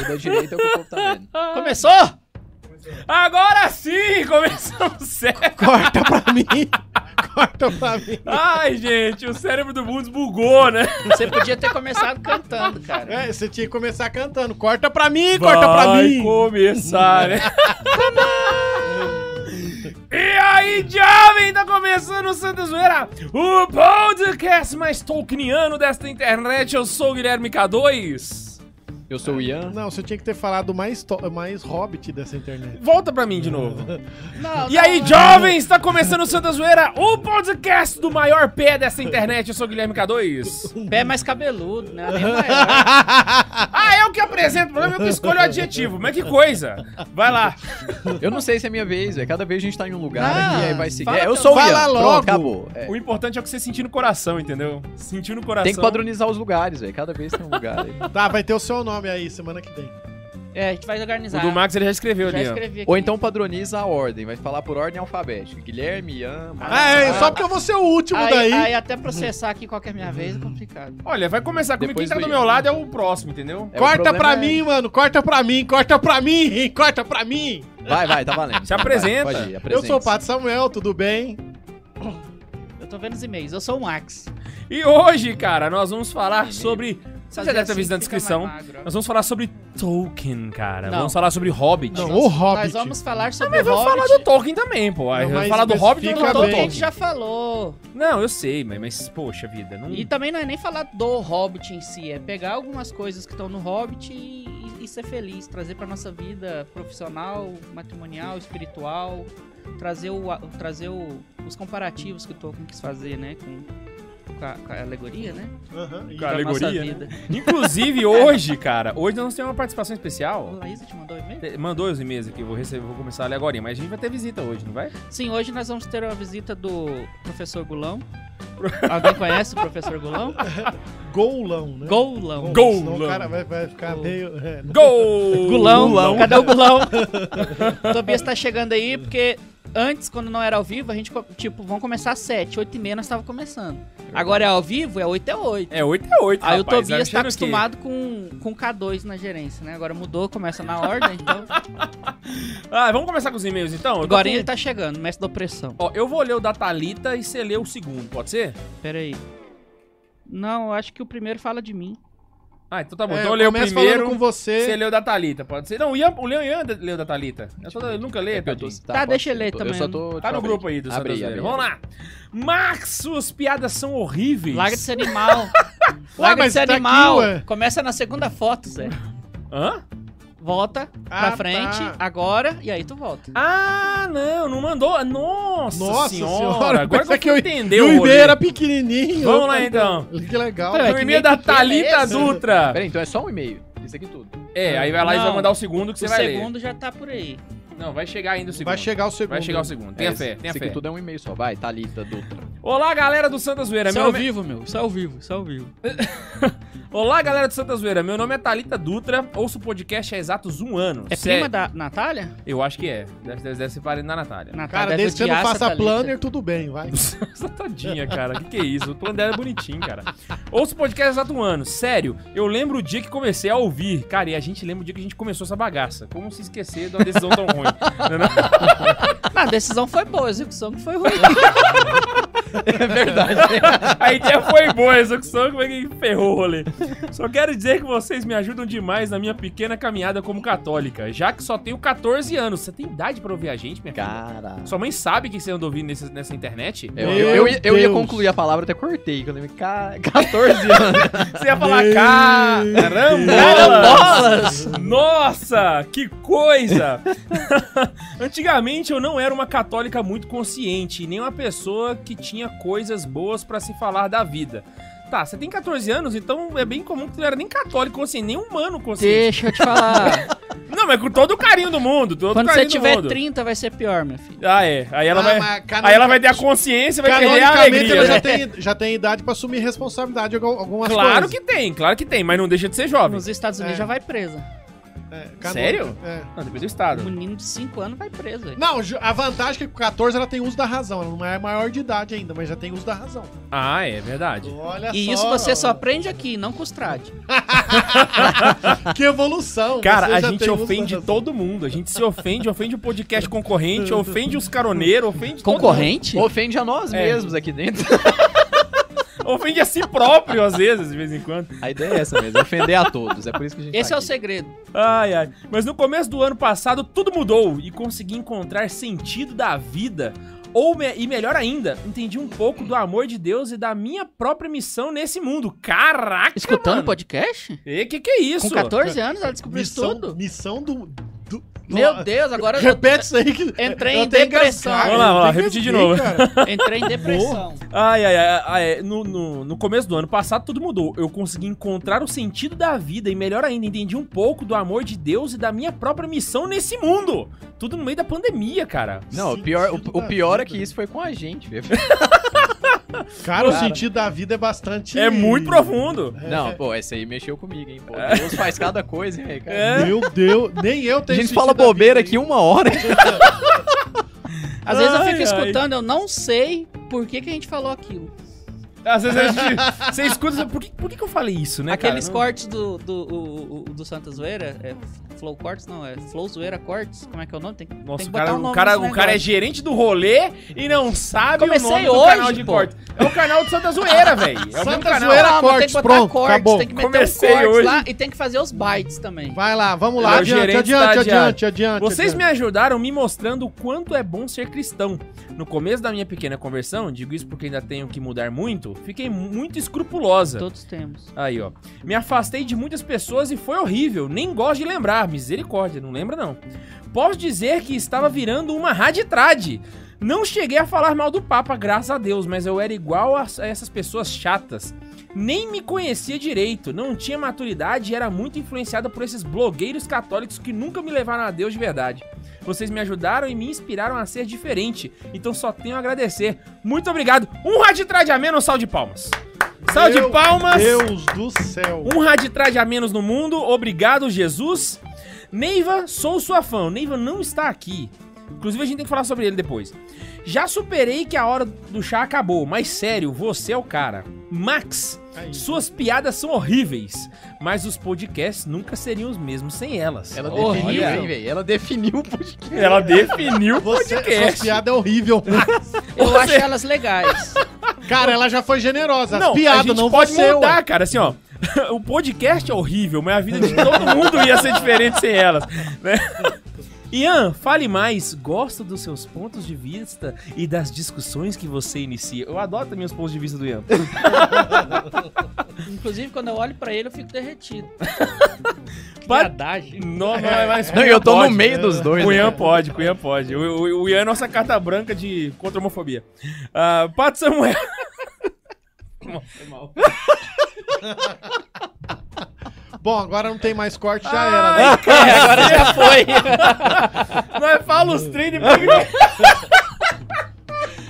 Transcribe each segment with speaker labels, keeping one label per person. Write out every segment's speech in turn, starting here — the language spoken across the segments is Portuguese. Speaker 1: da direita é o que o povo tá vendo.
Speaker 2: Começou?
Speaker 3: Agora sim, começamos certo.
Speaker 2: Corta pra mim. Corta pra mim.
Speaker 3: Ai, gente, o cérebro do mundo bugou, né?
Speaker 1: Você podia ter começado cantando, cara.
Speaker 2: É, você tinha que começar cantando. Corta pra mim, corta pra
Speaker 3: Vai
Speaker 2: mim.
Speaker 3: começar, né? E aí, jovem, tá começando o Santa Zoeira, o podcast mais tolkieniano desta internet. Eu sou o Guilherme K2.
Speaker 1: Eu sou o Ian.
Speaker 2: Não, você tinha que ter falado mais, to- mais hobbit dessa internet.
Speaker 3: Volta pra mim de novo.
Speaker 1: Não,
Speaker 3: E aí, jovens, tá começando o Santa Zoeira, o podcast do maior pé dessa internet. Eu sou o Guilherme K2.
Speaker 1: Pé mais cabeludo, né? Nem maior.
Speaker 3: Ah, eu que apresento o programa, eu que escolho o adjetivo. Mas que coisa. Vai lá.
Speaker 4: Eu não sei se é minha vez, velho. Cada vez a gente tá em um lugar
Speaker 1: Ah,
Speaker 4: aqui, aí vai seguir.
Speaker 1: fala
Speaker 4: É, eu
Speaker 1: teu-
Speaker 4: sou o Ian.
Speaker 2: fala logo.
Speaker 4: Pronto, acabou. É,
Speaker 3: O importante é o que você sentir no coração, entendeu? Sentir no coração.
Speaker 4: tem que padronizar os lugares, velho. Cada vez tem um lugar. aí.
Speaker 2: Tá, vai ter o seu nome aí semana que vem.
Speaker 1: É, a gente vai
Speaker 3: O
Speaker 1: organizar.
Speaker 3: do Max ele já escreveu
Speaker 1: Já
Speaker 3: ali, ó.
Speaker 1: escrevi aqui.
Speaker 4: Ou então padroniza a ordem. Vai falar por ordem alfabética. Guilherme, Ian... Marcos.
Speaker 2: Ah, é, só porque eu vou ser o último
Speaker 1: aí,
Speaker 2: daí.
Speaker 1: aí até processar aqui qualquer minha vez é complicado.
Speaker 3: Olha, vai começar comigo.
Speaker 4: Depois
Speaker 3: Quem tá
Speaker 4: do
Speaker 3: do
Speaker 4: Ian.
Speaker 3: meu lado é o próximo, entendeu?
Speaker 4: É, o
Speaker 2: corta
Speaker 4: problema
Speaker 2: pra
Speaker 4: é-
Speaker 2: mim, mano. Corta pra mim, corta pra mim, corta pra mim.
Speaker 4: Vai, vai, tá valendo.
Speaker 3: Se apresenta.
Speaker 4: Vai, pode ir,
Speaker 2: Eu
Speaker 4: apresenta.
Speaker 2: sou o Pato Samuel, tudo bem?
Speaker 1: Eu tô vendo os e-mails. Eu sou um o Max.
Speaker 3: E hoje, cara, nós vamos falar sobre. Você já
Speaker 1: Fazer
Speaker 3: deve ter
Speaker 1: assim
Speaker 3: visto na
Speaker 1: fica mais
Speaker 3: descrição.
Speaker 1: magro, ó.
Speaker 3: Nós vamos falar sobre Tolkien, cara.
Speaker 1: Não.
Speaker 3: Vamos falar sobre Hobbit.
Speaker 2: Não,
Speaker 1: Nós-
Speaker 2: o Hobbit.
Speaker 1: Nós vamos falar sobre
Speaker 3: Ah, Mas
Speaker 1: o
Speaker 3: vamos
Speaker 1: Hobbit.
Speaker 3: falar do Tolkien também, pô.
Speaker 2: Não,
Speaker 3: vamos
Speaker 2: mas
Speaker 3: falar do Hobbit e vamos falar
Speaker 2: especifica
Speaker 3: do
Speaker 1: A
Speaker 2: bem.
Speaker 3: Tolkien.
Speaker 1: gente já falou.
Speaker 3: Não, eu sei, mas, mas poxa vida. Não...
Speaker 1: E também não é nem falar do Hobbit em si, é pegar algumas coisas que estão no Hobbit e, e- e ser feliz, trazer pra nossa vida profissional, matrimonial, espiritual, trazer, o, a- trazer o- os comparativos que o Tolkien quis fazer, né, com, com, a, com a alegoria, né,
Speaker 2: Aham, e-
Speaker 3: Cara,
Speaker 1: pra
Speaker 3: alegoria, né?
Speaker 1: nossa vida.
Speaker 3: Inclusive, hoje, cara, hoje nós temos uma participação
Speaker 1: A
Speaker 3: especial.
Speaker 1: Laísa te mandou um e-mail?
Speaker 3: Te- Mandou os e-mails aqui, eu vou, receber, vou começar a ler agora, mas a gente vai ter visita hoje, não vai?
Speaker 1: Sim, hoje nós vamos ter uma visita do professor Gulão. Alguém conhece o professor Gulão?
Speaker 2: Golão, né?
Speaker 1: Golão.
Speaker 3: Gol-
Speaker 2: Senão
Speaker 3: Golão.
Speaker 2: O cara vai, vai ficar
Speaker 1: Gol.
Speaker 2: meio. é, não-
Speaker 3: Gol!
Speaker 1: Gulão, cadê o Gulão? Tobias tá chegando aí, porque antes, quando não era ao vivo, a gente, co- tipo, vão começar às 7, 8 e meia nós tava começando. Agora é ao vivo, é 8 é 8.
Speaker 3: É 8 é 8,
Speaker 1: Aí
Speaker 3: rapaz.
Speaker 1: o Tobias tá
Speaker 3: achando o quê?
Speaker 1: acostumado com, com K2 na gerência, né? Agora mudou, começa na ordem, então.
Speaker 3: Ah, vamos começar com os e-mails então? Eu tô
Speaker 1: Agora
Speaker 3: com-
Speaker 1: ele tá chegando, mestre da opressão.
Speaker 3: Ó, eu vou ler o da Thalita e você lê o segundo, pode ser?
Speaker 1: Pera aí. Não, eu acho que o primeiro fala de mim.
Speaker 3: Ah, então tá bom.
Speaker 2: É,
Speaker 3: então eu leio o
Speaker 2: começa
Speaker 3: primeiro,
Speaker 2: falando com
Speaker 3: você
Speaker 2: você.
Speaker 3: leu o da Thalita, pode ser? Não, o Ian- o Leon Ian de- leu o da Thalita. Eu, só- eu nunca leio,
Speaker 4: É que eu tô-
Speaker 3: tadinho.
Speaker 1: Tá,
Speaker 4: pode
Speaker 1: deixa
Speaker 4: ser,
Speaker 1: ele
Speaker 4: eu tô-
Speaker 1: também,
Speaker 4: Eu só
Speaker 1: né?
Speaker 4: tô...
Speaker 3: Tá no
Speaker 4: tipo,
Speaker 3: grupo aí do
Speaker 4: abri,
Speaker 3: Santos
Speaker 4: abri,
Speaker 3: Vamos lá. Max, suas piadas são horríveis.
Speaker 1: Larga de ser animal.
Speaker 2: Ué,
Speaker 1: Larga de
Speaker 2: mas
Speaker 1: ser
Speaker 2: tá aqui,
Speaker 1: animal.
Speaker 2: ué.
Speaker 1: começa na segunda foto, Zé.
Speaker 3: Hã?
Speaker 1: Volta
Speaker 2: Ah,
Speaker 1: pra frente,
Speaker 2: tá.
Speaker 1: agora, e aí tu volta.
Speaker 3: Ah, não, não mandou. Nossa,
Speaker 2: Nossa
Speaker 3: senhora.
Speaker 2: senhora,
Speaker 3: Agora
Speaker 2: pensa
Speaker 3: que eu entendi
Speaker 2: E o
Speaker 3: o
Speaker 2: e-mail
Speaker 3: rolê.
Speaker 2: era pequenininho.
Speaker 3: Vamos lá,
Speaker 2: Olha,
Speaker 3: então.
Speaker 2: Que legal.
Speaker 1: Peraí.
Speaker 3: O
Speaker 1: que
Speaker 3: e-mail
Speaker 1: nem
Speaker 3: da
Speaker 1: pequeno é
Speaker 3: Thalita
Speaker 1: esse?
Speaker 2: né?
Speaker 3: Dutra.
Speaker 4: Pera aí, então é só um e-mail. Isso aqui tudo.
Speaker 3: É, aí vai lá e
Speaker 1: Não.
Speaker 3: vai mandar o segundo que você
Speaker 1: o
Speaker 3: vai
Speaker 1: segundo já tá por aí.
Speaker 3: ler. Não, vai chegar ainda o segundo.
Speaker 2: Vai chegar o segundo.
Speaker 3: Vai chegar o segundo. Tenha
Speaker 4: É,
Speaker 3: fé, tenha
Speaker 4: Isso
Speaker 3: fé.
Speaker 4: aqui tudo é um e-mail só. Vai, Thalita, Dutra.
Speaker 3: Olá, galera do Santa Zoeira.
Speaker 1: Isso é
Speaker 3: Meu
Speaker 1: ao
Speaker 3: nome...
Speaker 1: vivo, meu. Isso é ao vivo, isso é ao vivo.
Speaker 3: Olá, galera do Santa Zoeira. Meu nome é Thalita Dutra. Ouço o podcast há exatos um ano.
Speaker 1: É
Speaker 3: Sério.
Speaker 1: prima da Natália?
Speaker 3: Eu acho que é. Deve, deve, deve ser parente da Natália.
Speaker 1: Natália
Speaker 2: Cara,
Speaker 1: deve
Speaker 2: desde que você não
Speaker 1: odiar tá essa
Speaker 2: faça
Speaker 1: Thalita.
Speaker 2: planner, tudo bem, vai.
Speaker 3: Essa tadinha, cara. Que que é isso? O plano dela é bonitinho, cara. Ouço o podcast há exato um ano. Sério, eu lembro o dia que comecei a ouvir. Cara, e a gente lembra o dia que a gente começou essa bagaça. Como se esquecer de uma decisão tão ruim? Não é não?
Speaker 1: Não, a decisão foi boa, a execução que foi ruim.
Speaker 4: É verdade.
Speaker 3: A ideia foi boa, a execução como é que ferrou o rolê. Só quero dizer que vocês me ajudam demais na minha pequena caminhada como católica, já que só tenho 14 anos. Você tem idade pra ouvir a gente, minha cara?
Speaker 4: Cara...
Speaker 3: Sua mãe sabe que você anda ouvindo nesse- nessa internet?
Speaker 1: É,
Speaker 4: Eu,
Speaker 2: Meu
Speaker 4: eu, eu, ia- eu ia
Speaker 2: Deus.
Speaker 4: concluir a palavra, até cortei. Que eu lembrei, ca- 14 anos.
Speaker 3: Você ia falar, "Ca- carambolas! Nossa, que coisa! Antigamente eu não era uma católica muito consciente, e nem uma pessoa que tinha coisas boas pra se falar da vida. Tá, você tem 14 anos, então é bem comum que tu não era nem católico consciente, nem humano consciente.
Speaker 1: Deixa eu te falar.
Speaker 3: Não, mas com todo o carinho do mundo, todo o
Speaker 1: Quando você
Speaker 3: carinho do
Speaker 1: tiver
Speaker 3: mundo.
Speaker 1: 30, vai ser pior, meu filho.
Speaker 3: Ah, é. Aí ela,
Speaker 2: Ah,
Speaker 3: vai,
Speaker 2: mas cano-
Speaker 3: aí ela vai ter a consciência, vai perder a
Speaker 2: Canonicamente,
Speaker 3: alegria.
Speaker 2: ela já
Speaker 3: né?
Speaker 2: tem, já tem idade pra assumir responsabilidade em algu- algumas
Speaker 3: Claro
Speaker 2: coisas.
Speaker 3: que tem, claro que tem, mas não deixa de ser jovem.
Speaker 1: Nos Estados Unidos
Speaker 2: É.
Speaker 1: já vai presa.
Speaker 2: É, canônica.
Speaker 3: Sério?
Speaker 2: É.
Speaker 3: Não, depende do
Speaker 1: Um
Speaker 3: estado.
Speaker 1: menino de 5 anos vai preso. velho.
Speaker 2: Não, ju- a vantagem é que com 14 ela tem uso da razão. Ela não é maior de idade ainda, mas já tem uso da razão.
Speaker 3: Ah, é verdade.
Speaker 2: Olha
Speaker 1: E
Speaker 2: só.
Speaker 1: isso você só aprende aqui, não com os trades.
Speaker 2: Que evolução.
Speaker 3: Cara,
Speaker 2: você
Speaker 3: a
Speaker 2: já
Speaker 3: gente
Speaker 2: tem uso
Speaker 3: ofende
Speaker 2: da razão.
Speaker 3: todo mundo. A gente se ofende, ofende o podcast concorrente, ofende os caroneiros, ofende todo
Speaker 1: Concorrente?
Speaker 4: Ofende a nós
Speaker 3: É.
Speaker 4: mesmos aqui dentro.
Speaker 3: mundo. Ofende a si próprio, às vezes, de vez em quando.
Speaker 4: A ideia é essa mesmo, ofender a todos. É por isso que a gente
Speaker 1: Esse
Speaker 4: tá
Speaker 1: é o
Speaker 4: aqui.
Speaker 1: segredo.
Speaker 3: Ai, ai. Mas no começo do ano passado, tudo mudou e consegui encontrar sentido da vida. Ou, me- e melhor ainda, entendi um pouco do amor de Deus e da minha própria missão nesse mundo. Caraca!
Speaker 1: Escutando
Speaker 3: mano.
Speaker 1: podcast?
Speaker 3: E que que é isso?
Speaker 1: Com 14 anos ela descobriu isso
Speaker 2: Missão,
Speaker 1: tudo.
Speaker 2: missão do... do- do-
Speaker 1: Meu Deus, agora eu
Speaker 2: Repete isso aí que...
Speaker 1: entrei
Speaker 2: eu
Speaker 1: em
Speaker 2: até
Speaker 1: depressão.
Speaker 2: engasguei,
Speaker 3: Vamos lá, vamos lá,
Speaker 2: eu até
Speaker 3: repetir de
Speaker 2: engasguei,
Speaker 3: novo.
Speaker 2: cara.
Speaker 1: Entrei em depressão.
Speaker 3: Ai, ai, ai, ai, é, no, no, no começo do ano passado tudo mudou. Eu consegui encontrar o sentido da vida e, melhor ainda, entendi um pouco do amor de Deus e da minha própria missão nesse mundo. Tudo no meio da pandemia, cara.
Speaker 4: Não, o pior, o, o
Speaker 2: da
Speaker 4: pior é
Speaker 2: vida.
Speaker 4: que isso foi com a gente. viu?
Speaker 2: Cara, o
Speaker 4: Cara.
Speaker 2: sentido da vida é bastante...
Speaker 3: É muito profundo.
Speaker 2: É.
Speaker 4: Não, pô, essa aí mexeu comigo, hein? Pô, Deus faz cada coisa, hein, velho, cara.
Speaker 3: É.
Speaker 2: Meu Deus, nem eu
Speaker 4: A
Speaker 2: tenho
Speaker 4: gente
Speaker 2: sentido
Speaker 4: fala
Speaker 2: da
Speaker 4: bobeira
Speaker 2: vida
Speaker 4: aqui uma hora.
Speaker 1: Às vezes eu
Speaker 3: Ai,
Speaker 1: fico
Speaker 3: ai.
Speaker 1: escutando, eu não sei por que, que a gente falou aquilo.
Speaker 3: Às vezes a gente, você escuta, você- por que, por que que eu falei isso, né,
Speaker 1: Aqueles
Speaker 3: cara? Não-
Speaker 1: cortes do, do, o- o- do Santa Zoeira, é Flow Cortes, não, é Flow Zoeira Cortes, como é que é o nome? Tem, que-
Speaker 3: Nossa,
Speaker 1: tem que
Speaker 3: o
Speaker 1: botar
Speaker 3: cara,
Speaker 1: um
Speaker 3: o,
Speaker 1: nome
Speaker 3: cara,
Speaker 1: nesse
Speaker 3: o cara é
Speaker 1: negócio.
Speaker 3: gerente do rolê e não sabe
Speaker 1: Comecei
Speaker 3: o nome do
Speaker 1: hoje,
Speaker 3: canal de
Speaker 1: pô.
Speaker 3: corte. É o canal do Santa Zoeira, velho. É o
Speaker 2: Santa
Speaker 3: mesmo canal.
Speaker 2: Zoeira.
Speaker 1: Ah, mas tem
Speaker 2: cortes,
Speaker 1: que botar
Speaker 2: pronto,
Speaker 1: cortes,
Speaker 2: acabou.
Speaker 1: tem que meter
Speaker 3: Comecei
Speaker 1: um cortes
Speaker 3: hoje.
Speaker 1: lá e tem que fazer os bytes também.
Speaker 2: Vai lá, vamos lá,
Speaker 3: Ele é o
Speaker 2: adiante,
Speaker 3: gerente
Speaker 2: adiante,
Speaker 3: estagiário.
Speaker 2: adiante, adiante.
Speaker 3: Vocês me
Speaker 2: adiante.
Speaker 3: ajudaram me mostrando o quanto é bom ser cristão. No começo da minha pequena conversão, digo isso porque ainda tenho que mudar muito, fiquei muito escrupulosa.
Speaker 1: Todos temos.
Speaker 3: Aí, ó. Me afastei de muitas pessoas e foi horrível. Nem gosto de lembrar. Misericórdia, não lembra não. Posso dizer que estava virando uma raditrade. Não cheguei a falar mal do Papa, graças a Deus, mas eu era igual a a essas pessoas chatas. Nem me conhecia direito, não tinha maturidade e era muito influenciada por esses blogueiros católicos que nunca me levaram a Deus de verdade. Vocês me ajudaram e me inspiraram a ser diferente, então só tenho a agradecer. Muito obrigado. Um raditrade a menos, sal de palmas. Sal de
Speaker 2: Meu
Speaker 3: palmas.
Speaker 2: Deus do céu.
Speaker 3: Um raditrade a menos no mundo, obrigado, Jesus. Neiva, sou sua fã. O Neiva não está aqui. Inclusive, a gente tem que falar sobre ele depois. Já superei que a hora do chá acabou, mas sério, você é o cara. Max,
Speaker 2: Aí.
Speaker 3: suas piadas são horríveis, mas os podcasts nunca seriam os mesmos sem elas.
Speaker 4: Ela
Speaker 1: Horrível.
Speaker 4: definiu, hein, velho? Ela definiu o podcast.
Speaker 2: É,
Speaker 3: Ela definiu o
Speaker 2: Você, sua
Speaker 3: podcast.
Speaker 2: piada é horrível.
Speaker 1: Eu
Speaker 3: Você-
Speaker 1: acho elas legais.
Speaker 2: Cara, ela já foi generosa. As
Speaker 3: Não, a
Speaker 2: piadas
Speaker 3: gente
Speaker 2: não
Speaker 3: pode
Speaker 2: você, é
Speaker 3: mudar,
Speaker 2: ué.
Speaker 3: cara, assim, ó. O podcast é horrível, mas a vida de todo mundo ia ser diferente sem elas, né? Ian, fale mais. Gosto dos seus pontos de vista e das discussões que você inicia. Eu adoro também os pontos de vista do Ian.
Speaker 1: Inclusive, quando eu olho pra ele, eu fico derretido. Que
Speaker 3: Para-
Speaker 1: viadagem.
Speaker 3: Não, não, mas
Speaker 4: Não, e eu tô
Speaker 3: pode.
Speaker 4: no meio dos dois.
Speaker 3: O
Speaker 4: né?
Speaker 3: Ian pode, o Ian pode. O, o- o Ian é nossa carta branca de contra a homofobia. Ah, Pato Samuel.
Speaker 2: Bom, agora não tem mais corte, já era. né?
Speaker 3: Ai,
Speaker 1: É, agora já foi.
Speaker 3: nós é fala os três e pega-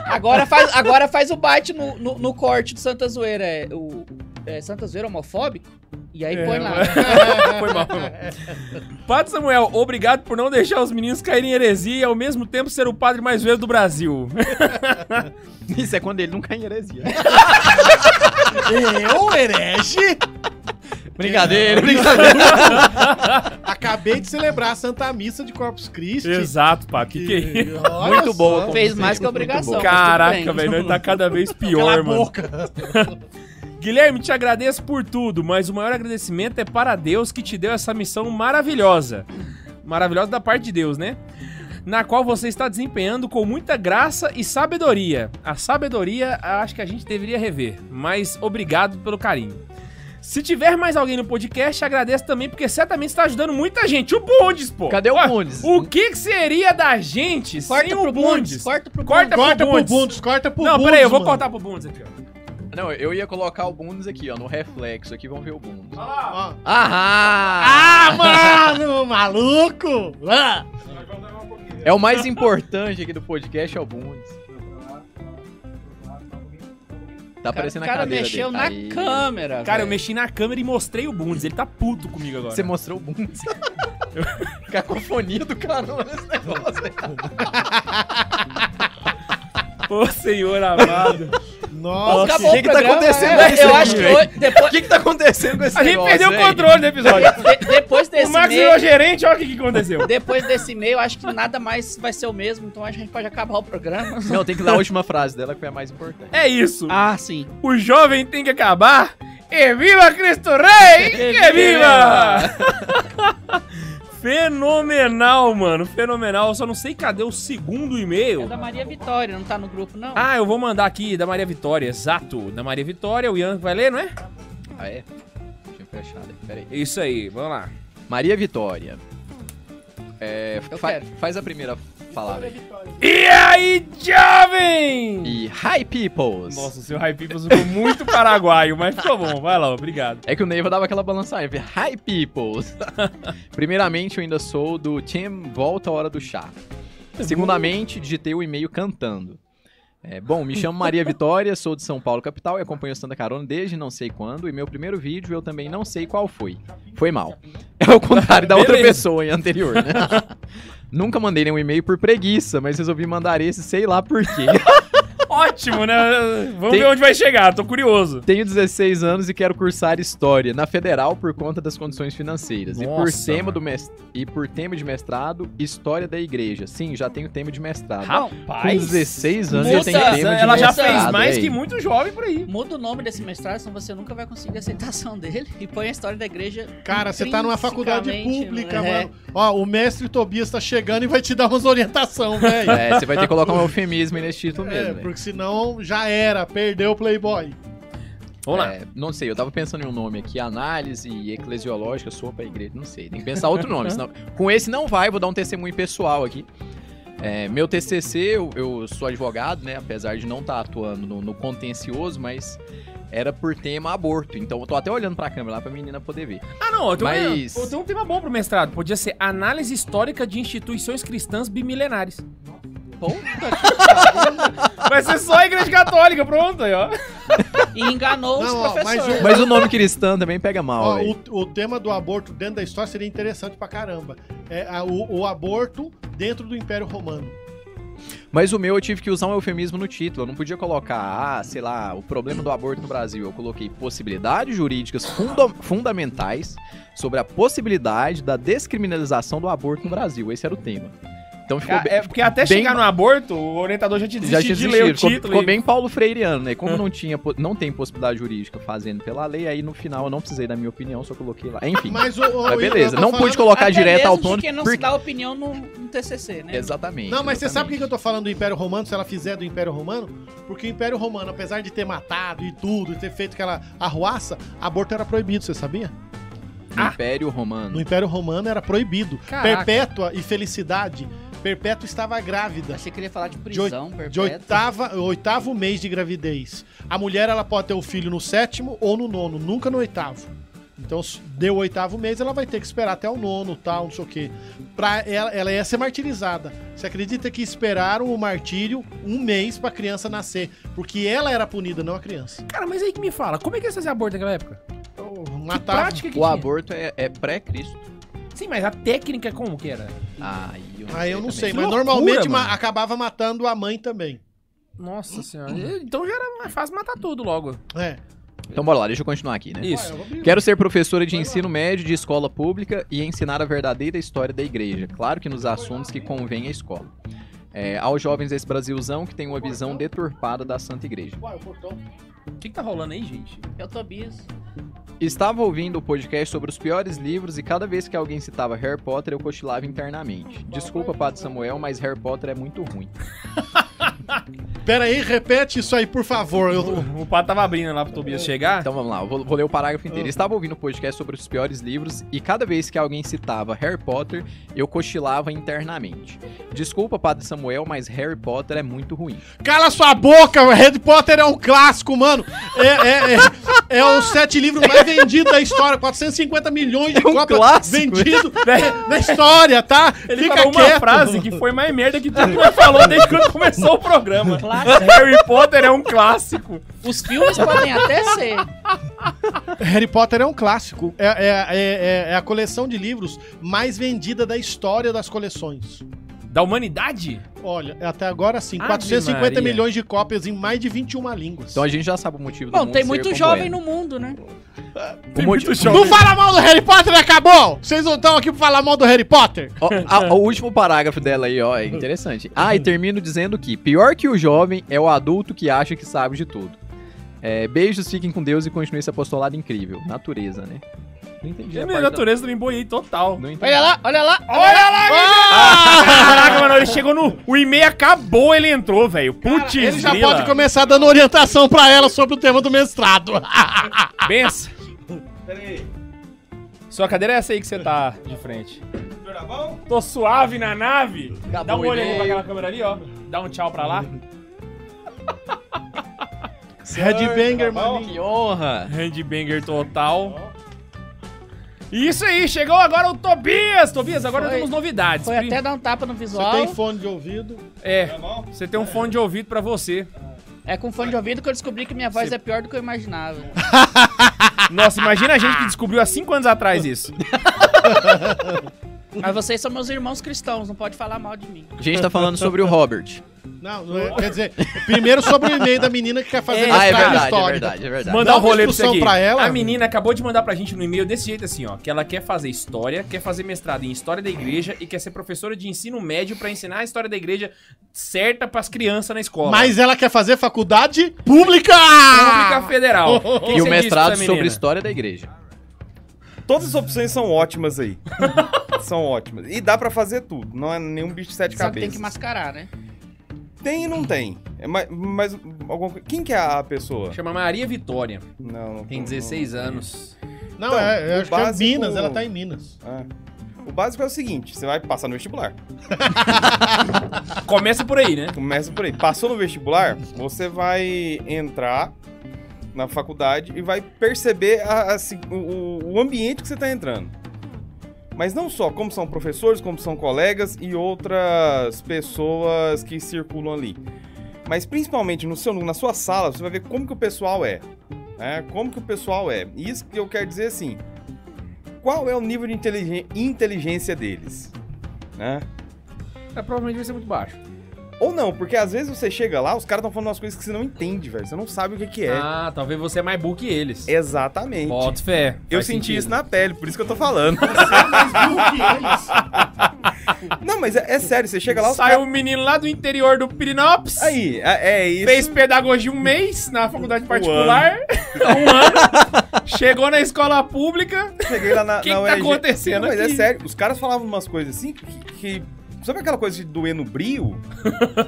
Speaker 1: Agora faz, agora faz o bite no, no, no corte do Santa Zoeira. É, o, é Santa Zoeira homofóbico? E aí
Speaker 3: É,
Speaker 1: põe
Speaker 2: né?
Speaker 1: lá.
Speaker 3: Foi mal, foi mal. Padre Samuel, obrigado por não deixar os meninos caírem em heresia e ao mesmo tempo ser o padre mais velho do Brasil.
Speaker 4: Isso é quando ele nunca em heresia.
Speaker 2: Eu, herege?
Speaker 4: brincadeira, brincadeira.
Speaker 2: Acabei de celebrar a Santa Missa de Corpus Christi.
Speaker 3: Exato, pá. Que que é isso?
Speaker 2: Olha
Speaker 4: Muito
Speaker 2: só.
Speaker 4: boa, como
Speaker 1: Fez
Speaker 4: sempre,
Speaker 1: mais que
Speaker 4: muito
Speaker 1: obrigação.
Speaker 4: boa.
Speaker 1: mas tudo
Speaker 3: Caraca,
Speaker 1: bem.
Speaker 3: velho, nós tá cada vez
Speaker 2: Cala
Speaker 3: pior,
Speaker 2: a
Speaker 3: mano.
Speaker 2: boca.
Speaker 3: Guilherme, te agradeço por tudo, mas o maior agradecimento é para Deus que te deu essa missão maravilhosa. Maravilhosa da parte de Deus, né? Na qual você está desempenhando com muita graça e sabedoria. A sabedoria acho que a gente deveria rever, mas obrigado pelo carinho. Se tiver mais alguém no podcast, agradeço também, porque certamente está ajudando muita gente. O Bundes, pô!
Speaker 4: Cadê
Speaker 3: Ó,
Speaker 4: Ah, o Bundes?
Speaker 3: O que, que seria da gente sem
Speaker 1: Corta
Speaker 3: o
Speaker 1: pro
Speaker 3: Bundes?
Speaker 1: Bundes. Corta pro
Speaker 3: Corta
Speaker 1: Bundes.
Speaker 2: Corta pro
Speaker 3: Bundes.
Speaker 2: Bundes, corta pro
Speaker 3: Não,
Speaker 2: Bundes.
Speaker 3: peraí, eu vou
Speaker 2: mano.
Speaker 3: cortar pro Bundes aqui, ó.
Speaker 4: Não, eu ia colocar o Bundes aqui, ó, no reflexo aqui, vamos ver o Bundes.
Speaker 2: Ó.
Speaker 4: Aham!
Speaker 2: Ah, mano, maluco! Ah.
Speaker 4: É o mais importante aqui do podcast, é o Bundes. Tá aparecendo
Speaker 1: o
Speaker 4: a
Speaker 1: cara
Speaker 4: cadeira
Speaker 1: mexeu
Speaker 4: dele.
Speaker 1: na
Speaker 4: Aí.
Speaker 1: câmera.
Speaker 3: Cara, eu
Speaker 1: velho.
Speaker 3: mexi na câmera e mostrei o Bundes. Ele tá puto comigo agora.
Speaker 4: Você mostrou o Bundes. Cacofonia do caramba nesse negócio. aí.
Speaker 3: Ô, senhor amado.
Speaker 2: Nossa,
Speaker 4: Nossa, o que que tá acontecendo
Speaker 1: né?
Speaker 4: aí, isso
Speaker 1: Eu
Speaker 4: aqui,
Speaker 1: acho que
Speaker 4: velho?
Speaker 1: hoje,
Speaker 4: O
Speaker 1: depois,
Speaker 4: que que tá acontecendo com esse
Speaker 3: A gente
Speaker 4: negócio?
Speaker 3: perdeu o
Speaker 4: hein?
Speaker 3: controle do episódio.
Speaker 1: de- depois
Speaker 3: O
Speaker 1: desse
Speaker 3: Max virou
Speaker 1: meio,
Speaker 3: gerente, olha o que, que aconteceu.
Speaker 1: depois desse meio, eu acho que nada mais vai ser o mesmo, então acho que a gente pode acabar o programa.
Speaker 4: Não, tem que dar a última frase dela, que foi a mais importante.
Speaker 3: É isso.
Speaker 1: Ah, sim.
Speaker 3: O jovem tem que acabar. E viva Cristo Rei! Que viva! Fenomenal, mano. Fenomenal. Eu só não sei cadê o segundo
Speaker 1: É
Speaker 3: e-mail.
Speaker 1: da Maria Vitória, não tá no grupo, não?
Speaker 3: Ah, eu vou mandar aqui da Maria Vitória, exato. Da Maria Vitória, o Ian vai ler, não é?
Speaker 4: Ah, é? Deixa eu fechar, né? Peraí.
Speaker 3: É Isso aí, vamos lá.
Speaker 4: Maria Vitória. É,
Speaker 1: Hum. Eu
Speaker 4: fa-
Speaker 1: quero.
Speaker 4: faz a primeira palavra aí.
Speaker 3: E aí, jovem!
Speaker 4: E hi, peoples.
Speaker 3: Nossa, o seu Hype People ficou muito paraguaio, mas ficou bom. Vai lá, obrigado.
Speaker 4: É que o Neiva dava aquela balançada. Hi, peoples. Primeiramente, eu ainda sou do Tim Volta a Hora do Chá. Segundamente, digitei o e-mail cantando. É, bom, me chamo Maria Vitória, sou de São Paulo, capital, e acompanho o Santa Carona desde não sei quando, e meu primeiro vídeo eu também não sei qual foi. Foi mal. É o contrário da outra
Speaker 3: Beleza.
Speaker 4: pessoa em anterior, né? Nunca mandei nenhum e-mail por preguiça, mas resolvi mandar esse sei lá por quê.
Speaker 3: Ótimo, né? Vamos
Speaker 4: Tem-
Speaker 3: ver onde vai chegar, tô curioso.
Speaker 4: Tenho 16 anos e quero cursar História na Federal por conta das condições financeiras. e, por
Speaker 3: Nossa,
Speaker 4: tema
Speaker 3: mano.
Speaker 4: do mes- e por tema de mestrado, História da Igreja. Sim, já tenho tema de mestrado. Tá Com
Speaker 3: Rapaz,
Speaker 4: 16 anos
Speaker 1: muda,
Speaker 4: eu tenho tema de
Speaker 3: ela já
Speaker 4: mestrado,
Speaker 3: fez mais
Speaker 4: hein?
Speaker 3: que muito jovem por aí.
Speaker 1: Muda o nome desse mestrado, senão você nunca vai conseguir a aceitação dele. E põe a história da igreja.
Speaker 2: cara, você tá numa faculdade
Speaker 1: intrinsecamente,
Speaker 2: pública,
Speaker 1: é.
Speaker 2: mano. Ó, o mestre Tobias tá chegando e vai te dar umas orientações, velho.
Speaker 4: É, você vai ter que colocar um eufemismo aí nesse título
Speaker 2: É,
Speaker 4: mesmo. velho.
Speaker 2: porque senão já era, perdeu o Playboy.
Speaker 3: Vamos lá.
Speaker 4: É, não sei, eu tava pensando em um nome aqui, análise eclesiológica, sou pra igreja, não sei. Tem que pensar outro nome, senão, com esse não vai, vou dar um testemunho pessoal aqui. É, meu TCC, eu, eu sou advogado, né, apesar de não estar atuando no, no contencioso, mas era por tema aborto. Então eu tô até olhando pra câmera lá pra menina poder ver.
Speaker 3: Ah, não, eu tenho,
Speaker 4: Mas-
Speaker 3: eu tenho um tema bom pro mestrado. Podia ser análise histórica de instituições cristãs bimilenares. Vai ser só a igreja católica, pronto aí, ó.
Speaker 1: E enganou
Speaker 2: Não,
Speaker 1: os
Speaker 2: ó, mas
Speaker 1: professores.
Speaker 4: Mas o nome cristão também pega mal,
Speaker 2: Ó,
Speaker 4: velho.
Speaker 2: o, o tema do aborto dentro da história seria interessante pra caramba. É, a- o, o aborto dentro do Império Romano.
Speaker 4: Mas o meu eu tive que usar um eufemismo no título. Eu não podia colocar, ah, sei lá, o problema do aborto no Brasil. Eu coloquei possibilidades jurídicas funda- fundamentais sobre a possibilidade da descriminalização do aborto no Brasil. Esse era o tema. Então ficou bem.
Speaker 3: É, porque até
Speaker 4: bem-
Speaker 3: chegar no aborto, o orientador já te
Speaker 4: Já
Speaker 3: desiste
Speaker 4: tinha
Speaker 3: de ler o
Speaker 4: desistido, ficou,
Speaker 3: título. e-
Speaker 4: ficou
Speaker 3: Ah.
Speaker 4: bem Paulo Freireano, né? Como não, tinha, po- não tem possibilidade jurídica fazendo pela lei, aí no final eu não precisei da minha opinião, só coloquei lá. Enfim, mas,
Speaker 2: Mas, o, o- o-
Speaker 4: beleza,
Speaker 2: eu tô
Speaker 4: não
Speaker 2: falando-
Speaker 4: pude colocar
Speaker 1: Até
Speaker 4: direto
Speaker 1: mesmo
Speaker 4: ao
Speaker 1: de
Speaker 4: ponto.
Speaker 1: quem não se dá opinião no, no TCC, né?
Speaker 4: Exatamente.
Speaker 2: Não, mas você sabe por
Speaker 4: exatamente.
Speaker 2: que eu tô falando do Império Romano, se ela fizer do Império Romano? Porque o Império Romano, apesar de ter matado e tudo, e ter feito aquela arruaça, aborto era proibido, você sabia?
Speaker 4: No Império Romano.
Speaker 2: No Império Romano era proibido.
Speaker 3: Caraca.
Speaker 2: Perpétua e felicidade. Perpétua estava grávida.
Speaker 1: Achei que ele ia falar de
Speaker 2: De oit-
Speaker 1: prisão, perpétua.
Speaker 2: De oitava, oitavo mês de gravidez. A mulher ela pode ter o filho no sétimo ou no nono, nunca no oitavo. Então, se deu o oitavo mês, ela vai ter que esperar até o nono, tal, não sei o quê. Pra ela, ela ia ser martirizada. Você acredita que esperaram o martírio um mês pra criança nascer? Porque ela era punida, não a criança.
Speaker 3: Cara, mas aí que me fala, como é que eles faziam aborto naquela época? Oh, Que
Speaker 2: Matava.
Speaker 3: prática que
Speaker 4: O
Speaker 3: tinha?
Speaker 4: aborto é, é pré-Cristo.
Speaker 3: Sim, mas a técnica é como que era?
Speaker 4: Aí eu não
Speaker 2: Aí eu não sei,
Speaker 4: também.
Speaker 2: mas
Speaker 3: Que loucura,
Speaker 2: normalmente ma-
Speaker 3: mano.
Speaker 2: acabava matando a mãe também.
Speaker 3: Nossa senhora. Então já era mais fácil matar tudo logo.
Speaker 2: É.
Speaker 4: Então bora lá, deixa eu continuar aqui, né?
Speaker 3: Isso.
Speaker 4: Quero ser professora de ensino médio de escola pública e ensinar a verdadeira história da igreja. Claro que nos assuntos que convém à escola. É, aos jovens desse Brasilzão que têm uma visão deturpada da Santa Igreja.
Speaker 2: Uai, o portão.
Speaker 3: O que, que tá rolando aí, gente?
Speaker 1: Eu tô bis.
Speaker 4: Estava ouvindo o podcast sobre os piores livros e cada vez que alguém citava Harry Potter eu cochilava internamente. Desculpa, Padre Samuel, mas Harry Potter é muito ruim.
Speaker 2: Pera aí, repete isso aí, por favor. Eu,
Speaker 3: O pato tava abrindo lá pro Tobias chegar.
Speaker 4: Então vamos lá, eu vou, vou ler o parágrafo inteiro. Estava ouvindo um podcast sobre os piores livros e cada vez que alguém citava Harry Potter, eu cochilava internamente. Desculpa, Padre Samuel, mas Harry Potter é muito ruim.
Speaker 2: Cala sua boca, Harry Potter é um clássico, mano. É, é, é. É o sete livro mais vendido da história. 450 milhões de
Speaker 4: É um
Speaker 2: cópias
Speaker 4: clássico.
Speaker 2: vendido na história, tá?
Speaker 3: Ele falou uma frase que foi mais merda que tudo que ele falou desde quando começou o programa.
Speaker 1: Clássico.
Speaker 3: Harry Potter é um clássico.
Speaker 1: Os filmes podem até ser.
Speaker 2: Harry Potter é um clássico. É, é- é- é- é a coleção de livros mais vendida da história das coleções.
Speaker 3: Da humanidade?
Speaker 2: Olha, é até agora sim,
Speaker 3: Ave
Speaker 2: 450
Speaker 3: Maria.
Speaker 2: milhões de cópias em mais de 21 línguas.
Speaker 4: Então a gente já sabe o motivo
Speaker 1: Bom,
Speaker 4: do
Speaker 1: tem muito jovem
Speaker 4: é.
Speaker 1: no mundo, né?
Speaker 4: O
Speaker 3: Tem
Speaker 4: motivo...
Speaker 3: muito
Speaker 2: Não
Speaker 3: jovem.
Speaker 2: fala mal do Harry Potter, né, acabou! Vocês não estão aqui pra falar mal do Harry Potter?
Speaker 4: Ó, a- o último parágrafo dela aí, ó, é interessante. Ah, e termino dizendo que pior que o jovem é o adulto que acha que sabe de tudo. É, beijos, fiquem com Deus e continue esse apostolado incrível. Natureza, né? Não entendi.
Speaker 3: A
Speaker 4: a
Speaker 3: É minha
Speaker 4: parte da-
Speaker 3: natureza também boiei total.
Speaker 4: Não entendi.
Speaker 1: Olha lá, olha lá.
Speaker 3: Olha lá! Caraca, mano, ele chegou no... O e-mail acabou, ele entrou, velho. Putz,
Speaker 2: Ele já
Speaker 3: grila.
Speaker 2: pode começar dando orientação pra ela sobre o tema do mestrado.
Speaker 3: Pensa. Sua cadeira é essa aí que você tá de frente. Tô suave na nave. Dá
Speaker 4: bom,
Speaker 3: um olho ali
Speaker 4: e-mail.
Speaker 3: pra aquela câmera ali, ó. Dá um tchau pra lá.
Speaker 2: Headbanger, é mano.
Speaker 4: Tá Que honra!
Speaker 3: Handbanger total. E isso aí, chegou agora o Tobias. Tobias, agora
Speaker 1: Foi.
Speaker 3: temos novidades.
Speaker 1: Foi
Speaker 3: Pri-
Speaker 1: até dar um tapa no
Speaker 2: Você
Speaker 1: visual.
Speaker 2: tem fone de ouvido?
Speaker 3: É, você tem um fone de ouvido pra você.
Speaker 1: É com fone de ouvido que eu descobri que minha voz é pior do que eu imaginava.
Speaker 3: Nossa, imagina a gente que descobriu há 5 anos atrás isso.
Speaker 1: Mas vocês são meus irmãos cristãos, não pode falar mal de mim.
Speaker 4: A gente tá falando sobre o Robert.
Speaker 2: Não, não é- quer dizer, primeiro sobre o e-mail da menina que quer
Speaker 4: ah, é
Speaker 2: fazer mestrado em
Speaker 4: verdade, é
Speaker 2: história.
Speaker 4: verdade, é verdade.
Speaker 3: Mandar
Speaker 2: Dá
Speaker 3: o
Speaker 2: uma
Speaker 3: um rolê pra você
Speaker 2: discussão
Speaker 3: aqui.
Speaker 2: pra ela.
Speaker 3: A menina acabou de mandar pra gente no e-mail desse jeito assim, ó. Que ela quer fazer história, quer fazer mestrado em história da igreja e quer ser professora de ensino médio pra ensinar a história da igreja certa pras crianças na escola.
Speaker 2: Mas ela quer fazer faculdade pública!
Speaker 3: Pública Federal. que que
Speaker 4: E o
Speaker 3: você
Speaker 4: mestrado
Speaker 3: disse pra
Speaker 4: sobre
Speaker 3: menina?
Speaker 4: história da igreja.
Speaker 5: Todas as opções são ótimas aí. são ótimas. E dá pra fazer tudo. Não é nenhum bicho de sete
Speaker 1: Só que tem
Speaker 5: cabeças.
Speaker 1: que mascarar, né?
Speaker 5: Tem e não tem. É, ma- mas, alguma co- Quem que é a pessoa?
Speaker 3: Chama Maria Vitória.
Speaker 5: Não, não
Speaker 3: Tem
Speaker 5: não-
Speaker 3: 16 anos.
Speaker 2: Não,
Speaker 5: Então,
Speaker 2: é, eu
Speaker 5: o
Speaker 2: acho que
Speaker 5: básico-
Speaker 2: é Minas, ela tá em Minas.
Speaker 5: Ah. O básico é o seguinte: você vai passar no vestibular.
Speaker 3: Começa por aí, né?
Speaker 5: Começa por aí. Passou no vestibular, você vai entrar na faculdade e vai perceber a- a se- o- o, o ambiente que você está entrando. Mas não só como são professores, como são colegas e outras pessoas que circulam ali. Mas principalmente no seu, na sua sala, você vai ver como que o pessoal é. né? Como que o pessoal é. E isso que eu quero dizer assim. Qual é o nível de inteligen- inteligência deles? Né?
Speaker 3: É, provavelmente vai ser muito baixo.
Speaker 5: Ou não, porque às vezes você chega lá, os caras estão falando umas coisas que você não entende, velho. Você não sabe o que, que é.
Speaker 3: Ah, talvez você é mais burro que eles.
Speaker 5: Exatamente.
Speaker 3: Boto fé.
Speaker 5: eu
Speaker 3: Faz
Speaker 5: senti
Speaker 3: sentido.
Speaker 5: isso na pele, por isso que eu tô falando. não, mas é, é sério, você chega lá, os
Speaker 3: Saiu
Speaker 5: caras.
Speaker 3: um menino lá do interior do Pirinópolis.
Speaker 5: Aí, é, é isso.
Speaker 3: Fez pedagogia um mês na faculdade
Speaker 5: Um
Speaker 3: particular. Um ano. Chegou na escola pública.
Speaker 5: Cheguei lá na.
Speaker 3: Que que
Speaker 5: na
Speaker 3: tá acontecendo
Speaker 5: Não, mas
Speaker 3: aqui?
Speaker 5: é sério, os caras falavam umas coisas assim que. que- Sabe aquela coisa de doer no brio?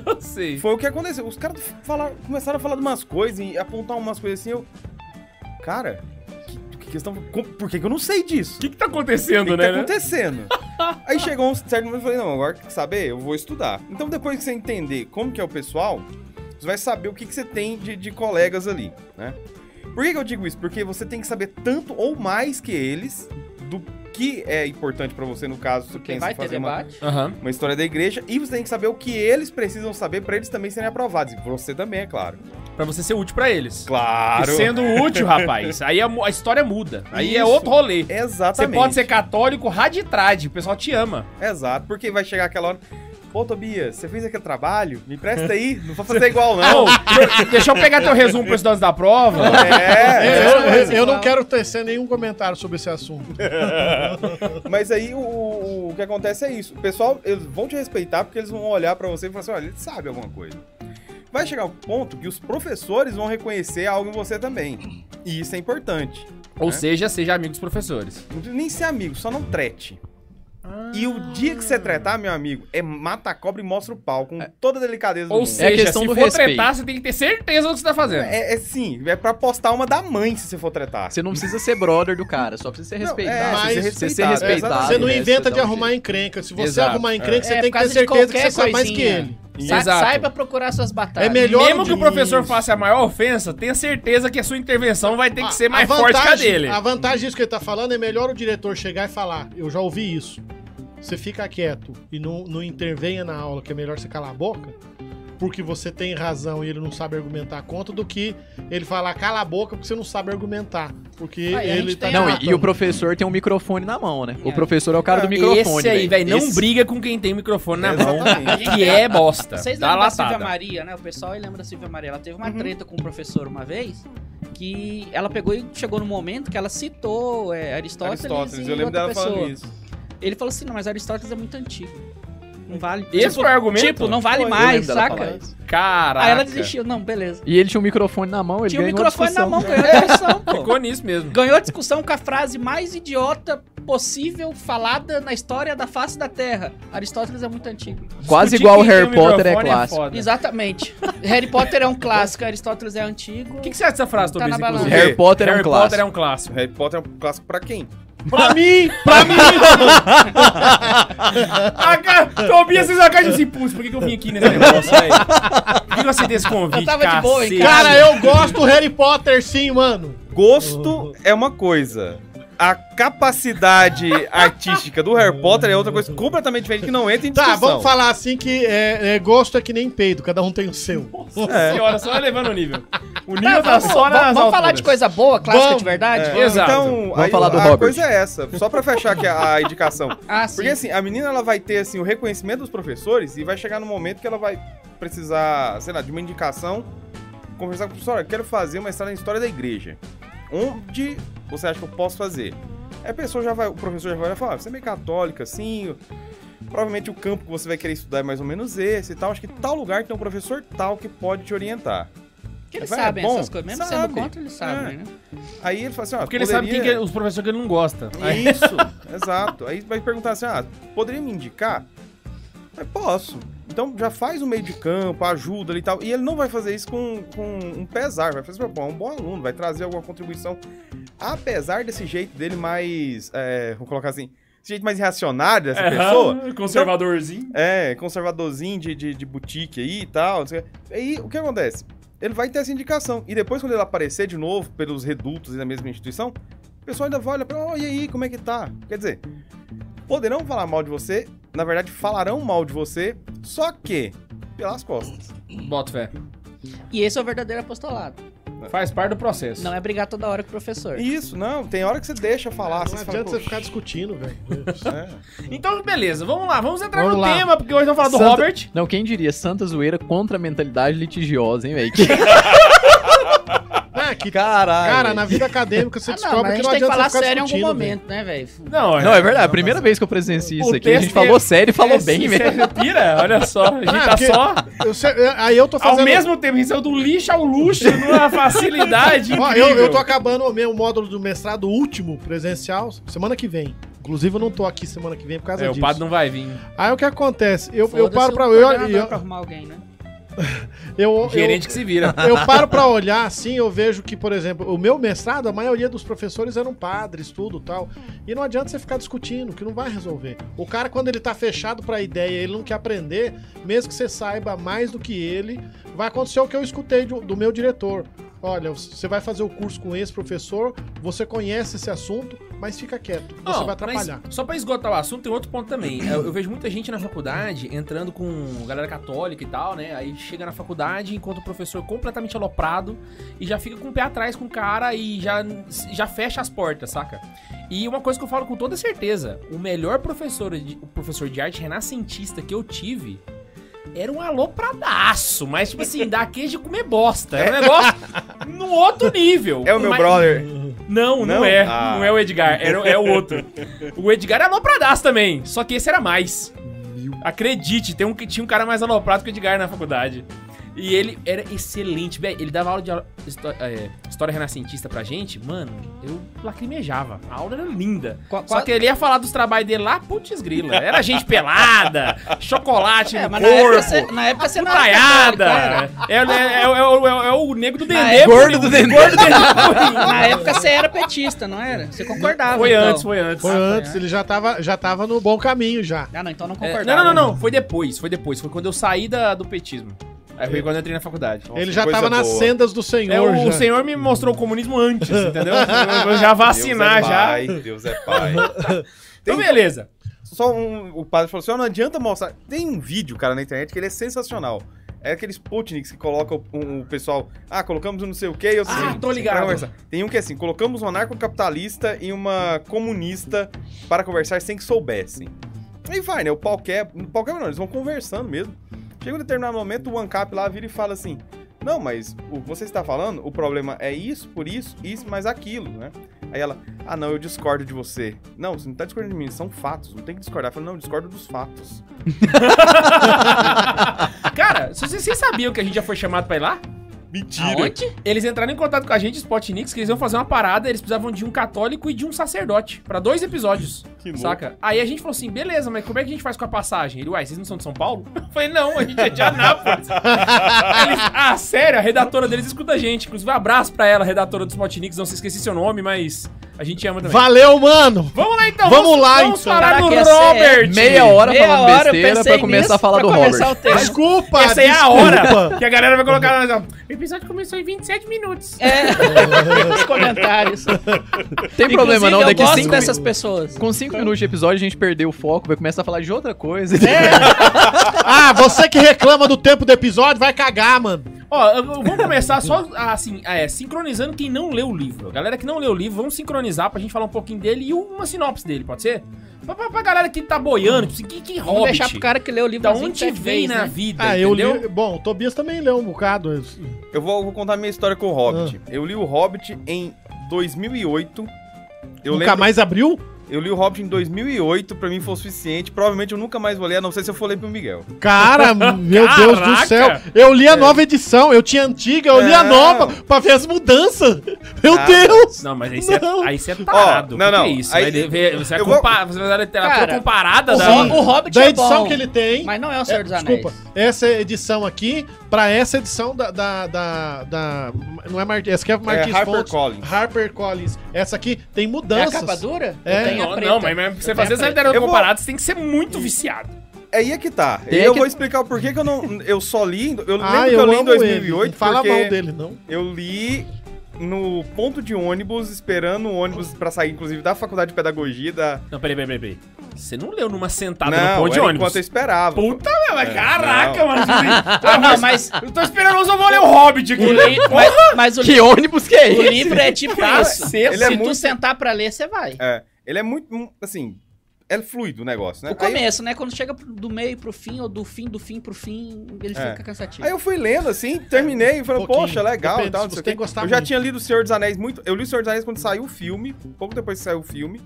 Speaker 3: Não sei.
Speaker 5: Foi o que aconteceu. Os caras falaram- começaram a falar de umas coisas e apontar umas coisas assim. Eu. Cara, que, que questão. como- Por que, que eu não sei disso?
Speaker 3: O que, que tá acontecendo,
Speaker 5: O que
Speaker 3: né?
Speaker 5: tá acontecendo? Aí chegou um certo momento e falei, não, agora que saber, eu vou estudar. Então depois que você entender como que é o pessoal, você vai saber o que, que você tem de, de colegas ali, né? Por que, que eu digo isso? Porque você tem que saber tanto ou mais que eles do que é importante pra você, no caso, se você
Speaker 1: Porque
Speaker 5: pensa
Speaker 1: vai
Speaker 5: em
Speaker 1: ter
Speaker 5: fazer uma,
Speaker 1: debate.
Speaker 3: Aham.
Speaker 5: uma história da igreja, e você tem que saber o que eles precisam saber pra eles também serem aprovados. E você também, é claro.
Speaker 3: Pra você ser útil pra eles.
Speaker 5: Claro!
Speaker 3: E sendo útil, rapaz, aí a, mu- a história muda. Aí é
Speaker 5: Isso.
Speaker 3: outro rolê. Você
Speaker 5: Exatamente.
Speaker 3: pode ser católico raditrade, o pessoal te ama.
Speaker 5: Exato, porque vai chegar aquela hora. Ô, Tobias, você fez aquele trabalho? Me presta aí, não vou fazer igual, não.
Speaker 3: Ô, deixa eu pegar teu resumo pros estudantes da prova.
Speaker 2: Eu,
Speaker 5: É,
Speaker 2: eu- eu
Speaker 1: Igual.
Speaker 2: não quero tecer nenhum comentário sobre esse assunto.
Speaker 5: mas aí o, o- o que acontece é isso. O pessoal, eles vão te respeitar porque eles vão olhar pra você e falar assim, olha, ele sabe alguma coisa. Vai chegar um ponto que os professores vão reconhecer algo em você também. E isso é importante.
Speaker 3: Ou seja, seja amigo dos professores.
Speaker 5: Não precisa nem ser amigo, só não trete. E o dia que você tretar, meu amigo, é mata a cobra e mostra o pau, com toda a delicadeza do
Speaker 3: É. Ou
Speaker 5: mundo.
Speaker 3: seja,
Speaker 4: questão
Speaker 3: se
Speaker 4: do
Speaker 3: for
Speaker 4: respeito.
Speaker 3: tretar, você tem que ter certeza do que você tá fazendo.
Speaker 5: É, é sim, é pra postar uma da mãe se você for tretar.
Speaker 4: Você não precisa ser brother do cara, só precisa ser
Speaker 5: Não,
Speaker 4: respeitado.
Speaker 5: é,
Speaker 4: Você-
Speaker 2: mas-
Speaker 4: você ser
Speaker 5: é,
Speaker 4: respeitado.
Speaker 5: exatamente.
Speaker 2: você não
Speaker 4: né? dá
Speaker 2: inventa de
Speaker 4: um
Speaker 2: arrumar
Speaker 4: jeito.
Speaker 2: encrenca. Se você
Speaker 4: Exato.
Speaker 2: arrumar encrenca,
Speaker 1: É,
Speaker 2: você
Speaker 1: por
Speaker 2: tem que ter
Speaker 1: causa de
Speaker 2: certeza que
Speaker 1: qualquer
Speaker 2: você sabe mais que
Speaker 1: coisinha.
Speaker 2: ele.
Speaker 1: Sa-
Speaker 3: Exato.
Speaker 1: Saiba procurar suas batalhas.
Speaker 2: É melhor
Speaker 3: Mesmo que o
Speaker 2: de-
Speaker 3: professor faça a maior ofensa, tenha certeza que a sua intervenção vai ter
Speaker 2: A-
Speaker 3: que ser mais
Speaker 2: a
Speaker 3: forte que a
Speaker 2: vantagem- é
Speaker 3: dele.
Speaker 2: A vantagem disso que ele tá falando é melhor o diretor chegar e falar. Eu já ouvi isso. Você fica quieto e não, não intervenha na aula, que é melhor você calar a boca, porque você tem razão e ele não sabe argumentar contra, do que ele falar cala a boca porque você não sabe argumentar. Porque
Speaker 1: Ah, e a
Speaker 2: ele
Speaker 1: gente
Speaker 2: tá.
Speaker 1: tem
Speaker 2: te
Speaker 1: a-
Speaker 4: Não, e-
Speaker 2: matando.
Speaker 4: e o professor tem um microfone na mão, né?
Speaker 1: É.
Speaker 4: O professor é o cara do microfone.
Speaker 3: Esse aí, velho, não
Speaker 4: Esse-
Speaker 3: briga com quem tem microfone na mão,
Speaker 5: Exatamente.
Speaker 3: que é bosta.
Speaker 1: Tá. Vocês
Speaker 3: Dá
Speaker 1: lembram da Silvia
Speaker 3: latada.
Speaker 1: Maria, né? O pessoal aí lembra da Silvia Maria. Ela teve
Speaker 2: Uhum.
Speaker 1: uma treta com um professor uma vez que ela pegou e chegou no momento que ela citou é, Aristóteles,
Speaker 5: Aristóteles,
Speaker 1: e
Speaker 5: eu lembro
Speaker 1: outra
Speaker 5: dela
Speaker 1: pessoa.
Speaker 5: falando isso.
Speaker 1: Ele falou assim, não, mas Aristóteles é muito antigo. Não vale.
Speaker 3: Esse foi o argumento?
Speaker 1: Tipo, não vale
Speaker 5: Foi, eu
Speaker 1: mais,
Speaker 4: lembro dela
Speaker 1: saca?
Speaker 4: falar
Speaker 3: Caraca.
Speaker 1: Aí Ah, ela desistiu. Não, beleza.
Speaker 4: E ele tinha um microfone na mão, ele
Speaker 1: Tinha o
Speaker 4: ganhou
Speaker 1: microfone
Speaker 4: discussão.
Speaker 1: na mão, ganhou a discussão, pô.
Speaker 3: Ficou nisso mesmo.
Speaker 1: Ganhou a discussão com a frase mais idiota possível falada na história da face da Terra. Aristóteles é muito antigo.
Speaker 4: Quase
Speaker 3: Discutir
Speaker 4: igual o
Speaker 3: quem tem
Speaker 4: Harry Potter é
Speaker 3: microfone
Speaker 4: clássico.
Speaker 3: foda.
Speaker 1: Exatamente. Harry Potter é um clássico, Aristóteles é antigo.
Speaker 3: O que, que você acha dessa frase,
Speaker 1: Tá
Speaker 3: Tobias,
Speaker 1: na
Speaker 3: inclusive?
Speaker 5: balança.
Speaker 4: Harry Potter é um
Speaker 3: Harry
Speaker 4: clássico.
Speaker 3: Potter é um clássico.
Speaker 5: Harry Potter é um clássico pra quem?
Speaker 2: Pra mim! Pra mim!
Speaker 3: Ah, cara, Tobias, vocês acabam assim, putz, por que, que eu vim aqui nesse negócio, velho? Por que eu aceitei esse convite,
Speaker 1: Eu tava de boa em
Speaker 3: cacete?
Speaker 2: Cara, eu gosto do Harry Potter sim, mano.
Speaker 5: Gosto é uma coisa. A capacidade artística do Harry Potter é outra coisa completamente diferente que não entra em
Speaker 2: Tá,
Speaker 5: discussão.
Speaker 2: vamos falar assim que é, é, gosto é que nem peido, cada um tem o seu.
Speaker 3: Nossa senhora, só elevando o nível. O nível
Speaker 1: Não,
Speaker 3: tá
Speaker 1: Ah, vamos,
Speaker 3: só
Speaker 1: vamos-
Speaker 3: nas
Speaker 1: vamos falar
Speaker 3: alturas.
Speaker 1: de coisa boa, clássica
Speaker 2: Vamos.
Speaker 1: de verdade?
Speaker 5: É,
Speaker 3: Exato.
Speaker 5: Então,
Speaker 4: Vamos
Speaker 5: aí,
Speaker 4: falar do
Speaker 5: a
Speaker 4: Robert.
Speaker 5: coisa é essa. Só pra fechar aqui a, a indicação.
Speaker 1: Ah, sim.
Speaker 5: Porque assim, a menina ela vai ter assim o reconhecimento dos professores e vai chegar no momento que ela vai precisar, sei lá, de uma indicação, conversar com o professor, "Olha, eu quero fazer uma história em história da igreja. Onde você acha que eu posso fazer? Aí a pessoa já vai, o professor já vai olhar e falar, "Ah, você é meio católica, assim, provavelmente o campo que você vai querer estudar é mais ou menos esse e tal. Acho que tal lugar tem um professor tal que pode te orientar.
Speaker 1: Porque eles
Speaker 5: vai, é
Speaker 1: sabem
Speaker 5: bom?
Speaker 1: essas coisas. Mesmo
Speaker 5: Sabe.
Speaker 1: sendo contra, eles sabem, né?
Speaker 5: Aí ele fala assim, ó,
Speaker 3: Porque ele sabe quem que é- os professores que ele não gosta.
Speaker 2: É,
Speaker 5: Isso, exato. Aí vai perguntar assim: ah, poderia me indicar? Mas posso. Então já faz o meio de campo, ajuda ali e tal. E ele não vai fazer isso com, com um pesar, vai fazer, pô, é um bom aluno, vai trazer alguma contribuição. Apesar desse jeito dele mais. É, vou colocar assim, esse jeito mais reacionário
Speaker 3: É.
Speaker 5: dessa pessoa.
Speaker 3: Conservadorzinho.
Speaker 5: É, conservadorzinho de, de, de boutique aí e tal. não sei o quê. Aí o que acontece? Ele vai ter essa indicação. E depois, quando ele aparecer de novo pelos redutos da mesma instituição, o pessoal ainda vai olhar pra oh, e aí, como é que tá? Quer dizer, poderão falar mal de você, na verdade, falarão mal de você, só que pelas costas.
Speaker 3: Bota fé.
Speaker 1: E esse é o verdadeiro apostolado.
Speaker 3: Faz parte do processo.
Speaker 1: Não é brigar toda hora com o professor.
Speaker 5: Isso, não, tem hora que você deixa falar.
Speaker 2: não
Speaker 5: você fala,
Speaker 2: adianta você
Speaker 5: "Poxa,
Speaker 2: ficar discutindo, velho.
Speaker 5: é."
Speaker 3: Então, beleza, vamos lá, vamos entrar
Speaker 2: Vamos
Speaker 3: no
Speaker 2: lá.
Speaker 3: tema, porque hoje vamos falar do
Speaker 4: Santa-
Speaker 3: Robert.
Speaker 4: Não, quem diria? Santa zoeira contra a mentalidade litigiosa, hein, velho? Que...
Speaker 2: Ah, que
Speaker 4: Caralho.
Speaker 2: Cara, na vida acadêmica você
Speaker 1: Ah, não,
Speaker 2: descobre
Speaker 1: mas a
Speaker 2: que
Speaker 1: gente
Speaker 2: não
Speaker 1: tem que
Speaker 2: adianta
Speaker 1: falar
Speaker 2: você ficar
Speaker 1: sério em algum
Speaker 2: discutindo, velho.
Speaker 1: momento, né, velho?
Speaker 3: Não,
Speaker 4: Não, é verdade. A primeira vez que eu presenciei
Speaker 3: O
Speaker 4: isso aqui, a gente
Speaker 3: texto
Speaker 4: falou
Speaker 3: é-
Speaker 4: sério e falou bem,
Speaker 3: Você
Speaker 4: velho.
Speaker 3: Pira, olha só, a gente
Speaker 2: Ah,
Speaker 3: tá
Speaker 2: porque-
Speaker 3: só
Speaker 2: Eu sei- eu- aí eu tô fazendo...
Speaker 3: ao mesmo tempo, a gente saiu do lixo ao luxo, numa facilidade
Speaker 2: Ó,
Speaker 3: incrível.
Speaker 2: eu, eu tô acabando o meu módulo do mestrado último presencial semana que vem. Inclusive, eu não tô aqui semana que vem por causa
Speaker 3: É, o
Speaker 2: disso.
Speaker 3: padre não vai vir.
Speaker 2: Aí o que acontece? Eu, eu
Speaker 1: Foda-se
Speaker 2: paro
Speaker 1: o
Speaker 2: pra... Eu, eu,
Speaker 1: coordenador pra
Speaker 2: eu,
Speaker 1: arrumar alguém, né?
Speaker 2: eu-
Speaker 3: Gerente que se vira.
Speaker 2: eu paro pra olhar, assim, eu vejo que, por exemplo, o meu mestrado, a maioria dos professores eram padres, tudo tal. E não adianta você ficar discutindo, que não vai resolver. O cara, quando ele tá fechado pra ideia, ele não quer aprender, mesmo que você saiba mais do que ele, vai acontecer o que eu escutei do, do meu diretor. Olha, você vai fazer o curso com esse professor, você conhece esse assunto, mas fica quieto, você
Speaker 3: Não,
Speaker 2: vai atrapalhar.
Speaker 3: mas só pra esgotar o assunto, tem outro ponto também. É, Eu, eu vejo muita gente na faculdade entrando com galera católica e tal, né? Aí chega na faculdade, encontra o professor completamente aloprado e já fica com o pé atrás com o cara e já, já fecha as portas, saca? E uma coisa que eu falo com toda certeza: o melhor professor de, o professor de arte renascentista que eu tive. Era um alopradaço, mas tipo assim, dá queijo de comer bosta. Era um negócio no outro nível.
Speaker 5: É o meu
Speaker 3: Mas-
Speaker 5: brother.
Speaker 3: não, não,
Speaker 5: Não?
Speaker 3: é.
Speaker 5: Ah.
Speaker 3: Não é o Edgar, era, é o outro. o Edgar era alopradaço também, só que esse era mais. Acredite, tem um, que- tinha um cara mais aloprado que o Edgar na faculdade. E ele era excelente, velho. Ele dava aula de histó- é, história, história renascentista pra gente, mano, eu lacrimejava. A aula era linda.
Speaker 1: Qua-
Speaker 3: Só
Speaker 1: qua-
Speaker 3: que é ele ia falar dos trabalhos dele lá, putz grila. Era gente pelada, chocolate
Speaker 1: É,
Speaker 3: no
Speaker 1: mas na época
Speaker 3: corpo,
Speaker 1: você, na época você não era católico,
Speaker 3: putaiada.
Speaker 1: era.
Speaker 3: É, é, é, é o- é o- é o negro do
Speaker 1: Na
Speaker 3: Dendê.
Speaker 4: época-
Speaker 3: Gordo do Dendê. Gordo do Dendê.
Speaker 1: Na época você era petista, não era? Você concordava.
Speaker 3: Foi
Speaker 1: então.
Speaker 3: antes, foi antes.
Speaker 2: Foi
Speaker 1: Ah, foi
Speaker 2: antes,
Speaker 1: antes.
Speaker 2: ele já tava, já tava no bom caminho já.
Speaker 1: Ah, não, então não
Speaker 3: É,
Speaker 1: concordava.
Speaker 3: não, não, não,
Speaker 2: né?
Speaker 3: não. Foi depois, foi depois. Foi quando eu saí da, do petismo. Aí foi quando eu entrei na faculdade.
Speaker 2: ele já
Speaker 5: coisa
Speaker 2: tava nas
Speaker 5: boa.
Speaker 2: sendas do É. Senhor.
Speaker 3: É, o,
Speaker 2: já.
Speaker 3: o senhor me mostrou o comunismo antes, entendeu? Eu vou já vacinar
Speaker 5: Deus é
Speaker 3: já.
Speaker 5: Pai, Deus é pai.
Speaker 3: Então, beleza.
Speaker 5: Só um, o padre falou assim: ó, não adianta mostrar. Tem um vídeo, cara, na internet que ele é sensacional. É aqueles Putniks que colocam o, o pessoal. Ah, colocamos um não sei o quê. Eu sei,
Speaker 3: Ah, tô ligado.
Speaker 5: pra conversar." Tem um que é assim: colocamos um anarcocapitalista e uma comunista para conversar sem que soubessem. Aí vai, né? O pau quebra. O pau quebra não, eles vão conversando mesmo. Chega um determinado momento, o ANCAP lá vira e fala assim: Não, mas o que você está falando, o problema é isso, por isso, isso, mais aquilo, né? Aí ela, ah não, eu discordo de você. Não, você não tá discordando de mim, são fatos, não tem que discordar. Eu falei, não, eu discordo dos fatos.
Speaker 3: Cara, se vocês, vocês sabiam que a gente já foi chamado pra ir lá?
Speaker 1: Aonde?
Speaker 3: Eles entraram em contato com a gente, Spotnix, que eles iam fazer uma parada, eles precisavam de um católico e de um sacerdote, pra dois episódios,
Speaker 5: Que
Speaker 3: saca? Aí a gente falou assim, beleza, mas como é que a gente faz com a passagem? Ele, uai, vocês não são de São Paulo? Eu falei, não, a gente é de Anápolis. Aí eles, ah, sério, a redatora deles escuta a gente. Inclusive, um abraço pra ela, redatora do Spotnix, não se esqueci seu nome, mas a gente ama também.
Speaker 2: Valeu, mano!
Speaker 3: Vamos lá então,
Speaker 2: Vamos lá,
Speaker 3: vamos
Speaker 2: então.
Speaker 3: falar
Speaker 1: Caraca,
Speaker 3: do
Speaker 1: essa é
Speaker 3: Robert.
Speaker 4: Meia hora
Speaker 1: Meia
Speaker 4: falando
Speaker 1: hora eu
Speaker 4: besteira
Speaker 1: pensei
Speaker 4: pra começar a
Speaker 1: nisso
Speaker 4: falar
Speaker 1: pra
Speaker 4: do
Speaker 1: começar
Speaker 4: Robert.
Speaker 1: o texto.
Speaker 2: Desculpa!
Speaker 3: Essa é a hora
Speaker 2: desculpa.
Speaker 3: que a galera vai colocar lá. O episódio começou em 27 minutos.
Speaker 1: É, os comentários.
Speaker 4: Tem problema não, daqui
Speaker 1: eu gosto
Speaker 4: cinco
Speaker 1: dessas pessoas.
Speaker 4: Com 5 minutos de episódio, a gente perdeu o foco, vai começar a falar de outra coisa.
Speaker 2: Ah, você que reclama do tempo do episódio vai cagar, mano.
Speaker 3: Ó, eu- eu- vamos começar só assim, é, sincronizando quem não leu o livro. A galera que não leu o livro, vamos sincronizar pra gente falar um pouquinho dele e uma sinopse dele, pode ser? Pra, pra, pra galera que tá boiando, tipo assim, que, que
Speaker 1: Vamos
Speaker 3: hobbit,
Speaker 1: deixar pro cara que leu o livro
Speaker 3: da
Speaker 1: as
Speaker 3: onde
Speaker 1: 27
Speaker 3: vem
Speaker 1: vezes,
Speaker 3: na
Speaker 1: né?
Speaker 3: vida,
Speaker 2: Ah, eu
Speaker 3: entendeu?
Speaker 2: li. Bom, o Tobias também leu um bocado. Eu-
Speaker 5: Eu vou, vou contar a minha história com o Hobbit.
Speaker 2: Ah.
Speaker 5: Eu li o Hobbit em 2008. Eu
Speaker 2: Nunca
Speaker 5: lembro,
Speaker 2: mais abriu?
Speaker 5: eu li o Hobbit em 2008, pra mim foi o suficiente. Provavelmente eu nunca mais vou ler, a não ser se eu for ler pro Miguel.
Speaker 2: Cara, meu
Speaker 3: Caraca!
Speaker 2: Deus do céu. Eu li a nova edição, eu tinha a antiga, eu li a
Speaker 5: Não.
Speaker 2: nova pra ver as mudanças. Meu
Speaker 5: Ah.
Speaker 2: Deus!
Speaker 3: Não, mas aí você é,
Speaker 2: Não.
Speaker 3: aí você é tarado.
Speaker 5: Ó, não,
Speaker 3: que
Speaker 5: não.
Speaker 3: que é isso?
Speaker 5: Aí-
Speaker 3: Vai dever- você vai
Speaker 5: eu vou-
Speaker 3: comparar, você vai dar a literatura
Speaker 1: Cara,
Speaker 3: comparada né?
Speaker 1: O,
Speaker 3: da...
Speaker 1: Hob- o Hobbit
Speaker 2: Da
Speaker 1: é
Speaker 2: edição
Speaker 1: bom,
Speaker 2: que ele tem.
Speaker 1: mas não é o Senhor
Speaker 2: É,
Speaker 1: dos Anéis.
Speaker 2: desculpa, essa edição aqui, pra essa edição da. da, da, da- não é Martins. Essa aqui é Martins
Speaker 5: é
Speaker 2: Fontes.
Speaker 5: HarperCollins.
Speaker 2: Harper Collins. Essa aqui tem
Speaker 1: É a
Speaker 2: mudanças.
Speaker 1: capa dura?
Speaker 2: É.
Speaker 1: Eu tenho a
Speaker 3: Não,
Speaker 1: preta.
Speaker 3: não, mas, mas pra você fazer essa literatura
Speaker 5: Eu vou-
Speaker 3: comparada, você tem que ser muito viciado.
Speaker 5: Aí é que tá. E
Speaker 4: Tem
Speaker 5: eu
Speaker 4: que-
Speaker 5: vou explicar o porquê que eu não. Eu só li. Eu lembro
Speaker 2: ah,
Speaker 5: que
Speaker 2: eu,
Speaker 5: eu li em
Speaker 2: amo
Speaker 5: 2008.
Speaker 2: ele. Não fala
Speaker 5: porque
Speaker 2: mal dele, não.
Speaker 5: Eu li no ponto de ônibus, esperando o ônibus pra sair, inclusive, da faculdade de pedagogia da.
Speaker 3: Não, peraí, peraí, peraí. peraí. Você não leu numa sentada
Speaker 5: não,
Speaker 3: no ponto de
Speaker 5: era
Speaker 3: ônibus.
Speaker 5: enquanto eu esperava.
Speaker 3: Puta, meu, mas
Speaker 5: É,
Speaker 3: caraca, mano. tipo assim,
Speaker 1: Ah, não, mas,
Speaker 3: Eu tô esperando eu só vou ler o Hobbit aqui.
Speaker 1: o li- mas, mas o, li-
Speaker 4: que ônibus que é
Speaker 1: o
Speaker 4: esse?
Speaker 1: livro é tipo isso. Se
Speaker 5: Ele é muito-
Speaker 1: tu sentar pra ler, você vai.
Speaker 5: É. Ele é muito. hum, Assim. É fluido o negócio, né?
Speaker 1: O começo, né? Quando chega pro- do meio pro fim, ou do fim do fim pro fim, ele
Speaker 5: É.
Speaker 1: fica cansativo.
Speaker 5: Aí, aí eu fui lendo, assim, terminei e falei,
Speaker 2: Pouquinho.
Speaker 5: poxa, legal e
Speaker 2: Depende,
Speaker 5: tal. Não
Speaker 2: se
Speaker 5: sei o
Speaker 2: você
Speaker 5: quê.
Speaker 2: gostar
Speaker 5: Eu já
Speaker 2: muito.
Speaker 5: tinha lido O Senhor dos Anéis muito. Eu li O Senhor dos Anéis quando saiu o filme, pouco depois que saiu o filme.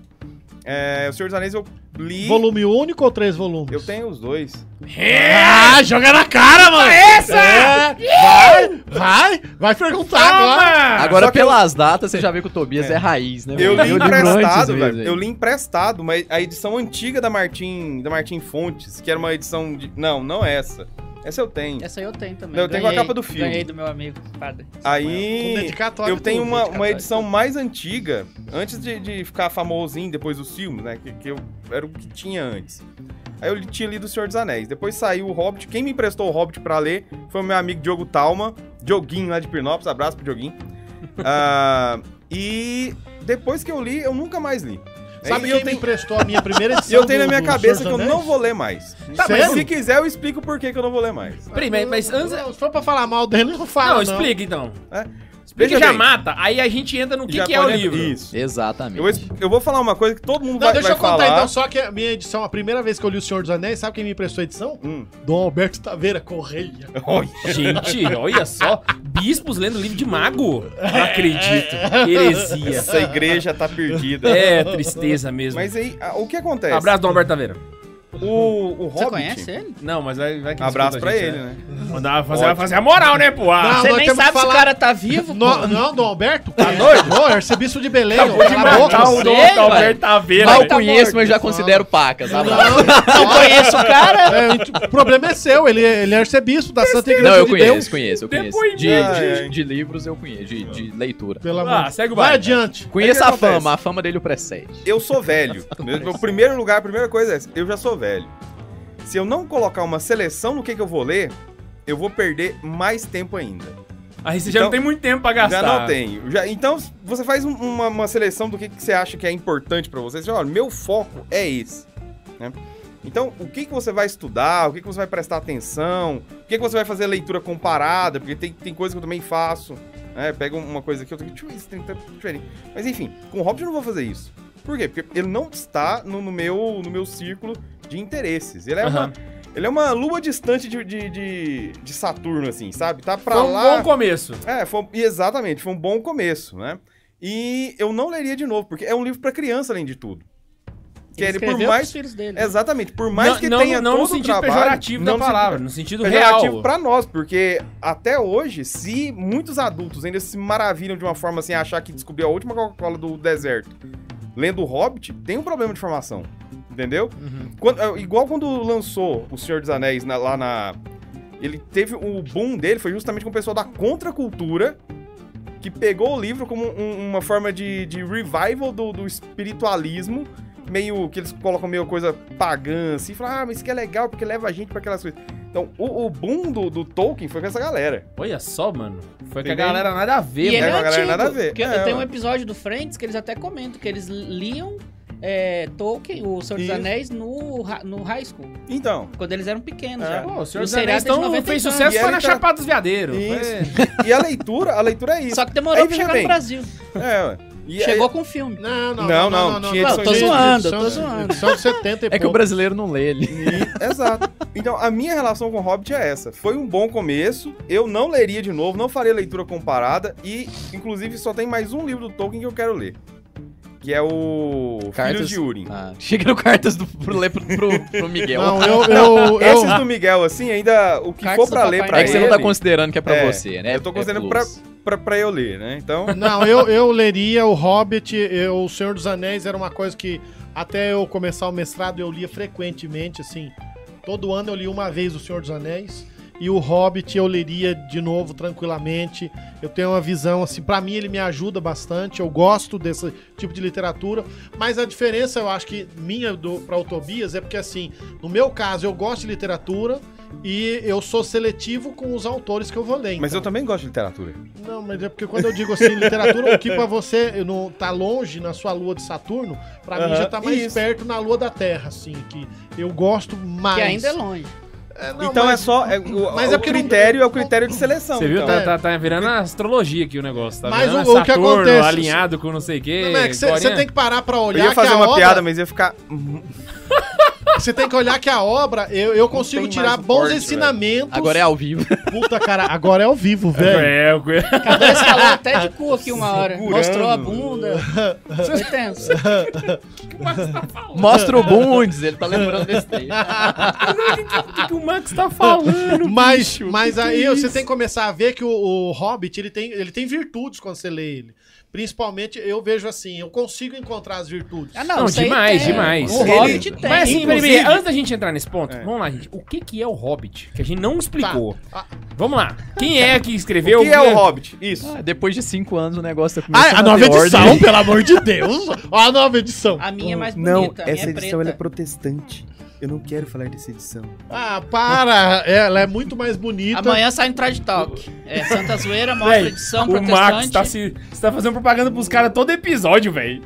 Speaker 5: É, o Senhor dos Anéis eu li.
Speaker 2: Volume único ou três volumes?
Speaker 5: Eu tenho os dois.
Speaker 2: Ah, joga na cara,
Speaker 4: Ah,
Speaker 2: mano! Essa!
Speaker 4: É.
Speaker 2: vai, vai, vai perguntar
Speaker 5: Ah,
Speaker 2: agora.
Speaker 4: Agora,
Speaker 5: Só que
Speaker 4: pelas datas, você já vê que o Tobias é, raiz, né?
Speaker 5: Eu li
Speaker 4: velho? lembro antes
Speaker 5: emprestado,
Speaker 4: mesmo,
Speaker 5: velho. Eu li emprestado, mas a edição antiga da Martim, da Martim Fontes, que era uma edição de. Não, não essa. Essa eu tenho.
Speaker 1: Essa aí eu tenho também.
Speaker 5: Não, eu tenho com a
Speaker 1: Ganhei-
Speaker 5: capa do filme.
Speaker 1: Ganhei do meu amigo, padre.
Speaker 2: Com
Speaker 5: Aí.
Speaker 2: dedicatório
Speaker 5: Eu tenho
Speaker 2: tudo.
Speaker 5: uma, uma edição mais antiga, antes de, de ficar famosinho depois dos filmes, né? Que, que eu era o que tinha antes. Aí eu li- tinha lido O Senhor dos Anéis. Depois saiu o Hobbit. Quem me emprestou o Hobbit pra ler foi o meu amigo Diogo Talma, Dioguinho lá de Pirnópolis. Abraço pro Dioguinho. Ah, e depois que eu li, eu nunca mais li.
Speaker 2: Sabe quem
Speaker 5: Aí eu tenho-
Speaker 2: me emprestou a minha primeira edição?
Speaker 5: E eu tenho na
Speaker 2: do-
Speaker 5: minha
Speaker 2: do
Speaker 5: cabeça que
Speaker 2: Senhor
Speaker 5: eu
Speaker 2: dos
Speaker 5: não
Speaker 2: Anéis?
Speaker 5: vou ler mais.
Speaker 3: Tá,
Speaker 5: mas
Speaker 2: mas-
Speaker 5: se quiser, eu explico por que, que eu não vou ler mais.
Speaker 3: Peraí, mas, mas antes... Não,
Speaker 2: Se for pra falar mal dele, eu não fala. Não,
Speaker 3: explica então.
Speaker 5: É.
Speaker 3: Explica
Speaker 5: Veja
Speaker 3: já
Speaker 5: bem.
Speaker 3: mata, aí a gente entra no que,
Speaker 5: Já
Speaker 3: que é o
Speaker 5: pode-
Speaker 3: livro.
Speaker 5: Isso.
Speaker 4: Exatamente.
Speaker 5: Eu, vou expl- eu vou falar uma coisa que todo
Speaker 2: Não,
Speaker 5: mundo vai,
Speaker 2: deixa
Speaker 5: vai
Speaker 2: eu contar
Speaker 5: falar.
Speaker 2: então, só que a minha edição, a primeira vez que eu li O Senhor dos Anéis, sabe quem me emprestou a edição?
Speaker 5: Hum.
Speaker 2: Dom Alberto Taveira Correia.
Speaker 5: Olha.
Speaker 3: Gente, olha só. Bispos lendo livro de mago. Não acredito.
Speaker 5: É.
Speaker 3: Heresia.
Speaker 5: Essa igreja tá perdida.
Speaker 3: É, tristeza mesmo.
Speaker 5: Mas aí, a- o que acontece?
Speaker 3: Abraço do Alberto Taveira.
Speaker 5: O, o
Speaker 1: Você
Speaker 5: Hobbit.
Speaker 1: conhece ele?
Speaker 2: Ah,
Speaker 3: Não, mas vai, vai que
Speaker 5: Abraço
Speaker 3: escuta
Speaker 5: pra
Speaker 3: a gente,
Speaker 5: ele,
Speaker 3: né?
Speaker 5: né?
Speaker 3: Mandar fazer, vai fazer a moral, né, pô? Ah,
Speaker 2: Não,
Speaker 1: Você
Speaker 2: nós
Speaker 1: nem
Speaker 2: temos
Speaker 1: sabe
Speaker 2: que
Speaker 1: se o
Speaker 2: falar-
Speaker 1: cara tá vivo, pô.
Speaker 2: No, não, do Alberto? Tá doido? Ô, arcebispo de Belém.
Speaker 3: Acabou de
Speaker 2: cala a boca,
Speaker 5: tá
Speaker 3: matar o
Speaker 1: você,
Speaker 3: Dom
Speaker 1: velho.
Speaker 3: Alberto Taveira.
Speaker 4: Mal
Speaker 3: velho.
Speaker 4: conheço, mas já
Speaker 2: Fala.
Speaker 4: considero paca, tá bom?
Speaker 2: Não,
Speaker 1: Não conheço o cara.
Speaker 2: é, t- o problema é seu, ele, ele é arcebispo da Santa Igreja
Speaker 4: Não, eu
Speaker 2: de Deus.
Speaker 4: conheço, conheço, eu conheço. De,
Speaker 3: Depois
Speaker 5: de-
Speaker 4: de- de livros eu conheço, de, de leitura.
Speaker 2: Pelo amor
Speaker 3: Ah,
Speaker 2: de
Speaker 3: segue o
Speaker 2: Vai
Speaker 3: baile.
Speaker 2: adiante.
Speaker 4: Conheço
Speaker 5: É que
Speaker 4: a
Speaker 5: acontece?
Speaker 4: fama, a fama dele o precede.
Speaker 5: Eu sou velho. Meu, meu primeiro lugar, a primeira coisa é essa. Eu já sou velho. Se eu não colocar uma seleção no que, que eu vou ler, eu vou perder mais tempo ainda.
Speaker 3: Aí você já não
Speaker 5: Então,
Speaker 3: tem muito tempo pra gastar.
Speaker 5: Já não tenho. Já, então, você faz um- uma, uma seleção do que, que você acha que é importante pra você. Você fala, olha, meu foco é esse. né? Então, o que, que você vai estudar, o que, que você vai prestar atenção, o que, que você vai fazer leitura comparada, porque tem, tem coisa que eu também faço. Né? Pega uma coisa aqui, outra aqui, deixa eu ver se tem tá diferente. Mas enfim, com o Hobbit eu não vou fazer isso. Por quê? Porque ele não está no, no meu, no meu círculo de interesses. Ele é,
Speaker 3: Aham.
Speaker 5: uma, ele é uma lua distante de, de, de- de Saturno, assim, sabe? Tá pra
Speaker 3: Foi um
Speaker 5: lá.
Speaker 3: bom começo.
Speaker 5: É, foi, e exatamente, foi um bom começo, né? E eu não leria de novo, porque é um livro pra criança, além de tudo. Que ele, por
Speaker 1: escreveu
Speaker 5: mais. É
Speaker 1: pros filhos dele.
Speaker 5: Exatamente, por mais
Speaker 3: não,
Speaker 5: que
Speaker 3: não,
Speaker 5: tenha
Speaker 3: não
Speaker 5: todo
Speaker 3: no
Speaker 5: o
Speaker 3: sentido
Speaker 5: trabalho,
Speaker 3: pejorativo
Speaker 5: não
Speaker 3: da palavra, no sentido real.
Speaker 5: pejorativo é pra nós, porque até hoje, se muitos adultos ainda se maravilham de uma forma assim, achar que descobriu a última Coca-Cola do deserto lendo o Hobbit, tem um problema de formação, entendeu?
Speaker 3: Uhum.
Speaker 5: Quando- é, igual quando lançou O Senhor dos Anéis na- lá na. Ele teve. O boom dele foi justamente com o pessoal da contracultura que pegou o livro como um- uma forma de, de revival do, do espiritualismo. Meio que eles colocam meio coisa pagã, assim, e falam, ah, mas isso que é legal, porque leva a gente pra aquelas coisas. Então, o, o boom do, do Tolkien foi com essa galera.
Speaker 3: Olha só, mano. Foi que a
Speaker 5: Entendeu?
Speaker 3: galera nada a ver,
Speaker 1: E ele
Speaker 5: né,
Speaker 1: é
Speaker 5: com a galera
Speaker 1: antigo,
Speaker 5: nada a ver.
Speaker 1: porque
Speaker 5: É,
Speaker 1: eu tenho um
Speaker 5: ué.
Speaker 1: episódio do Friends que eles até comentam que eles liam é, Tolkien, o Senhor dos
Speaker 5: Isso.
Speaker 1: Anéis, no, ra- no high school,
Speaker 5: Então.
Speaker 1: quando eles eram pequenos
Speaker 5: É.
Speaker 1: já.
Speaker 3: Pô, o Senhor
Speaker 1: E o
Speaker 3: dos
Speaker 1: seriado
Speaker 3: Anéis
Speaker 1: é de
Speaker 3: então
Speaker 1: 90
Speaker 3: fez
Speaker 1: anos.
Speaker 3: sucesso
Speaker 5: E
Speaker 3: foi
Speaker 5: ele
Speaker 3: na
Speaker 5: tá-
Speaker 3: Chapada dos Veadeiros.
Speaker 5: Isso. então,
Speaker 3: Foi-
Speaker 5: E a leitura, a leitura é isso.
Speaker 1: Só que demorou
Speaker 5: Aí
Speaker 1: pra
Speaker 5: veja
Speaker 1: chegar
Speaker 5: bem.
Speaker 1: no Brasil.
Speaker 5: É, ué. E aí-
Speaker 1: Chegou com o filme.
Speaker 2: Não, não,
Speaker 5: Não, não, tinha
Speaker 1: edição de- edição de-
Speaker 2: São 70 e
Speaker 4: É que o
Speaker 2: pouco.
Speaker 4: brasileiro não lê ele.
Speaker 5: E- exato. Então, a minha relação com o Hobbit é essa. Foi um bom começo, eu não leria de novo, não faria leitura comparada e, inclusive, só tem mais um livro do Tolkien que eu quero ler. Que é o Filhos
Speaker 4: Cartas-
Speaker 5: de Urim.
Speaker 4: Ah, chega no cartas do, pro, ler pro, pro- pro Miguel. É
Speaker 2: Não, eu... eu, eu-
Speaker 5: Esses do Miguel, assim, ainda o que
Speaker 1: Cartas
Speaker 5: for pra
Speaker 1: do
Speaker 5: ler
Speaker 1: Papai
Speaker 5: pra
Speaker 4: é que você não tá
Speaker 5: ele,
Speaker 4: considerando que é pra
Speaker 5: É,
Speaker 4: você, né?
Speaker 5: eu tô
Speaker 4: É
Speaker 5: considerando
Speaker 4: plus.
Speaker 5: pra, pra eu ler, né? Então,
Speaker 2: Não, eu, eu leria o Hobbit, eu, o Senhor dos Anéis era uma coisa que até eu começar o mestrado eu lia frequentemente, assim. Todo ano eu li uma vez o Senhor dos Anéis e o Hobbit eu leria de novo tranquilamente. Eu tenho uma visão assim, pra mim ele me ajuda bastante, eu gosto desse tipo de literatura, mas a diferença eu acho que minha do para o Tobias é porque assim, no meu caso eu gosto de literatura e eu sou seletivo com os autores que eu vou ler.
Speaker 5: mas
Speaker 2: então.
Speaker 5: eu também gosto de literatura.
Speaker 2: Não, mas é porque quando eu digo assim, literatura, o que pra você não tá longe na sua lua de Saturno, pra mim
Speaker 5: Aham,
Speaker 2: já tá mais
Speaker 5: isso.
Speaker 2: perto na lua da Terra, assim, que eu gosto mais.
Speaker 1: Que ainda é longe.
Speaker 2: É, não,
Speaker 5: então
Speaker 2: mas-
Speaker 5: é só. é o
Speaker 2: mas
Speaker 5: o
Speaker 2: é porque não-
Speaker 5: critério é o critério de seleção.
Speaker 3: Você viu?
Speaker 5: então.
Speaker 3: Tá, tá, tá virando a astrologia aqui o negócio. Tá
Speaker 2: Mas
Speaker 3: virando
Speaker 2: o- o que
Speaker 3: Saturno
Speaker 2: acontece-
Speaker 3: alinhado com não sei o quê.
Speaker 2: Não, é que você tem que parar pra
Speaker 5: Eu
Speaker 2: olhar
Speaker 5: ia fazer
Speaker 2: que a
Speaker 5: uma
Speaker 2: obra,
Speaker 5: piada, mas ia ficar.
Speaker 2: Você tem que olhar que a obra, eu, eu consigo
Speaker 5: tem
Speaker 2: tirar
Speaker 5: mais o
Speaker 2: bons
Speaker 5: corte,
Speaker 2: ensinamentos.
Speaker 4: Agora é ao vivo.
Speaker 2: Puta, cara, agora é ao vivo, velho.
Speaker 3: É, eu...
Speaker 1: Cadê falou tá até de cu aqui uma hora.
Speaker 5: Segurando.
Speaker 1: Mostrou a bunda. Foi tenso.
Speaker 4: Mostra o Bundes, ele tá lembrando desse tempo.
Speaker 3: O que, que o Max tá falando?
Speaker 2: Mas,
Speaker 3: bicho?
Speaker 2: mas
Speaker 3: Que que
Speaker 2: aí
Speaker 3: é
Speaker 2: você
Speaker 3: isso?
Speaker 2: tem que começar a ver que o, o Hobbit ele tem, ele tem virtudes quando você lê ele. Principalmente, eu vejo assim, eu consigo encontrar as virtudes.
Speaker 1: Ah,
Speaker 3: Não,
Speaker 1: isso aí
Speaker 3: demais,
Speaker 1: tem.
Speaker 3: demais.
Speaker 1: O
Speaker 5: Ele-
Speaker 1: Hobbit tem.
Speaker 3: Mas assim, peraí,
Speaker 5: inclusive-
Speaker 3: peraí, antes da gente entrar nesse ponto,
Speaker 5: É.
Speaker 3: vamos lá, gente. O que, que é o Hobbit? Que a gente não explicou.
Speaker 2: Tá. Ah.
Speaker 3: Vamos lá. Quem é que escreveu?
Speaker 5: O que é o Hobbit? Isso.
Speaker 4: Ah, Depois de cinco anos o negócio tá começando
Speaker 2: Ah, a nova
Speaker 4: ter ordem.
Speaker 2: edição, pelo amor de Deus! Ó, a nova edição.
Speaker 1: A minha é mais bonita.
Speaker 6: Não,
Speaker 1: a minha
Speaker 6: essa
Speaker 1: é
Speaker 6: edição
Speaker 1: preta.
Speaker 6: ela é protestante. Eu não quero falar dessa edição.
Speaker 2: Ah, para! Ela é muito mais bonita.
Speaker 1: Amanhã sai no Trad Talk. É, Santa Zoeira, mostra
Speaker 3: Véi,
Speaker 1: edição
Speaker 3: O
Speaker 1: protestante.
Speaker 3: Max tá, se, você tá fazendo propaganda pros caras todo episódio, velho.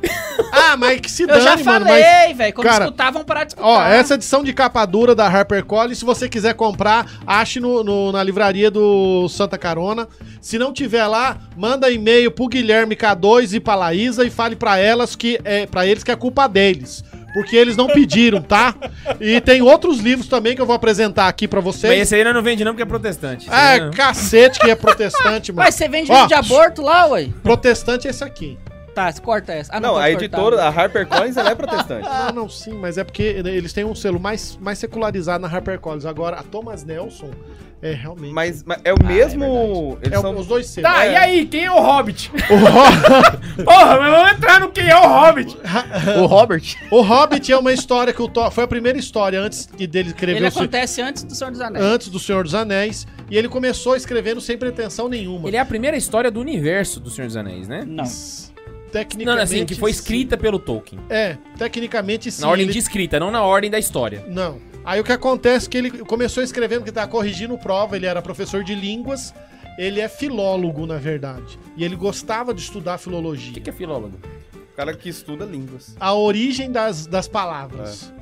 Speaker 2: Ah, mas que se
Speaker 1: Eu já
Speaker 2: dane, mano. Mas,
Speaker 1: falei, tá? velho. Quando
Speaker 2: cara,
Speaker 1: escutavam, para de escutar.
Speaker 2: ó, essa edição de capa dura da HarperCollins, se você quiser comprar, ache no, no- na livraria do Santa Carona. Se não tiver lá, manda e-mail pro Guilherme K2 e pra Laísa e fale pra elas que é para eles que é culpa deles. Porque eles não pediram, tá? E tem outros livros também que eu vou apresentar aqui pra
Speaker 3: Mas
Speaker 2: vocês.
Speaker 3: esse aí nós não vende não porque é protestante. Esse aí
Speaker 2: É,
Speaker 3: não-
Speaker 2: cacete que é protestante, mano.
Speaker 1: Mas você vende
Speaker 2: Ó.
Speaker 1: vídeo de aborto lá, ué?
Speaker 2: Protestante é esse aqui.
Speaker 1: Tá, corta essa. Ah,
Speaker 5: não,
Speaker 1: pode
Speaker 5: a
Speaker 1: cortar.
Speaker 5: editora, a HarperCollins, ela é protestante.
Speaker 2: Ah, não, sim, mas é porque eles têm um selo mais, mais secularizado na HarperCollins. Agora, a Thomas Nelson é realmente.
Speaker 5: Mas, mas é o mesmo. eles
Speaker 2: é o-
Speaker 5: são-
Speaker 2: os dois selos.
Speaker 3: Tá,
Speaker 2: é.
Speaker 3: e aí, quem é o Hobbit?
Speaker 2: O, Ho-
Speaker 3: Porra, mas vamos entrar no quem é o Hobbit.
Speaker 4: O Robert.
Speaker 2: o Hobbit é uma história que o Thor. Foi a primeira história antes que dele escrever
Speaker 3: é
Speaker 1: Ele
Speaker 2: o se-
Speaker 1: acontece antes do Senhor dos Anéis.
Speaker 2: antes do Senhor dos Anéis. E ele começou escrevendo sem pretensão nenhuma.
Speaker 3: Ele é a primeira história do universo do Senhor dos Anéis, né?
Speaker 1: Não.
Speaker 2: Tecnicamente.
Speaker 3: Não, assim, que foi
Speaker 2: sim.
Speaker 3: escrita pelo Tolkien.
Speaker 2: É, tecnicamente sim.
Speaker 3: na ordem
Speaker 2: ele-
Speaker 3: de escrita, não na ordem da história.
Speaker 2: Não. Aí o que acontece é que ele começou escrevendo que estava corrigindo prova, ele era professor de línguas, ele é filólogo, na verdade. E ele gostava de estudar
Speaker 3: O que,
Speaker 2: filologia.
Speaker 3: que é filólogo?
Speaker 5: O cara que estuda línguas.
Speaker 2: A origem das, das palavras.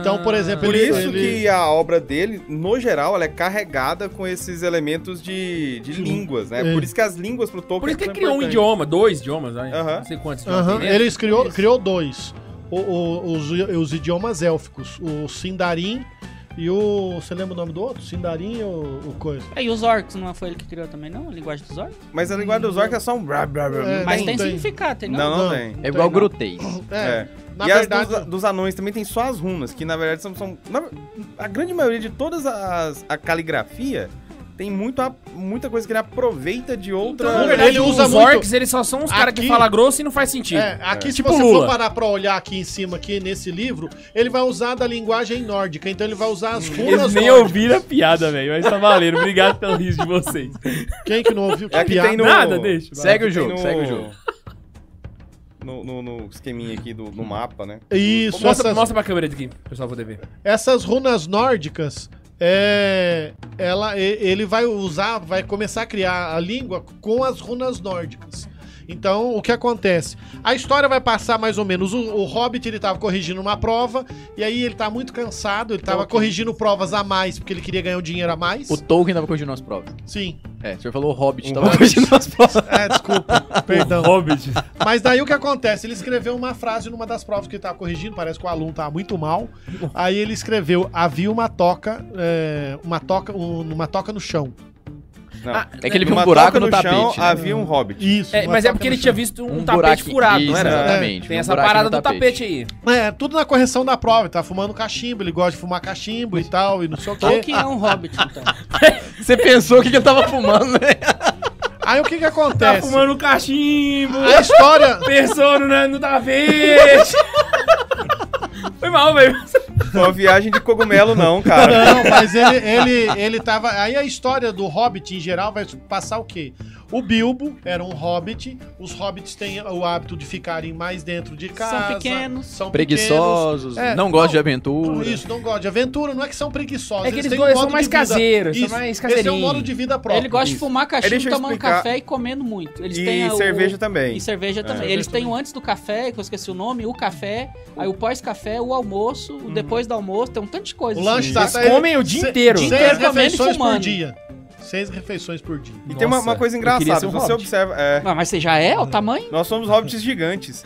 Speaker 2: Então, por exemplo,
Speaker 5: Por
Speaker 2: ele-
Speaker 5: isso
Speaker 2: ele-
Speaker 5: que a obra dele, no geral, ela é carregada com esses elementos de, de línguas, né?
Speaker 2: É.
Speaker 5: Por isso que as línguas pro Tolkien é
Speaker 3: Por isso que ele
Speaker 5: são
Speaker 3: criou um
Speaker 5: importantes.
Speaker 3: idioma, dois idiomas, né?
Speaker 5: Aham.
Speaker 3: não sei quantos idiomas
Speaker 2: Aham,
Speaker 3: tem, né?
Speaker 2: Ele criou, criou dois: O- o- os, os idiomas élficos, o Sindarim e o. Você lembra o nome do outro? Sindarim ou o coisa?
Speaker 1: Aí os orcs, não foi ele que criou também, não? A linguagem dos orcs?
Speaker 5: Mas a linguagem dos orcs é só um... Blá, blá, blá.
Speaker 2: É.
Speaker 5: não
Speaker 1: Mas
Speaker 5: tem.
Speaker 1: tem,
Speaker 2: tem.
Speaker 1: significado, tem não?
Speaker 5: Não, não,
Speaker 2: Não.
Speaker 5: tem.
Speaker 4: É igual
Speaker 2: Não.
Speaker 4: grutei.
Speaker 2: É. Na
Speaker 5: e
Speaker 2: verdade.
Speaker 5: as dos, dos anões também tem só as runas, que na verdade são. são- na- a grande maioria de todas as. A caligrafia tem muito a- muita coisa que ele aproveita de outra.
Speaker 2: Então,
Speaker 3: Na
Speaker 2: Ele
Speaker 3: verdade,
Speaker 2: usa
Speaker 3: os
Speaker 2: muito-
Speaker 3: orcs, eles só são uns caras que
Speaker 2: Aqui-
Speaker 3: falam grosso e não faz sentido.
Speaker 2: É, aqui, se
Speaker 3: Tipo
Speaker 2: você
Speaker 3: Lula.
Speaker 2: for parar pra olhar aqui em cima, aqui nesse livro, ele vai usar da linguagem nórdicas, então ele vai usar as
Speaker 3: Eles
Speaker 2: runas
Speaker 3: nem
Speaker 2: nórdicas.
Speaker 3: ouviram a piada, velho, mas tá valendo. Obrigado pelo riso de vocês.
Speaker 2: Quem que não ouviu?
Speaker 5: É a que tem no.
Speaker 3: Nada, deixa. vai.
Speaker 4: Segue o
Speaker 5: tem
Speaker 4: jogo,
Speaker 5: no-
Speaker 4: segue o jogo.
Speaker 5: No, no- no esqueminha aqui do, do mapa, né?
Speaker 2: Isso,
Speaker 3: Mostra,
Speaker 2: essas,
Speaker 3: mostra pra câmera aqui, pessoal, poder ver.
Speaker 2: essas runas nórdicas, é, ela, e- ele vai usar, vai começar a criar a língua com as runas nórdicas. Então, o que acontece? A história vai passar mais ou menos. O, o Hobbit, ele tava corrigindo uma prova, e aí ele tá muito cansado, ele tava corrigindo provas a mais, porque ele queria ganhar um dinheiro a mais.
Speaker 4: O Tolkien tava corrigindo as provas.
Speaker 2: Sim.
Speaker 4: É, o senhor falou Hobbit,
Speaker 5: Um
Speaker 4: tava
Speaker 5: Hobbit.
Speaker 4: corrigindo as provas.
Speaker 2: É, desculpa. Perdão.
Speaker 3: Hobbit.
Speaker 2: Mas daí o que acontece? Ele escreveu uma frase numa das provas que ele tava corrigindo, parece que o aluno tava muito mal. Aí ele escreveu: havia uma toca, é, uma toca, um- uma toca no chão.
Speaker 5: Não.
Speaker 3: Ah,
Speaker 4: É que ele viu um
Speaker 5: Numa
Speaker 4: buraco
Speaker 5: toca
Speaker 4: no tapete. né?
Speaker 5: havia um hobbit.
Speaker 2: Isso.
Speaker 3: É,
Speaker 2: uma
Speaker 3: mas é
Speaker 2: toca
Speaker 3: porque
Speaker 2: no
Speaker 3: ele tinha
Speaker 2: chão.
Speaker 3: visto um,
Speaker 4: Um
Speaker 3: tapete
Speaker 4: buraquinho.
Speaker 3: furado,
Speaker 4: Isso,
Speaker 5: não era?
Speaker 4: Exatamente.
Speaker 3: Tem
Speaker 4: um
Speaker 3: essa
Speaker 4: buraquinho
Speaker 3: parada
Speaker 4: no
Speaker 3: do tapete, aí.
Speaker 2: É, tudo na correção da prova. Ele tá fumando cachimbo, ele gosta de fumar cachimbo e tal, e não sei o
Speaker 1: Então,
Speaker 2: quê.
Speaker 1: que é um hobbit, então?
Speaker 4: Você pensou o que, que ele tava fumando, né?
Speaker 2: Aí o que que
Speaker 3: Tá
Speaker 2: acontece?
Speaker 3: fumando cachimbo.
Speaker 2: A história.
Speaker 3: Pensou no, né? no tapete. Foi mal, velho.
Speaker 5: Foi uma viagem de cogumelo, não, cara.
Speaker 2: Não, mas ele, ele, ele tava. Aí a história do Hobbit em geral vai passar o quê? O Bilbo era um hobbit. Os hobbits têm o hábito de ficarem mais dentro de casa.
Speaker 1: pequenos.
Speaker 2: São
Speaker 4: Preguiçosos,
Speaker 2: É,
Speaker 4: não gosta de
Speaker 2: não,
Speaker 4: aventura.
Speaker 2: Isso, não gosta de aventura, não é que são preguiçosos.
Speaker 3: É que eles
Speaker 2: têm
Speaker 3: dois
Speaker 2: um
Speaker 3: são
Speaker 2: modo
Speaker 3: mais
Speaker 2: de vida.
Speaker 3: caseiros, são
Speaker 2: Isso,
Speaker 3: mais
Speaker 2: Esse é um
Speaker 3: caseirinho.
Speaker 2: modo de vida próprio.
Speaker 1: Ele gosta de fumar
Speaker 5: É, Deixa
Speaker 1: cachimbo,
Speaker 5: eu
Speaker 1: tomando
Speaker 5: explicar.
Speaker 1: café e comendo muito. Eles têm
Speaker 5: E
Speaker 1: a- o-
Speaker 5: cerveja também. É.
Speaker 1: E cerveja também. Eles têm o antes do café, que eu esqueci o nome, o café, aí o pós-café, o almoço,
Speaker 5: Hum.
Speaker 1: o depois do almoço, tem um tanto de coisa.
Speaker 2: O lanche
Speaker 1: assim.
Speaker 2: tá.
Speaker 3: Eles comem o dia
Speaker 2: se-
Speaker 3: inteiro.
Speaker 2: Seis
Speaker 1: Dia inteiro comendo e
Speaker 2: refeições por
Speaker 1: fumando.
Speaker 2: dia. Seis refeições por dia.
Speaker 5: E tem uma,
Speaker 3: Nossa,
Speaker 5: uma coisa
Speaker 3: eu queria
Speaker 5: engraçada,
Speaker 3: ser um
Speaker 5: se você
Speaker 3: hobbit.
Speaker 5: observa. É,
Speaker 1: Ah, mas você já é o tamanho?
Speaker 5: nós somos hobbits gigantes.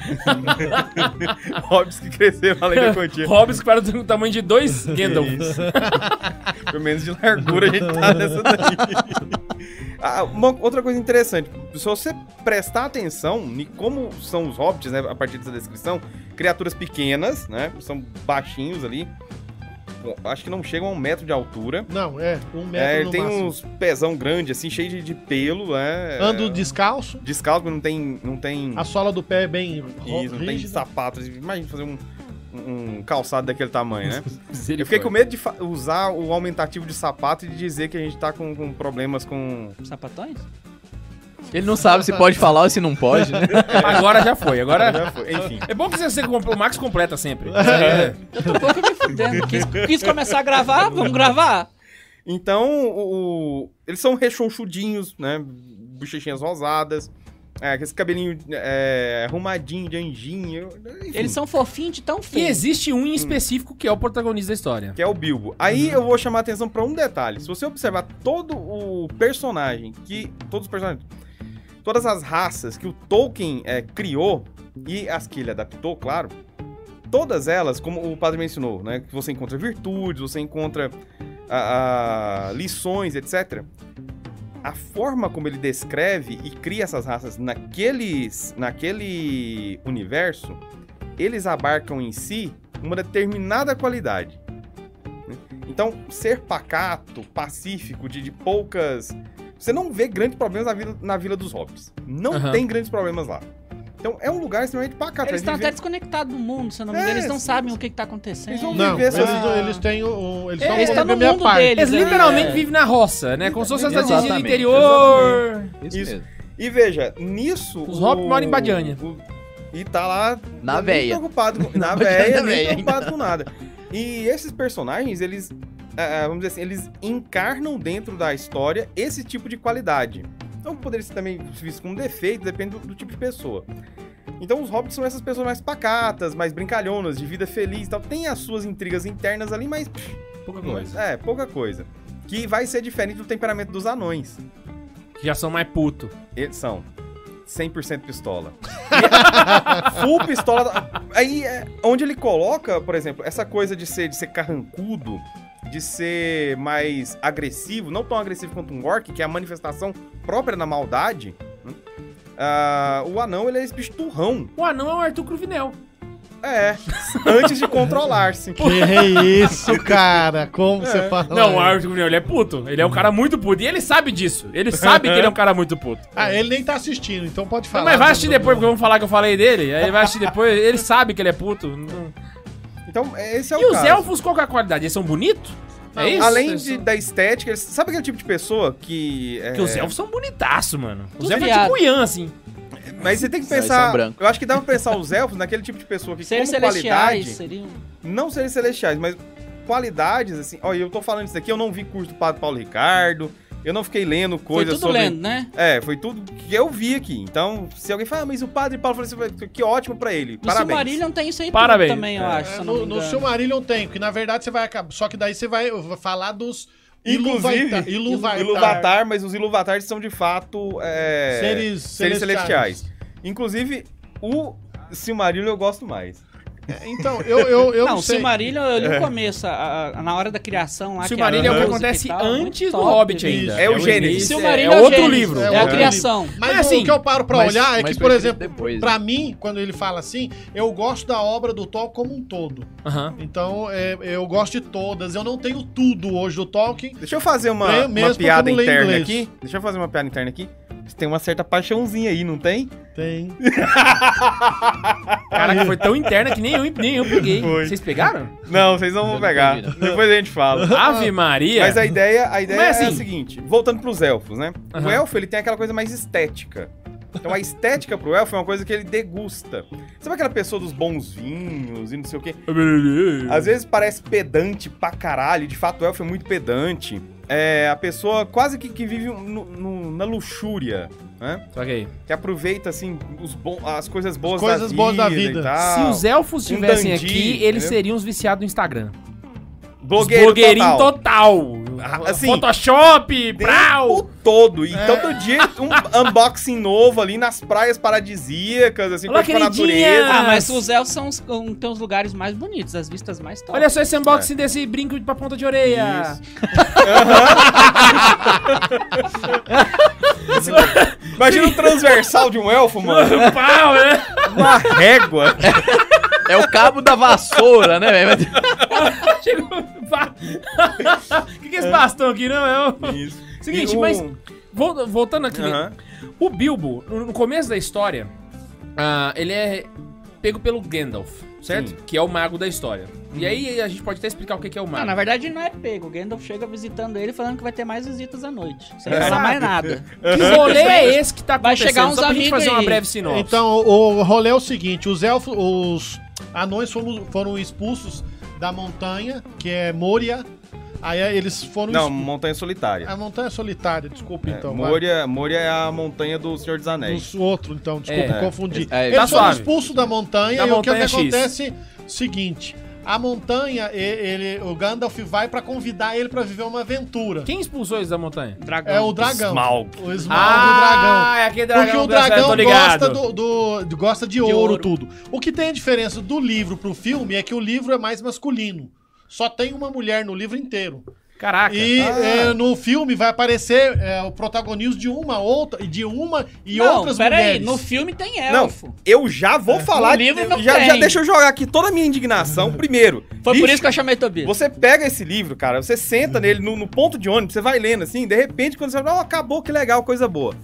Speaker 5: hobbits que cresceram além da quantia.
Speaker 3: Hobbits que para do tamanho de dois Gandalfs.
Speaker 5: Pelo menos de largura a gente tá nessa daí. Ah, uma outra coisa interessante, se você prestar atenção em como são os hobbits, né, a partir dessa descrição, criaturas pequenas, né, são baixinhos ali, Bom, acho que não chegam a um metro de altura.
Speaker 2: Não, é, um metro
Speaker 5: É,
Speaker 2: no
Speaker 5: tem
Speaker 2: máximo.
Speaker 5: uns pezão grande, assim, cheio de, de pelo, né?
Speaker 2: Ando descalço,
Speaker 5: descalço, mas não tem, não tem
Speaker 2: a sola do pé é bem ro-
Speaker 5: isso, não tem
Speaker 2: rígida.
Speaker 5: sapatos. Imagina fazer um, um calçado daquele tamanho, né? Eu fiquei com medo de fa- usar o aumentativo de sapato e de dizer que a gente tá com, com problemas com.
Speaker 1: Sapatões?
Speaker 4: Ele não sabe se pode falar ou se não pode, né?
Speaker 3: É, Agora já foi, agora...
Speaker 5: Já foi, Enfim.
Speaker 3: É bom que você, você compre- o Max completa sempre. É.
Speaker 1: Eu tô um pouco me fudendo. Quis, quis começar a
Speaker 5: Tá
Speaker 1: gravar? Vamos gravar?
Speaker 5: Então, o, o- eles são rechonchudinhos, né? Bochechinhas rosadas. É, com esse cabelinho é, arrumadinho de anjinho. enfim,
Speaker 1: Eles são fofinhos de tão
Speaker 3: E
Speaker 1: feio.
Speaker 3: existe um em específico que é o protagonista da história.
Speaker 5: Que é o Bilbo. Aí eu vou chamar a atenção pra um detalhe. Se você observar todo o personagem que. Todos os personagens. Todas as raças que o Tolkien é, criou e as que ele adaptou, claro. Todas elas, como o padre mencionou, né? Que você encontra virtudes, você encontra a- a lições, etc. a forma como ele descreve e cria essas raças naqueles, naquele universo, eles abarcam em si uma determinada qualidade. né? Então, ser pacato, pacífico, de, de poucas. Você não vê grandes problemas na Vila, na vila dos Hobbits. Não
Speaker 3: Aham.
Speaker 5: tem grandes problemas lá. Então, é um lugar extremamente pacato.
Speaker 1: Eles
Speaker 5: né?
Speaker 1: estão
Speaker 5: Vive-
Speaker 1: até desconectados do mundo, se eu não me
Speaker 5: É,
Speaker 1: engano. Eles não
Speaker 5: eles-
Speaker 1: sabem o que, que tá acontecendo.
Speaker 5: eles vão
Speaker 2: Não,
Speaker 5: viver
Speaker 2: eles,
Speaker 5: essa-
Speaker 2: eles têm um. Eles,
Speaker 1: assim. É,
Speaker 2: são
Speaker 1: eles
Speaker 2: uma
Speaker 1: tão no
Speaker 2: minha
Speaker 1: mundo
Speaker 2: parte.
Speaker 1: deles.
Speaker 3: Eles
Speaker 1: Eles,
Speaker 3: literalmente
Speaker 1: é.
Speaker 3: vivem na roça, né? Como se fosse as cidades do
Speaker 4: Exatamente,
Speaker 3: interior.
Speaker 4: Isso,
Speaker 5: Isso.
Speaker 4: mesmo.
Speaker 5: E veja, nisso.
Speaker 3: Os
Speaker 5: o-
Speaker 3: Hobbit moram em Badiânia.
Speaker 5: o- E tá lá.
Speaker 4: Na
Speaker 5: nem
Speaker 4: veia.
Speaker 5: Preocupado com, na
Speaker 4: Na Badiânia
Speaker 5: veia, nem
Speaker 4: veia.
Speaker 5: preocupado com nada. E esses personagens, eles. ah, ah, vamos dizer assim, eles encarnam dentro da história esse tipo de qualidade. Então poderia ser também visto como defeito, depende do, do tipo de pessoa. Então os hobbits são essas pessoas mais pacatas, mais brincalhonas, de vida feliz e tal. Tem as suas intrigas internas ali, mas
Speaker 3: Pouca
Speaker 5: é, pouca coisa. Que vai ser diferente do temperamento dos anões.
Speaker 3: Que já são mais puto.
Speaker 5: Eles são 100% pistola. Full pistola. Aí, é, onde ele coloca, por exemplo, essa coisa de ser, de ser carrancudo, de ser mais agressivo, não tão agressivo quanto um orc, que é a manifestação própria na maldade. né? Ah, o anão, ele é esse bicho turrão.
Speaker 3: O anão é o Arthur Cruvinel.
Speaker 5: É, antes de controlar-se.
Speaker 2: Que é isso, cara? Como você fala?
Speaker 3: Não, o Arthur Cruvinel, ele é puto. Ele é um cara muito puto. E ele sabe disso. Ele sabe que ele é um cara muito puto.
Speaker 2: Ah, ele nem tá assistindo, então pode
Speaker 3: Não,
Speaker 2: falar.
Speaker 3: mas vai assistir depois, porque vamos falar que eu falei dele. Aí vai assistir depois. Ele sabe que ele é puto. Não-
Speaker 5: Então, esse é o
Speaker 3: E os
Speaker 5: caso.
Speaker 3: elfos, qual que é a qualidade? Eles são bonitos? É isso?
Speaker 5: Além
Speaker 3: Eles
Speaker 5: de-
Speaker 3: são-
Speaker 5: da estética, eles- sabe aquele tipo de pessoa que... é,
Speaker 3: Porque os elfos são bonitaço, mano. Os
Speaker 1: Tudo
Speaker 3: elfos é
Speaker 1: viado.
Speaker 3: tipo Ian, assim.
Speaker 5: Mas você tem que
Speaker 4: Não, eles são
Speaker 5: pensar.
Speaker 4: brancos.
Speaker 5: Eu acho que dá pra pensar os elfos naquele tipo de pessoa que,
Speaker 1: Seres
Speaker 5: como
Speaker 1: celestiais
Speaker 5: qualidade,
Speaker 1: seriam.
Speaker 5: não seres celestiais, mas qualidades, assim. Olha, eu tô falando isso aqui, eu não vi curso do Padre Paulo Ricardo, eu não fiquei lendo
Speaker 1: Foi
Speaker 5: coisas
Speaker 1: tudo
Speaker 5: sobre.
Speaker 1: lendo, né?
Speaker 5: É, foi tudo que eu vi aqui. Então, se alguém fala, "Ah, mas o Padre Paulo falou assim, que ótimo pra ele.
Speaker 1: No
Speaker 5: Parabéns.
Speaker 1: Silmarillion tem isso aí tudo
Speaker 3: Parabéns. É.
Speaker 1: também, eu acho. se eu não me
Speaker 2: É, no, no
Speaker 1: engano.
Speaker 2: Silmarillion tem, porque na verdade você vai acabar. Só que daí você vai falar dos.
Speaker 5: Inclusive,
Speaker 2: Iluvaitar- Iluvaitar.
Speaker 5: Iluvatar, mas os Iluvatar são de fato é,
Speaker 2: Seres,
Speaker 5: seres celestiais. Inclusive, o Silmarillion eu gosto mais.
Speaker 2: É, Então, eu, eu, eu
Speaker 1: não,
Speaker 2: não,
Speaker 1: o
Speaker 2: sei.
Speaker 1: Silmarillion, eu li
Speaker 3: É.
Speaker 1: o começo, a- a- na hora da criação lá. que
Speaker 3: Silmarillion é o que
Speaker 1: a música
Speaker 3: acontece
Speaker 1: e tal,
Speaker 3: antes
Speaker 1: muito
Speaker 3: do
Speaker 1: top.
Speaker 3: Hobbit ainda.
Speaker 2: Isso.
Speaker 5: É o Gênesis.
Speaker 3: início.
Speaker 1: Silmarillion
Speaker 3: é
Speaker 1: o
Speaker 3: outro
Speaker 1: Gênesis,
Speaker 3: livro.
Speaker 1: É
Speaker 2: É
Speaker 1: a
Speaker 2: outro
Speaker 1: criação.
Speaker 2: Mas,
Speaker 3: Mas, assim,
Speaker 2: o que eu paro pra
Speaker 4: mas-
Speaker 2: olhar é
Speaker 4: mas
Speaker 2: que,
Speaker 4: foi
Speaker 2: por
Speaker 4: feito
Speaker 2: exemplo,
Speaker 4: depois, né?
Speaker 2: pra mim, quando ele fala assim, eu gosto da obra do Tolkien como um todo.
Speaker 3: Aham.
Speaker 2: Então, é, eu gosto de todas. Eu não tenho tudo hoje do Tolkien.
Speaker 5: Deixa eu fazer uma,
Speaker 2: Bem,
Speaker 5: uma
Speaker 2: mesmo
Speaker 5: piada
Speaker 2: como lê
Speaker 5: interna
Speaker 2: inglês.
Speaker 5: aqui. Deixa eu fazer uma piada interna aqui. Você tem uma certa paixãozinha aí, não tem?
Speaker 2: Tem.
Speaker 3: Caraca, foi tão interna que nem eu, nem eu peguei.
Speaker 5: Foi.
Speaker 3: Vocês pegaram?
Speaker 5: Não, vocês não
Speaker 4: Eu
Speaker 5: vão
Speaker 4: não
Speaker 5: pegar.
Speaker 4: entendi,
Speaker 5: Depois a gente fala.
Speaker 3: Ave Maria.
Speaker 5: Mas a ideia, a ideia
Speaker 3: Mas assim-
Speaker 5: é a seguinte, voltando pros elfos, né?
Speaker 3: Aham.
Speaker 5: O elfo, ele tem aquela coisa mais estética. Então a estética pro elfo é uma coisa que ele degusta. Sabe aquela pessoa dos bons vinhos e não sei o quê? Às vezes parece pedante pra caralho, de fato o elfo é muito pedante. É a pessoa quase que, que vive no- no- na luxúria, né?
Speaker 3: Saquei.
Speaker 5: que aproveita assim os bom- as coisas boas
Speaker 2: As coisas boas da vida.
Speaker 3: Se
Speaker 5: e tal.
Speaker 3: os elfos
Speaker 5: um
Speaker 3: estivessem
Speaker 5: dandy,
Speaker 3: aqui, eles
Speaker 5: entendeu?
Speaker 3: seriam os viciados do Instagram.
Speaker 5: blogueiro
Speaker 3: Blogueirinho
Speaker 5: total.
Speaker 3: total.
Speaker 5: Ah, assim,
Speaker 3: Photoshop,
Speaker 5: Tempo
Speaker 3: brau.
Speaker 5: todo e
Speaker 2: É.
Speaker 5: então, todo dia um unboxing novo ali nas praias paradisíacas assim
Speaker 3: Olá,
Speaker 5: coisa com a
Speaker 3: queridinha!
Speaker 5: natureza
Speaker 1: Ah, mas
Speaker 3: Mas-
Speaker 1: os elfos são os, um, tem os lugares mais bonitos, as vistas mais top.
Speaker 3: Olha só esse unboxing desse brinco pra ponta de orelha.
Speaker 5: É. Isso. imagina o transversal de um elfo mano
Speaker 3: Pau, né?
Speaker 5: uma régua
Speaker 4: É o cabo da vassoura, né, velho?
Speaker 3: Chegou. pá. O que, que é esse bastão aqui, não? É o-
Speaker 5: Isso.
Speaker 3: Seguinte,
Speaker 5: E o-
Speaker 3: mas vol- voltando aqui,
Speaker 5: Aham.
Speaker 3: o Bilbo, no no começo da história, ah, ele é pego pelo Gandalf, certo?
Speaker 5: Sim. Uhum.
Speaker 3: Que é o mago da história. E aí a gente pode até explicar o que que é o mago.
Speaker 1: Não, na verdade não é pego. O Gandalf chega visitando ele falando que vai ter mais visitas à noite. Sem
Speaker 5: É.
Speaker 1: falar mais nada.
Speaker 3: Que rolê é esse que tá
Speaker 1: Vai
Speaker 3: acontecendo?
Speaker 1: chegar uns
Speaker 3: Só pra gente
Speaker 1: amigos
Speaker 3: fazer uma
Speaker 1: aí.
Speaker 3: breve sinopse.
Speaker 2: Então, o, o rolê é o seguinte: os elfos, os anões foram, foram expulsos da montanha, que é Moria. Aí eles foram.
Speaker 5: não
Speaker 2: expulsos-
Speaker 5: montanha solitária
Speaker 2: A montanha é solitária, desculpa então.
Speaker 5: é,
Speaker 2: vai.
Speaker 5: Moria Moria é a montanha do Senhor dos Anéis
Speaker 2: Os outro, então, desculpa,
Speaker 5: É.
Speaker 2: confundi.
Speaker 4: É,
Speaker 2: Eles
Speaker 3: tá
Speaker 2: foram
Speaker 3: suave.
Speaker 2: expulsos da montanha
Speaker 3: Da
Speaker 2: e
Speaker 3: montanha
Speaker 2: o que,
Speaker 3: X.
Speaker 2: que acontece seguinte. A montanha, e- ele, o Gandalf vai pra convidar ele pra viver uma aventura.
Speaker 3: Quem expulsou eles da montanha? Ah,
Speaker 1: Dragão.
Speaker 2: É o dragão.
Speaker 5: Smaug.
Speaker 2: O Smaug, o dragão.
Speaker 3: é aquele
Speaker 2: Porque
Speaker 3: dragão.
Speaker 2: o dragão
Speaker 3: tô
Speaker 2: gosta,
Speaker 3: ligado.
Speaker 2: do, do- de- gosta de, ouro,
Speaker 1: ouro.
Speaker 2: tudo. O que tem a diferença do livro pro filme é que o livro é mais masculino. Só tem uma mulher no livro inteiro.
Speaker 3: Caraca.
Speaker 2: E
Speaker 5: Ah.
Speaker 2: é, no filme vai aparecer é, o protagonista de uma outra, de uma e
Speaker 1: não,
Speaker 2: outras
Speaker 1: peraí,
Speaker 2: mulheres.
Speaker 1: no filme tem
Speaker 5: Não.
Speaker 1: elfo.
Speaker 5: Eu já
Speaker 3: É.
Speaker 5: vou falar.
Speaker 1: No livro não
Speaker 5: já,
Speaker 1: tem.
Speaker 5: já deixa eu jogar aqui toda a minha indignação primeiro.
Speaker 1: Foi por
Speaker 5: Bicho,
Speaker 1: isso que eu chamei Tobias.
Speaker 5: Você pega esse livro, cara, você
Speaker 3: Uhum.
Speaker 5: senta nele no, no ponto de ônibus, você vai lendo assim, de repente, quando você fala, "Ó, acabou, que legal, coisa boa.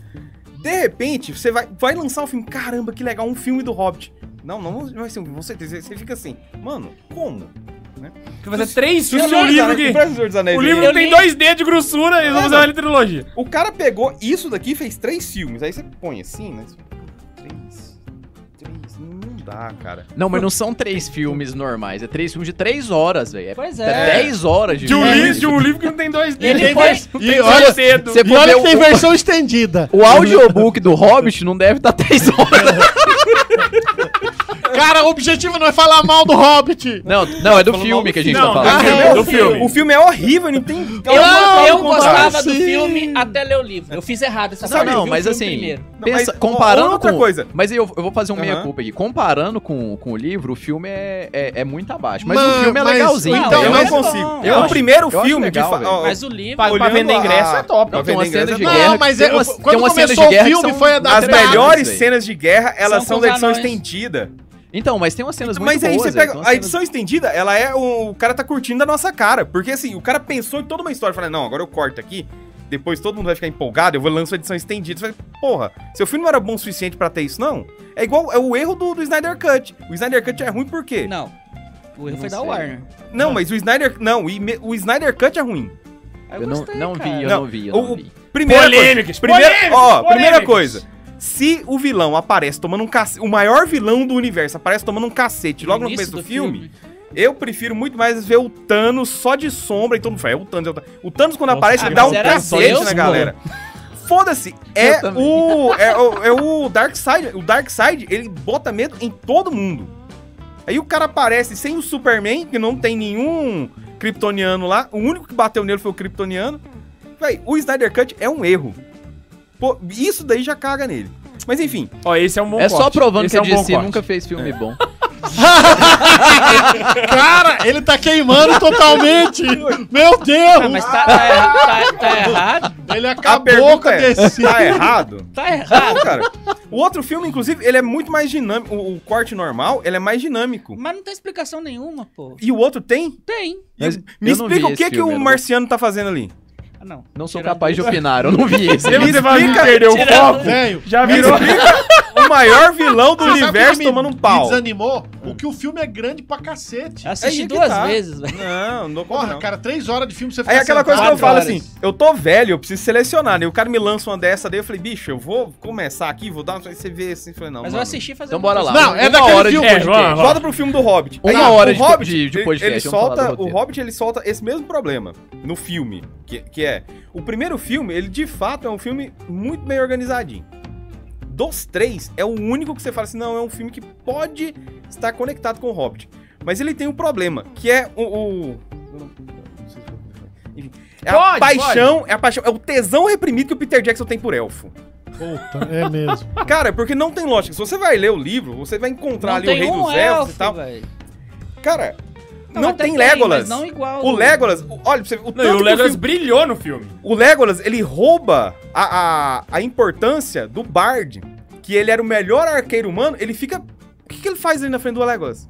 Speaker 5: De repente, você vai, vai lançar um filme, caramba, que legal, um filme do Hobbit. Não, não vai ser um filme, com certeza. Você fica assim, mano, como?
Speaker 3: Vai fazer três
Speaker 5: Se o
Speaker 3: filmes de um livro
Speaker 5: Anéis-
Speaker 3: aqui.
Speaker 5: o Senhor dos Anéis
Speaker 3: O
Speaker 5: aí,
Speaker 3: livro
Speaker 1: Eu
Speaker 3: tem
Speaker 1: li-
Speaker 3: dois D de grossura e eles vão
Speaker 5: É,
Speaker 3: fazer uma trilogia.
Speaker 5: O cara pegou isso daqui e fez três filmes. Aí você põe assim, né? Três. Três. Não dá, cara.
Speaker 4: Não, mas não são três filmes normais. É três filmes de três horas, velho.
Speaker 1: Pois
Speaker 4: É,
Speaker 1: é.
Speaker 4: dez horas de,
Speaker 3: De um,
Speaker 4: filme.
Speaker 3: livro, de um livro que não tem dois D.
Speaker 1: Ele
Speaker 3: tem
Speaker 1: foi-
Speaker 3: dois-
Speaker 2: E
Speaker 3: tem
Speaker 2: olha,
Speaker 3: dois dedos.
Speaker 4: você
Speaker 2: E olha que
Speaker 4: ver
Speaker 2: tem
Speaker 4: o-
Speaker 2: versão estendida.
Speaker 4: O audiobook do Hobbit não deve estar três horas.
Speaker 2: Cara, o objetivo não é falar mal do Hobbit.
Speaker 4: Não, não, é do filme que a gente
Speaker 3: Não,
Speaker 4: tá falando.
Speaker 3: do filme, do Ah, é filme.
Speaker 5: O filme é horrível, não tem.
Speaker 1: Eu,
Speaker 2: Ah,
Speaker 1: eu
Speaker 2: não,
Speaker 1: gostava
Speaker 2: sim.
Speaker 1: do filme até ler o livro. Eu fiz errado essa
Speaker 4: Não,
Speaker 1: parte, eu
Speaker 4: não,
Speaker 1: vi o
Speaker 4: mas
Speaker 1: filme
Speaker 4: assim,
Speaker 1: primeiro.
Speaker 4: pensa,
Speaker 5: mas, ó,
Speaker 4: comparando
Speaker 5: outra
Speaker 4: com...
Speaker 5: coisa.
Speaker 4: Mas eu, eu vou fazer um
Speaker 5: Aham.
Speaker 4: meia-culpa aqui. Comparando com, com o livro, o filme é, é, é muito abaixo. Mas,
Speaker 2: Mas-
Speaker 4: o filme é
Speaker 2: mas-
Speaker 4: legalzinho.
Speaker 1: Não,
Speaker 4: Então,
Speaker 5: eu
Speaker 4: velho.
Speaker 5: não
Speaker 1: mas-
Speaker 5: consigo.
Speaker 1: Eu
Speaker 5: é o
Speaker 4: acho-
Speaker 5: primeiro
Speaker 4: eu acho
Speaker 5: filme
Speaker 4: legal,
Speaker 5: de. fa- ó,
Speaker 1: Mas o livro.
Speaker 3: Pra, pra
Speaker 5: Olhando
Speaker 3: vender
Speaker 5: a-
Speaker 3: ingresso é top.
Speaker 5: Pra
Speaker 4: Não, tem
Speaker 5: vender
Speaker 4: uma cena
Speaker 5: ingresso
Speaker 4: de
Speaker 5: é
Speaker 4: guerra.
Speaker 2: Não, mas
Speaker 4: tem
Speaker 2: é-
Speaker 4: umas-
Speaker 2: quando
Speaker 4: tem umas cenas de
Speaker 2: começou o
Speaker 4: guerra que
Speaker 2: filme
Speaker 4: são
Speaker 2: foi a da-
Speaker 5: As
Speaker 4: agradáveis,
Speaker 5: melhores
Speaker 4: velho.
Speaker 5: cenas de guerra, elas
Speaker 1: São
Speaker 5: são,
Speaker 1: com
Speaker 5: da
Speaker 1: os
Speaker 5: edição
Speaker 1: anões.
Speaker 5: estendida.
Speaker 4: Então, mas tem umas cenas muito
Speaker 5: Mas aí
Speaker 4: boas, é
Speaker 5: você
Speaker 4: velho.
Speaker 5: pega.
Speaker 4: Tem umas
Speaker 5: A
Speaker 4: cenas-
Speaker 5: edição estendida, ela é. O, o cara tá curtindo da nossa cara. Porque assim, o cara pensou em toda uma história. Fala, não, agora eu corto aqui. Depois todo mundo vai ficar empolgado, eu vou lançar a edição estendida. Você fala, porra, seu filme não era bom o suficiente pra ter isso, não? É igual. É o erro do, do Snyder Cut. O Snyder Cut é ruim por quê? Não,
Speaker 1: Não. O erro
Speaker 4: Não
Speaker 1: foi da
Speaker 4: sei.
Speaker 1: Warner.
Speaker 5: mas o Snyder. Não, o Ime- o Snyder Cut é ruim.
Speaker 1: Aí
Speaker 4: Eu não,
Speaker 1: gostei,
Speaker 4: não vi,
Speaker 1: cara.
Speaker 4: eu
Speaker 5: Não,
Speaker 4: não vi, eu
Speaker 5: o-
Speaker 4: não vi.
Speaker 5: Primeira coisa.
Speaker 3: Polêmicas.
Speaker 5: Primeira, ó,
Speaker 3: polêmicas.
Speaker 5: primeira coisa. Se o vilão aparece tomando um cacete. O maior vilão do universo aparece tomando um cacete logo no
Speaker 1: início
Speaker 5: começo do, filme. Eu prefiro muito mais ver o Thanos só de sombra e todo mundo fala, é o Thanos, é o Thanos. O Thanos quando
Speaker 3: Nossa,
Speaker 5: aparece, ele
Speaker 1: mas
Speaker 5: dá um
Speaker 1: era
Speaker 5: cacete
Speaker 1: Deus,
Speaker 5: na
Speaker 1: pô.
Speaker 5: galera. Foda-se,
Speaker 4: Eu
Speaker 5: é
Speaker 4: também.
Speaker 5: o, é, o, é o Darkseid. O Darkseid, ele bota medo em todo mundo. Aí o cara aparece sem o Superman, que não tem nenhum kryptoniano lá. O único que bateu nele foi o kryptoniano. Véi, o Snyder Cut é um erro. Pô, isso daí já caga nele. Mas enfim,
Speaker 3: Ó, esse é um bom
Speaker 4: É só
Speaker 3: corte.
Speaker 4: provando
Speaker 3: Esse
Speaker 4: que a
Speaker 3: é um bom
Speaker 4: DC
Speaker 3: corte.
Speaker 4: nunca fez filme bom.
Speaker 2: Cara, ele tá queimando totalmente. Meu
Speaker 1: Ah,
Speaker 2: Deus.
Speaker 1: mas tá, tá, erra- tá- tá errado?
Speaker 2: Ele
Speaker 5: a
Speaker 2: acabou com
Speaker 5: pergunta
Speaker 2: a
Speaker 5: é,
Speaker 2: DC.
Speaker 5: tá errado?
Speaker 1: Tá errado.
Speaker 5: Não, cara. O outro filme, inclusive, ele é muito mais dinâmico. O, o corte normal, ele é mais dinâmico.
Speaker 1: Mas não tem explicação nenhuma, pô.
Speaker 5: E o outro tem?
Speaker 1: Tem.
Speaker 5: E-
Speaker 4: Mas
Speaker 5: me
Speaker 4: eu não vi
Speaker 5: explica o
Speaker 4: esse
Speaker 5: que, que
Speaker 4: filme, eu
Speaker 5: o
Speaker 4: não-
Speaker 5: Marciano tá fazendo ali.
Speaker 1: Ah, não.
Speaker 4: Não sou
Speaker 1: Tirando
Speaker 4: capaz de
Speaker 1: isso.
Speaker 4: opinar, eu não vi esse.
Speaker 3: Você você vai
Speaker 5: Explica-
Speaker 3: perder o
Speaker 1: Tirando-
Speaker 3: foco.
Speaker 2: Velho,
Speaker 3: Já
Speaker 5: Me
Speaker 3: virou.
Speaker 5: explica o maior vilão do
Speaker 2: você Ah, sabe o
Speaker 5: universo
Speaker 2: que me-
Speaker 5: tomando um pau.
Speaker 2: Me desanimou o que o filme é grande pra cacete.
Speaker 1: Eu Assisti
Speaker 5: Aí que
Speaker 1: duas
Speaker 5: tá.
Speaker 1: vezes, velho.
Speaker 5: Não, não dou
Speaker 2: Porra,
Speaker 5: não.
Speaker 2: cara, três horas de filme você
Speaker 5: Aí é aquela coisa que eu
Speaker 1: sentado
Speaker 5: falo
Speaker 1: horas.
Speaker 5: assim, eu tô velho, eu preciso selecionar, né? O cara me lança uma dessa daí, eu falei, bicho, eu vou começar aqui, vou dar, aí você vê assim, eu falei, não,
Speaker 1: Mas eu
Speaker 5: mano.
Speaker 1: assisti fazendo.
Speaker 4: Então bora lá.
Speaker 2: Não, é
Speaker 4: Uma
Speaker 2: daquele
Speaker 4: hora de
Speaker 2: filme.
Speaker 3: É,
Speaker 4: podcast.
Speaker 3: vamos, vamos.
Speaker 5: Volta pro filme do Hobbit.
Speaker 4: Uma
Speaker 5: Tá,
Speaker 4: hora
Speaker 5: o
Speaker 4: de-
Speaker 5: Hobbit,
Speaker 4: de- de
Speaker 5: ele-
Speaker 4: podcast,
Speaker 5: Ele
Speaker 4: vamos falar do
Speaker 5: solta, o
Speaker 4: roteiro.
Speaker 5: Hobbit ele solta esse mesmo problema no filme, que, que é o primeiro filme. Ele de fato é um filme muito bem organizadinho. Dos três é o único que você fala assim, não é um filme que pode estar conectado com o Hobbit, mas ele tem um problema que é o, o- Enfim, é a
Speaker 3: Pode,
Speaker 5: paixão, é a paixão, é o tesão reprimido que o Peter Jackson tem por elfo.
Speaker 2: Puta, é mesmo.
Speaker 5: Cara, porque não tem lógica. Se você vai ler o livro, você vai encontrar
Speaker 1: Não
Speaker 5: ali o
Speaker 1: tem
Speaker 5: rei
Speaker 1: um
Speaker 5: dos
Speaker 1: elfo,
Speaker 5: elfos e tal.
Speaker 1: velho.
Speaker 5: Cara, não,
Speaker 1: até
Speaker 5: tem
Speaker 1: mas
Speaker 5: Legolas.
Speaker 1: Não igual. né?
Speaker 5: O Legolas, o- olha, pra você, ver, o,
Speaker 3: Não, e
Speaker 5: tanto
Speaker 3: o
Speaker 5: que o,
Speaker 3: Legolas
Speaker 5: filme-
Speaker 3: brilhou no filme.
Speaker 5: o Legolas, ele rouba a, a, a importância do Bard, que ele era o melhor arqueiro humano, ele fica... O que, que ele faz ali na frente do Legolas?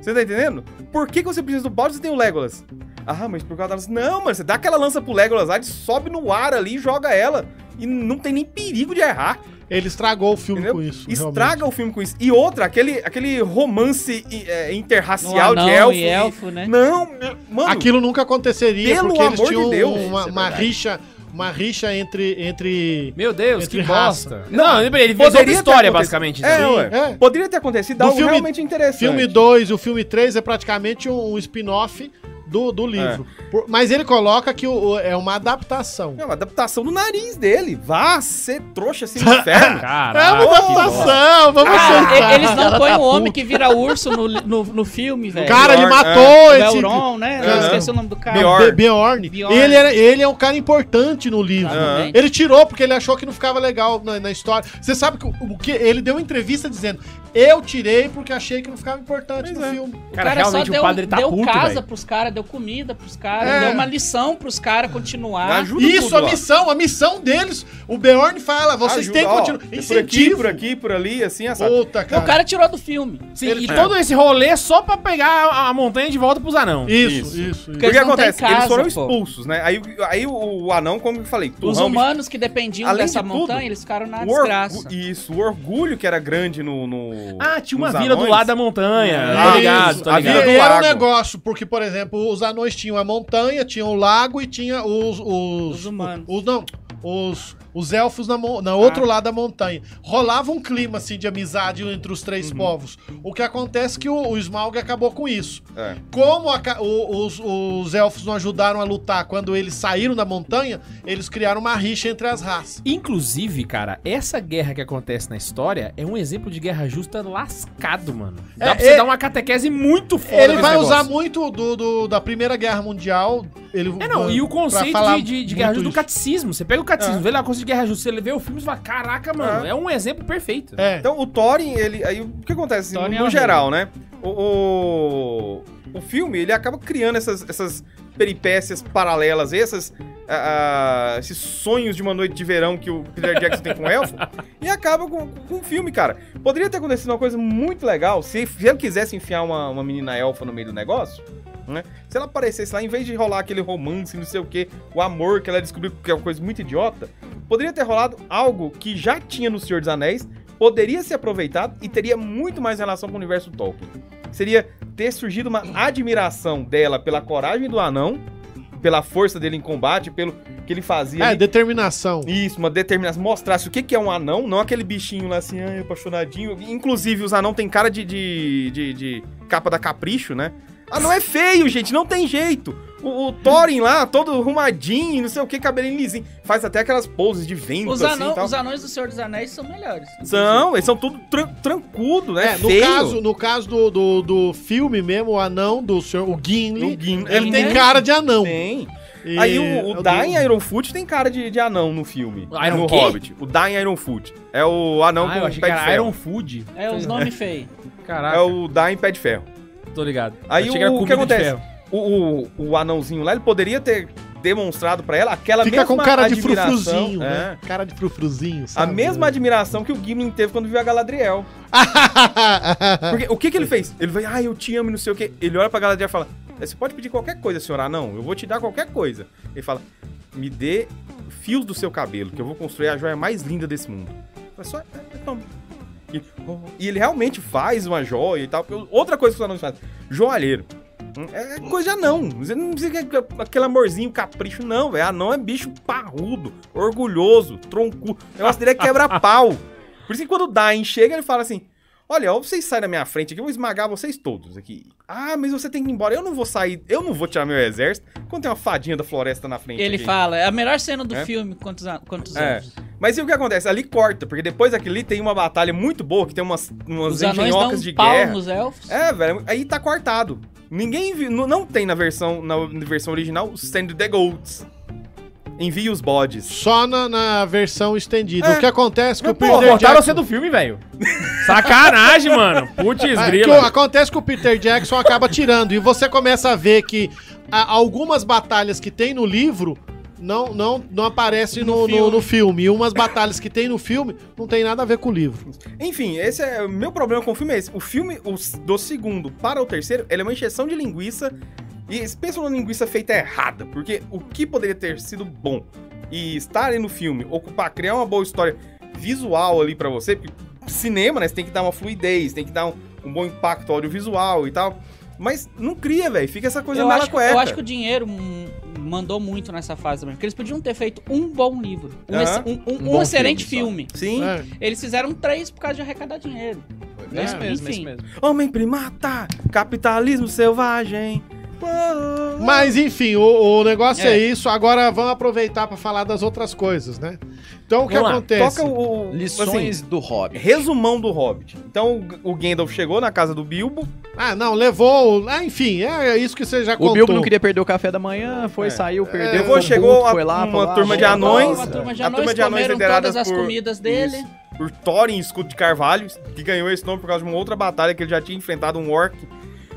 Speaker 5: Você tá entendendo? Por que, que você precisa do Bard se tem o Legolas? Ah, mas por causa da lança... Não, mano, você dá aquela lança pro Legolas lá, ele sobe no ar ali e joga ela. E não tem nem perigo de errar.
Speaker 2: Ele estragou o filme
Speaker 5: Entendeu?
Speaker 2: com isso.
Speaker 5: Estraga
Speaker 2: realmente.
Speaker 5: o filme com isso. E outra, aquele, aquele romance eh,
Speaker 1: no
Speaker 5: interracial
Speaker 1: anão
Speaker 5: de elfo.
Speaker 1: e
Speaker 5: e-
Speaker 1: elfo, né?
Speaker 5: Não, mano.
Speaker 2: Aquilo nunca aconteceria,
Speaker 5: Pelo
Speaker 2: porque eles
Speaker 5: amor de
Speaker 2: tinham
Speaker 5: Deus.
Speaker 2: uma,
Speaker 4: Isso é
Speaker 2: uma
Speaker 4: verdade.
Speaker 2: rixa, uma rixa entre... entre...
Speaker 3: Meu Deus,
Speaker 2: Entre
Speaker 3: que
Speaker 2: raça.
Speaker 3: bosta. Não, ele fez
Speaker 5: Poderia
Speaker 3: outra
Speaker 5: ter
Speaker 3: história,
Speaker 5: acontecido.
Speaker 3: basicamente.
Speaker 5: É,
Speaker 3: então.
Speaker 5: ué.
Speaker 2: é.
Speaker 5: Poderia ter acontecido
Speaker 2: No
Speaker 5: algo
Speaker 2: filme-
Speaker 5: realmente interessante.
Speaker 2: Filme 2 e o filme 3 é praticamente um, um spin-off do,
Speaker 5: É.
Speaker 2: do livro. Por- mas ele coloca que o- o- é uma adaptação.
Speaker 5: É uma adaptação do nariz dele. Vá ser trouxa assim no inferno.
Speaker 2: É
Speaker 3: Caraca.
Speaker 2: uma adaptação, vamos
Speaker 1: Ah,
Speaker 2: sentar.
Speaker 1: e- eles não põem o homem que vira urso no, no, no filme, velho.
Speaker 2: Cara, ele
Speaker 5: Melhor,
Speaker 2: matou
Speaker 1: o
Speaker 2: esse...
Speaker 1: Elron, né?
Speaker 5: Aham.
Speaker 1: esqueci o nome do cara.
Speaker 5: Bjorn.
Speaker 2: Be- Bjorn.
Speaker 1: Bjorn.
Speaker 2: Ele, era, ele é um cara importante no livro.
Speaker 5: Ah.
Speaker 1: Exatamente.
Speaker 2: Ele tirou porque ele achou que não ficava legal na, na história. Você sabe que, o- o que ele deu uma entrevista dizendo: Eu tirei porque achei que não ficava importante
Speaker 5: é.
Speaker 2: no filme.
Speaker 1: O tá cara, só deu, deu casa pros caras, deu comida pros caras,
Speaker 2: É.
Speaker 1: deu uma lição pros caras continuar.
Speaker 5: Ajuda
Speaker 2: Isso,
Speaker 5: tudo
Speaker 2: a
Speaker 5: lá.
Speaker 2: missão, a missão deles. O Bjorn fala: vocês
Speaker 5: Ajuda,
Speaker 2: têm que
Speaker 5: ó,
Speaker 2: continuar.
Speaker 5: é Por aqui,
Speaker 2: Incentivo.
Speaker 5: por aqui, por ali, assim, essa.
Speaker 2: Puta,
Speaker 1: Não,
Speaker 2: cara.
Speaker 1: o cara tirou do filme.
Speaker 3: É, Sim,
Speaker 2: Ele-
Speaker 3: e todo esse rolê só pra pegar a, a montanha de volta pros anão.
Speaker 2: Isso, isso,
Speaker 5: Isso.
Speaker 2: isso.
Speaker 5: O que
Speaker 1: eles não têm
Speaker 5: acontece?
Speaker 1: casa,
Speaker 5: eles foram
Speaker 1: pô.
Speaker 5: expulsos, né? Aí, aí o, o anão, como eu falei,
Speaker 1: Os
Speaker 5: turrão,
Speaker 1: humanos que dependiam
Speaker 5: Além
Speaker 1: dessa
Speaker 5: de tudo,
Speaker 1: montanha, eles ficaram na
Speaker 5: O orgu-
Speaker 1: desgraça.
Speaker 5: Isso, o orgulho que era grande no. no-
Speaker 3: Ah, tinha uma
Speaker 5: nos
Speaker 3: vila do
Speaker 5: anões.
Speaker 3: lado da montanha.
Speaker 2: Isso.
Speaker 3: Tá ligado, tá
Speaker 5: A vila
Speaker 3: ligado.
Speaker 5: do
Speaker 2: E era um
Speaker 5: lago.
Speaker 2: negócio, porque, por exemplo, os anões tinham a montanha, tinham o lago e tinha os. Os,
Speaker 1: Os humanos.
Speaker 2: Os, não, os, os elfos na, mon- na outro
Speaker 3: Ah.
Speaker 2: lado da montanha. Rolava um clima assim de amizade entre os três
Speaker 3: Uhum.
Speaker 2: povos. O que acontece é que o, o Smaug acabou com isso.
Speaker 5: É.
Speaker 2: Como a ca- o- os, os elfos não ajudaram a lutar quando eles saíram da montanha, eles criaram uma rixa entre as raças.
Speaker 3: Inclusive, cara, essa guerra que acontece na história é um exemplo de guerra justa lascado, mano. Dá
Speaker 2: É,
Speaker 3: pra você
Speaker 2: é-
Speaker 3: dar uma catequese muito foda
Speaker 2: Ele
Speaker 3: nesse
Speaker 2: vai usar
Speaker 3: negócio.
Speaker 2: muito do, do- da Primeira Guerra Mundial. Ele,
Speaker 3: É, não, e o conceito
Speaker 2: falar
Speaker 3: de, de- de guerra
Speaker 2: muito
Speaker 3: justa do
Speaker 2: isso.
Speaker 3: catecismo. Você pega o catecismo, vê lá a coisa de guerra justa, você vê o filme e fala, caraca, mano, é, um exemplo perfeito.
Speaker 2: É.
Speaker 5: Então o Thorin, ele. Aí o que acontece? No-
Speaker 1: Thorin é
Speaker 5: no
Speaker 1: o
Speaker 5: geral, né? O, o, o filme, ele acaba criando essas, essas peripécias paralelas, essas, ah, ah, esses sonhos de uma noite de verão que o Peter Jackson tem com o elfo, e acaba com, com o filme, cara. Poderia ter acontecido uma coisa muito legal se, se ele quisesse enfiar uma, uma menina elfa no meio do negócio. Né? Se ela aparecesse lá, em vez de rolar aquele romance, não sei o que, o amor que ela descobriu que é uma coisa muito idiota, poderia ter rolado algo que já tinha no Senhor dos Anéis, poderia ser aproveitado e teria muito mais relação com o universo Tolkien. Seria ter surgido uma admiração dela pela coragem do anão, pela força dele em combate, pelo que ele fazia.
Speaker 2: É,
Speaker 5: ali.
Speaker 2: determinação.
Speaker 5: Isso, uma determinação. Mostrasse o que que é um anão, não aquele bichinho lá assim, ai, apaixonadinho. Inclusive, os anão tem cara de, de, de, de capa da capricho, né? Anão é feio, gente, não tem jeito. O, o Thorin lá, todo arrumadinho, não sei o que, cabelinho lisinho. Faz até aquelas poses de vento,
Speaker 1: Os,
Speaker 5: assim
Speaker 1: anão-
Speaker 5: e tal.
Speaker 1: os anões do Senhor dos Anéis são melhores.
Speaker 5: São, eles são tudo tran trancudo, né?
Speaker 2: É, no
Speaker 5: Feio.
Speaker 2: caso, no caso do, do, do filme mesmo, o anão do senhor, o
Speaker 5: No
Speaker 2: Gimli,
Speaker 5: Gimli.
Speaker 2: ele tem
Speaker 1: né?
Speaker 2: cara de anão.
Speaker 5: Tem.
Speaker 2: E- é
Speaker 5: Aí o, é o
Speaker 2: do-
Speaker 5: Dain Ironfoot tem cara de, de anão no filme.
Speaker 3: Iron
Speaker 5: no
Speaker 3: quê?
Speaker 5: Hobbit. O Dain Ironfoot. É o anão
Speaker 3: ah,
Speaker 5: com
Speaker 3: eu
Speaker 5: o
Speaker 3: achei que
Speaker 5: pé de
Speaker 3: era
Speaker 5: ferro.
Speaker 3: Iron Food.
Speaker 1: É os nomes feios.
Speaker 3: Caraca,
Speaker 5: É o Dain pé de ferro.
Speaker 3: tô ligado.
Speaker 5: Aí
Speaker 3: Achei
Speaker 5: o-
Speaker 3: era
Speaker 5: o que
Speaker 3: comida de
Speaker 5: acontece?
Speaker 3: ferro.
Speaker 5: O, o, o anãozinho lá, ele poderia ter demonstrado pra ela aquela
Speaker 2: Fica
Speaker 5: mesma
Speaker 2: com cara de
Speaker 5: admiração,
Speaker 2: frufruzinho,
Speaker 5: é.
Speaker 2: né? Cara de frufruzinho,
Speaker 5: A
Speaker 2: sabe?
Speaker 5: mesma admiração que o Gimli teve quando viu a Galadriel. Porque o que que ele fez? Ele vai, ah, eu te amo, e não sei o quê. Ele olha pra Galadriel e fala, você pode pedir qualquer coisa, senhora? Não, eu vou te dar qualquer coisa. Ele fala, me dê fios do seu cabelo, que eu vou construir a joia mais linda desse mundo. Ela só, "É, é, toma." E, e ele realmente faz uma joia e tal. porque Outra coisa que os anões fazem, joalheiro. É coisa não. Você não precisa que- aquele amorzinho, capricho, não, velho. Anão é bicho parrudo, orgulhoso, troncudo. O negócio dele é quebra-pau. Por isso que quando o Dain chega, ele fala assim: Olha, ó, vocês saem da minha frente aqui, eu vou esmagar vocês todos aqui. Ah, mas você tem que ir embora. Eu não vou sair, eu não vou tirar meu exército. Quando tem uma fadinha da floresta na frente.
Speaker 1: Ele
Speaker 5: aqui.
Speaker 1: fala, é a melhor cena do
Speaker 5: É?
Speaker 1: filme, quantos, an- quantos
Speaker 5: É.
Speaker 1: anos.
Speaker 5: Mas e o que acontece? Ali corta, porque depois daquele tem uma batalha muito boa, que tem umas, umas
Speaker 1: Os anões dão
Speaker 5: engenhocas
Speaker 1: um
Speaker 5: de
Speaker 1: pau
Speaker 5: guerra.
Speaker 1: nos elfos.
Speaker 5: É, velho, aí tá cortado. Ninguém viu, não, não tem na versão na versão original Send the Goats. Envie os bodes.
Speaker 2: Só na, na versão estendida.
Speaker 5: É.
Speaker 2: O que acontece que
Speaker 5: Mas,
Speaker 2: o
Speaker 5: pô,
Speaker 2: Peter
Speaker 3: Pô, cortaram
Speaker 2: Jackson...
Speaker 3: você do filme, velho. Sacanagem, mano. Putz,
Speaker 2: É, que o-
Speaker 3: grila.
Speaker 2: acontece que o Peter Jackson acaba tirando. E você começa a ver que a- algumas batalhas que tem no livro não, não, não aparecem no, no- no filme. E umas batalhas que tem no filme não tem nada a ver com o livro.
Speaker 5: Enfim, esse é o meu problema com o filme é esse. O filme o s- do segundo para o terceiro, ele é uma injeção de linguiça e especialmente uma linguiça feita errada, porque o que poderia ter sido bom e estar ali no filme, ocupar, criar uma boa história visual ali pra você, porque cinema, né, você tem que dar uma fluidez, tem que dar um, um bom impacto audiovisual e tal. Mas não cria, velho. Fica essa coisa
Speaker 1: eu, acho, que-
Speaker 5: malacueca.
Speaker 1: eu acho que o dinheiro hum, mandou muito nessa fase também. Porque eles podiam ter feito um bom livro. Um,
Speaker 5: Aham.
Speaker 1: ex- um- um-
Speaker 4: Um
Speaker 1: um
Speaker 4: bom
Speaker 1: excelente
Speaker 4: filme,
Speaker 1: filme.
Speaker 5: Sim.
Speaker 2: É.
Speaker 1: Eles fizeram três por causa de arrecadar dinheiro. Né?
Speaker 4: É isso mesmo, é isso
Speaker 1: Enfim.
Speaker 4: mesmo.
Speaker 5: Homem primata, capitalismo selvagem.
Speaker 2: Mas enfim, o, o negócio é.
Speaker 1: É.
Speaker 2: isso. Agora vamos aproveitar pra falar das outras coisas, né? Então o que
Speaker 3: Vamos lá,
Speaker 2: acontece?
Speaker 5: toca o, assim, o
Speaker 4: Lições do Hobbit.
Speaker 5: Resumão do Hobbit. Então o o Gandalf chegou na casa do Bilbo,
Speaker 2: Ah, não, levou. Ah, enfim, é isso que você já
Speaker 4: O
Speaker 2: contou.
Speaker 4: Bilbo não queria perder o café da manhã, foi,
Speaker 5: É.
Speaker 4: saiu, perdeu.
Speaker 5: Levou,
Speaker 4: ficou
Speaker 5: chegou
Speaker 4: puto,
Speaker 5: a-
Speaker 4: foi lá,
Speaker 5: uma
Speaker 4: falou, ah,
Speaker 5: turma de
Speaker 4: voltou.
Speaker 5: anões.
Speaker 1: A turma de
Speaker 5: A
Speaker 1: anões
Speaker 5: turma de anões
Speaker 1: comeram
Speaker 5: liderada
Speaker 1: todas as
Speaker 5: por-
Speaker 1: comidas dele.
Speaker 5: Isso. por Thorin Escudo de Carvalho, que ganhou esse nome por causa de uma outra batalha que ele já tinha enfrentado um orc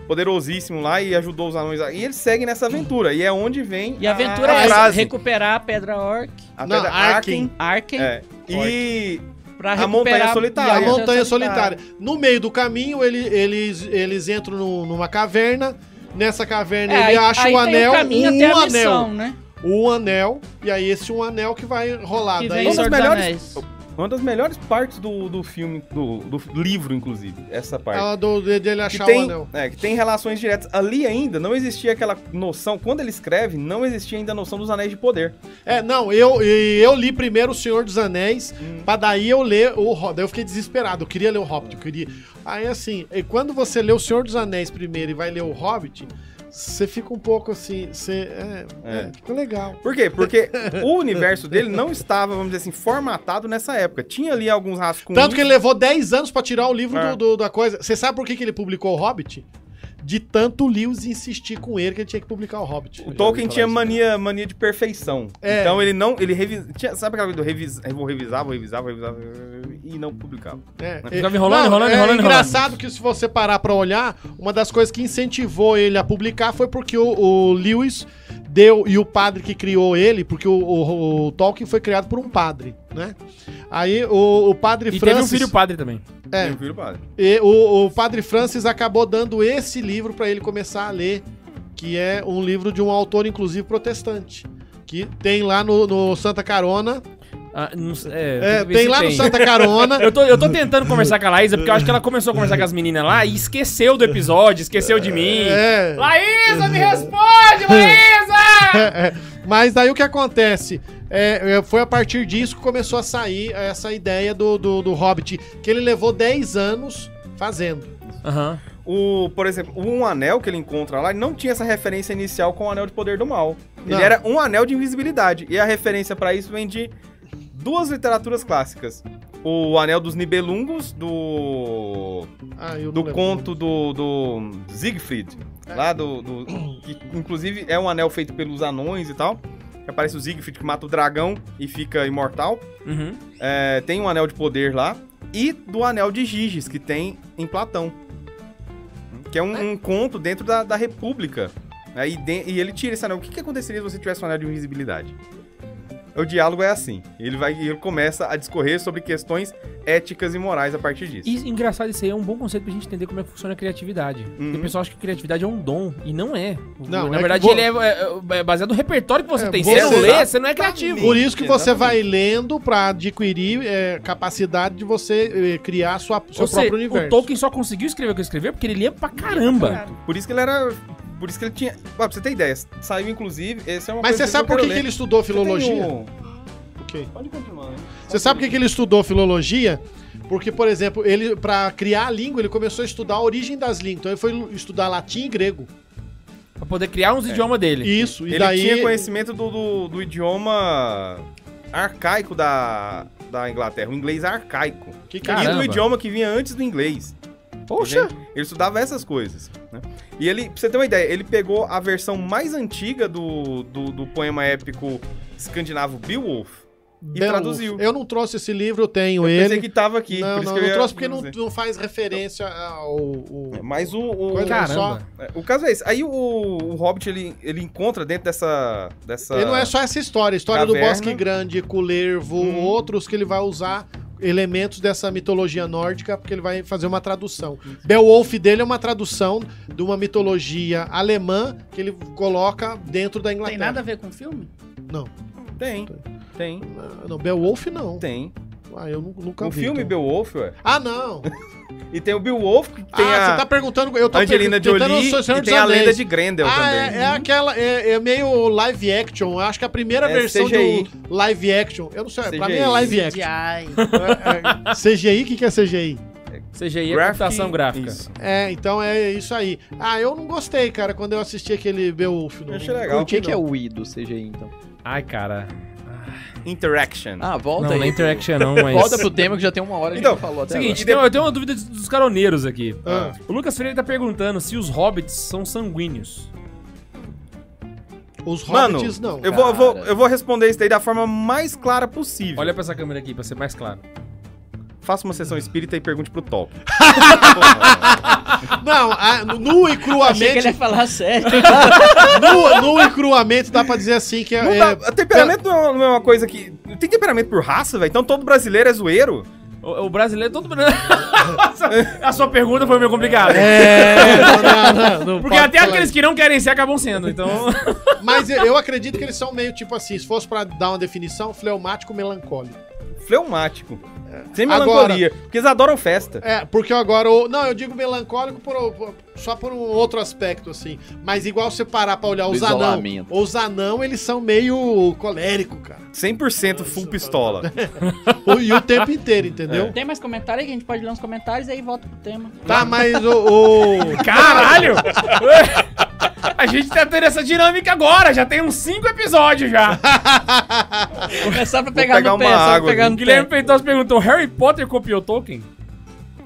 Speaker 5: poderosíssimo lá e ajudou os anões. a- E ele segue nessa aventura. E é onde vem
Speaker 1: E a aventura é
Speaker 5: a
Speaker 1: essa,
Speaker 5: frase.
Speaker 1: recuperar a pedra Orc,
Speaker 5: A
Speaker 2: Não,
Speaker 5: pedra
Speaker 2: Arken.
Speaker 5: Arken.
Speaker 1: Arken,
Speaker 5: É. E
Speaker 1: pra
Speaker 5: A
Speaker 1: recuperar...
Speaker 5: Montanha
Speaker 1: e
Speaker 5: Solitária.
Speaker 2: A montanha solitária. No meio do caminho, ele- eles, eles entram num- numa caverna. Nessa caverna,
Speaker 1: É,
Speaker 2: ele
Speaker 1: aí-
Speaker 2: acha
Speaker 1: aí
Speaker 2: o
Speaker 1: tem
Speaker 2: anel.
Speaker 1: o caminho
Speaker 2: um
Speaker 1: até a
Speaker 2: anel.
Speaker 1: missão, né?
Speaker 2: Um anel. E aí, esse um anel que vai rolar.
Speaker 1: Que
Speaker 2: daí,
Speaker 1: vem o
Speaker 5: um dos
Speaker 1: Senhor dos
Speaker 5: melhores-
Speaker 1: Anéis.
Speaker 5: uma das melhores partes do, do filme, do, do livro, inclusive, essa parte.
Speaker 2: ela do, de- dele
Speaker 5: que
Speaker 2: achar o
Speaker 5: tem,
Speaker 2: anel.
Speaker 5: é, que tem relações diretas. Ali ainda não existia aquela noção, quando ele escreve, não existia ainda a noção dos anéis de poder.
Speaker 2: É, não, eu, e eu li primeiro O Senhor dos Anéis,
Speaker 5: Hum.
Speaker 2: pra daí eu ler o Hobbit. Daí eu fiquei desesperado, eu queria ler o Hobbit, eu queria... Aí, assim, e quando você lê O Senhor dos Anéis primeiro e vai ler o Hobbit, você fica um pouco assim, você... É,
Speaker 5: É.
Speaker 2: é, fica legal.
Speaker 5: Por quê? Porque o universo dele não estava, vamos dizer assim, formatado nessa época. Tinha ali alguns rascunhos.
Speaker 2: Tanto que ele levou 10 anos pra tirar o livro
Speaker 5: É.
Speaker 2: do, do- da coisa. Você sabe por que, que ele publicou o Hobbit? De tanto Lewis insistir com ele que ele tinha que publicar o Hobbit.
Speaker 4: já
Speaker 5: O Tolkien
Speaker 4: ouvi
Speaker 5: tinha
Speaker 4: falar né? isso,
Speaker 5: mania, mania de perfeição.
Speaker 2: É.
Speaker 5: Então ele não. Ele revi... tinha- sabe aquela coisa do revis... eu vou revisar, vou revisar, vou revisar e não publicava.
Speaker 2: É.
Speaker 3: Ficava enrolando, enrolando,
Speaker 2: é
Speaker 3: enrolando,
Speaker 2: engraçado que se você parar pra olhar, uma das coisas que incentivou ele a publicar foi porque o, o Lewis deu e o padre que criou ele, porque o, o- o Tolkien foi criado por um padre, né? Aí o, o padre
Speaker 3: E teve um
Speaker 2: Francis,
Speaker 3: filho padre também.
Speaker 2: É.
Speaker 5: Eu viro, padre.
Speaker 2: e o, o padre Francis acabou dando esse livro pra ele começar a ler, que é um livro de um autor inclusive protestante. Que tem lá no, no Santa Carona.
Speaker 3: Ah, não sei- é,
Speaker 2: É,
Speaker 3: que ver
Speaker 2: tem
Speaker 3: se
Speaker 2: lá no Santa Carona.
Speaker 3: Eu tô, eu tô tentando conversar com a Laísa, porque eu acho que ela começou a conversar com as meninas lá e esqueceu do episódio, esqueceu de mim.
Speaker 2: é.
Speaker 3: Laísa, me responde, Laísa!
Speaker 2: é. Mas daí o que acontece? É, é, foi a partir disso que começou a sair essa ideia do, do, do Hobbit, que ele levou 10 anos fazendo.
Speaker 3: Aham.
Speaker 5: O, por exemplo, um anel que ele encontra lá, ele não tinha essa referência inicial com o anel de poder do mal.
Speaker 2: Não.
Speaker 5: Ele era um anel de invisibilidade. E a referência pra isso vem de duas literaturas clássicas. O Anel dos Nibelungos, do.
Speaker 2: Ah, eu não
Speaker 5: do
Speaker 2: lembro.
Speaker 5: conto do, do Siegfried. Lá do, do- Que inclusive é um anel feito pelos anões e tal. Que aparece o Siegfried que mata o dragão e fica imortal.
Speaker 3: Uhum.
Speaker 5: É, tem um anel de poder lá. E do anel de Giges, que tem em Platão. Que é um, um conto dentro da, da República. né? E, de- e ele tira esse anel. O que, que aconteceria se você tivesse um anel de invisibilidade? O diálogo é assim. Ele vai ele começa a discorrer sobre questões éticas e morais a partir disso.
Speaker 3: E engraçado, isso aí é um bom conceito pra gente entender como é que funciona a criatividade.
Speaker 5: Uhum.
Speaker 3: Porque O pessoal acha que criatividade é um dom, e não é.
Speaker 2: Não, é
Speaker 3: Na
Speaker 2: que
Speaker 3: verdade,
Speaker 2: vo-
Speaker 3: ele é, é- é baseado no repertório que você
Speaker 2: É,
Speaker 3: tem. Se você não
Speaker 5: você-
Speaker 3: lê, você não é criativo.
Speaker 2: Por isso que você
Speaker 5: Exatamente.
Speaker 2: vai lendo pra adquirir é, capacidade de você é, criar sua, seu
Speaker 3: Ou seja,
Speaker 2: próprio universo. É.
Speaker 3: o Tolkien só conseguiu escrever o que escreveu porque ele lia pra caramba.
Speaker 5: Por isso que ele era. Por isso que ele tinha. Ah, pra você ter ideia, saiu inclusive. Esse é uma
Speaker 2: Mas você
Speaker 5: coisa
Speaker 2: sabe
Speaker 5: eu
Speaker 2: por que,
Speaker 5: quero
Speaker 2: que
Speaker 5: ler.
Speaker 2: ele estudou
Speaker 5: Você tem
Speaker 2: filologia?
Speaker 5: um-
Speaker 2: Por quê?
Speaker 5: Pode continuar, né?
Speaker 2: Você sabe por que, que ele estudou filologia? Porque, por exemplo, ele para criar a língua, ele começou a estudar a origem das línguas. Então ele foi estudar latim e grego.
Speaker 3: Pra poder criar
Speaker 2: É.
Speaker 3: uns idiomas dele.
Speaker 2: Isso, e
Speaker 5: Ele
Speaker 2: daí
Speaker 5: tinha conhecimento do, do, do idioma arcaico da, da Inglaterra, o inglês arcaico.
Speaker 2: que que é
Speaker 3: Caramba.
Speaker 5: E do idioma que vinha antes do inglês.
Speaker 3: Poxa!
Speaker 5: Entende? Ele estudava essas coisas. né? E ele, pra você ter uma ideia, ele pegou a versão mais antiga do, do, do poema épico escandinavo Beowulf e
Speaker 2: Beowulf.
Speaker 5: traduziu.
Speaker 2: um- Eu não trouxe esse livro, eu tenho
Speaker 5: Eu
Speaker 2: ele.
Speaker 5: pensei que tava aqui.
Speaker 2: não,
Speaker 5: por isso
Speaker 2: não,
Speaker 5: que eu
Speaker 2: não
Speaker 5: ia
Speaker 2: trouxe porque não,
Speaker 5: dizer. É.
Speaker 2: não faz referência ao. ao-
Speaker 5: Mas o, o-
Speaker 2: Coisa-
Speaker 3: Caramba.
Speaker 5: É, O caso é esse. Aí o, o Hobbit, ele, ele encontra dentro dessa... dessa...
Speaker 2: Ele não é só essa história, a história do
Speaker 5: Tá. Caverna.
Speaker 2: Bosque Grande, Culervo,
Speaker 5: Hum.
Speaker 2: outros que ele vai usar elementos dessa mitologia nórdica, porque ele vai fazer uma tradução. Beowulf dele é uma tradução de uma mitologia alemã que ele coloca dentro da
Speaker 1: Tem
Speaker 2: Inglaterra.
Speaker 1: nada a ver com o filme?
Speaker 2: Não,
Speaker 5: Tem, tem,
Speaker 2: Ah, não Beowulf não.
Speaker 5: tem.
Speaker 2: Ah, eu nu- nunca
Speaker 5: O
Speaker 2: vi.
Speaker 5: Um filme
Speaker 2: então.
Speaker 5: Beowulf, ué.
Speaker 2: Ah, não.
Speaker 5: E tem o Beowulf, que tem
Speaker 2: ah, você
Speaker 5: a
Speaker 2: tá perguntando. Eu tô
Speaker 5: Angelina
Speaker 2: perguntando
Speaker 5: Jolie
Speaker 2: o Senhor
Speaker 5: e
Speaker 2: dos
Speaker 5: tem a
Speaker 2: Anéis.
Speaker 5: lenda de Grendel
Speaker 2: Ah, é,
Speaker 5: também.
Speaker 2: é aquela. É, é meio live action. Eu Acho que a primeira
Speaker 5: É
Speaker 2: versão
Speaker 5: CGI.
Speaker 2: do live action. Eu não sei, pra
Speaker 5: CGI.
Speaker 2: mim é live action.
Speaker 1: CGI.
Speaker 2: É, é, CGI, o que, que é CGI?
Speaker 3: CGI é
Speaker 5: Graphic-
Speaker 3: computação gráfica.
Speaker 5: Isso.
Speaker 2: É, então é isso aí. Ah, eu não gostei, cara, quando eu assisti aquele Beowulf. não-
Speaker 5: Eu achei
Speaker 2: não
Speaker 5: legal.
Speaker 4: O
Speaker 2: curti,
Speaker 4: que, que é
Speaker 2: não.
Speaker 4: o I do CGI, então?
Speaker 3: Ai, cara. Ah,
Speaker 5: Interaction.
Speaker 4: Ah, volta
Speaker 3: não, não é
Speaker 4: aí.
Speaker 3: interaction não, mas...
Speaker 4: Volta pro tema que já tem uma hora que
Speaker 5: Então,
Speaker 4: a gente falou até
Speaker 3: Seguinte, tem- eu tenho uma dúvida dos caroneiros aqui.
Speaker 2: Ah.
Speaker 3: O Lucas Freire tá perguntando se os hobbits são sanguíneos.
Speaker 2: Os
Speaker 5: Mano,
Speaker 2: hobbits não.
Speaker 5: eu, vou, eu, vou,
Speaker 4: cara.
Speaker 5: eu vou responder isso daí da forma mais clara possível.
Speaker 3: Olha pra essa câmera aqui, pra ser mais claro.
Speaker 5: Faça uma sessão espírita e pergunte pro Top.
Speaker 2: Não, a, nu e
Speaker 1: Achei que ele
Speaker 2: cruamente.
Speaker 1: ia falar sério.
Speaker 2: nu, nu e cruamente dá pra dizer assim que é.
Speaker 5: Não
Speaker 2: é-
Speaker 5: dá- temperamento não é- não é uma coisa que. Tem temperamento por raça, velho? Então todo brasileiro é zoeiro?
Speaker 3: O, o brasileiro todo... a sua pergunta foi meio complicada.
Speaker 2: É, não, não, não, não
Speaker 3: Porque
Speaker 2: pode
Speaker 3: até
Speaker 2: falar
Speaker 3: aqueles que não querem ser acabam sendo, então...
Speaker 2: isso. Mas eu eu acredito que eles são meio tipo assim, se fosse pra dar uma definição, fleumático melancólico.
Speaker 5: Fleumático. Sem
Speaker 2: Agora-
Speaker 5: melancolia. Porque eles adoram festa.
Speaker 2: É, porque agora. o- Não, eu digo melancólico por- por- só por um outro aspecto, assim. Mas igual você parar pra olhar
Speaker 4: Do
Speaker 2: os anão.
Speaker 4: isolamento.
Speaker 2: Os anão, eles são meio colérico, cara.
Speaker 5: 100% full pistola.
Speaker 2: O- E o tempo inteiro, entendeu?
Speaker 1: Tem mais comentário aí que a gente pode ler uns comentários e aí volta pro tema.
Speaker 2: Tá, mas o. o-
Speaker 3: Caralho! A gente tá tendo essa dinâmica agora, já tem uns cinco episódios já.
Speaker 1: É só pra pegar,
Speaker 5: pegar
Speaker 1: no pé,
Speaker 5: uma
Speaker 1: só pra
Speaker 5: água
Speaker 1: pegar
Speaker 5: aqui.
Speaker 1: no
Speaker 3: Guilherme
Speaker 1: pé.
Speaker 3: Feitosa perguntou: Harry Potter copiou Tolkien?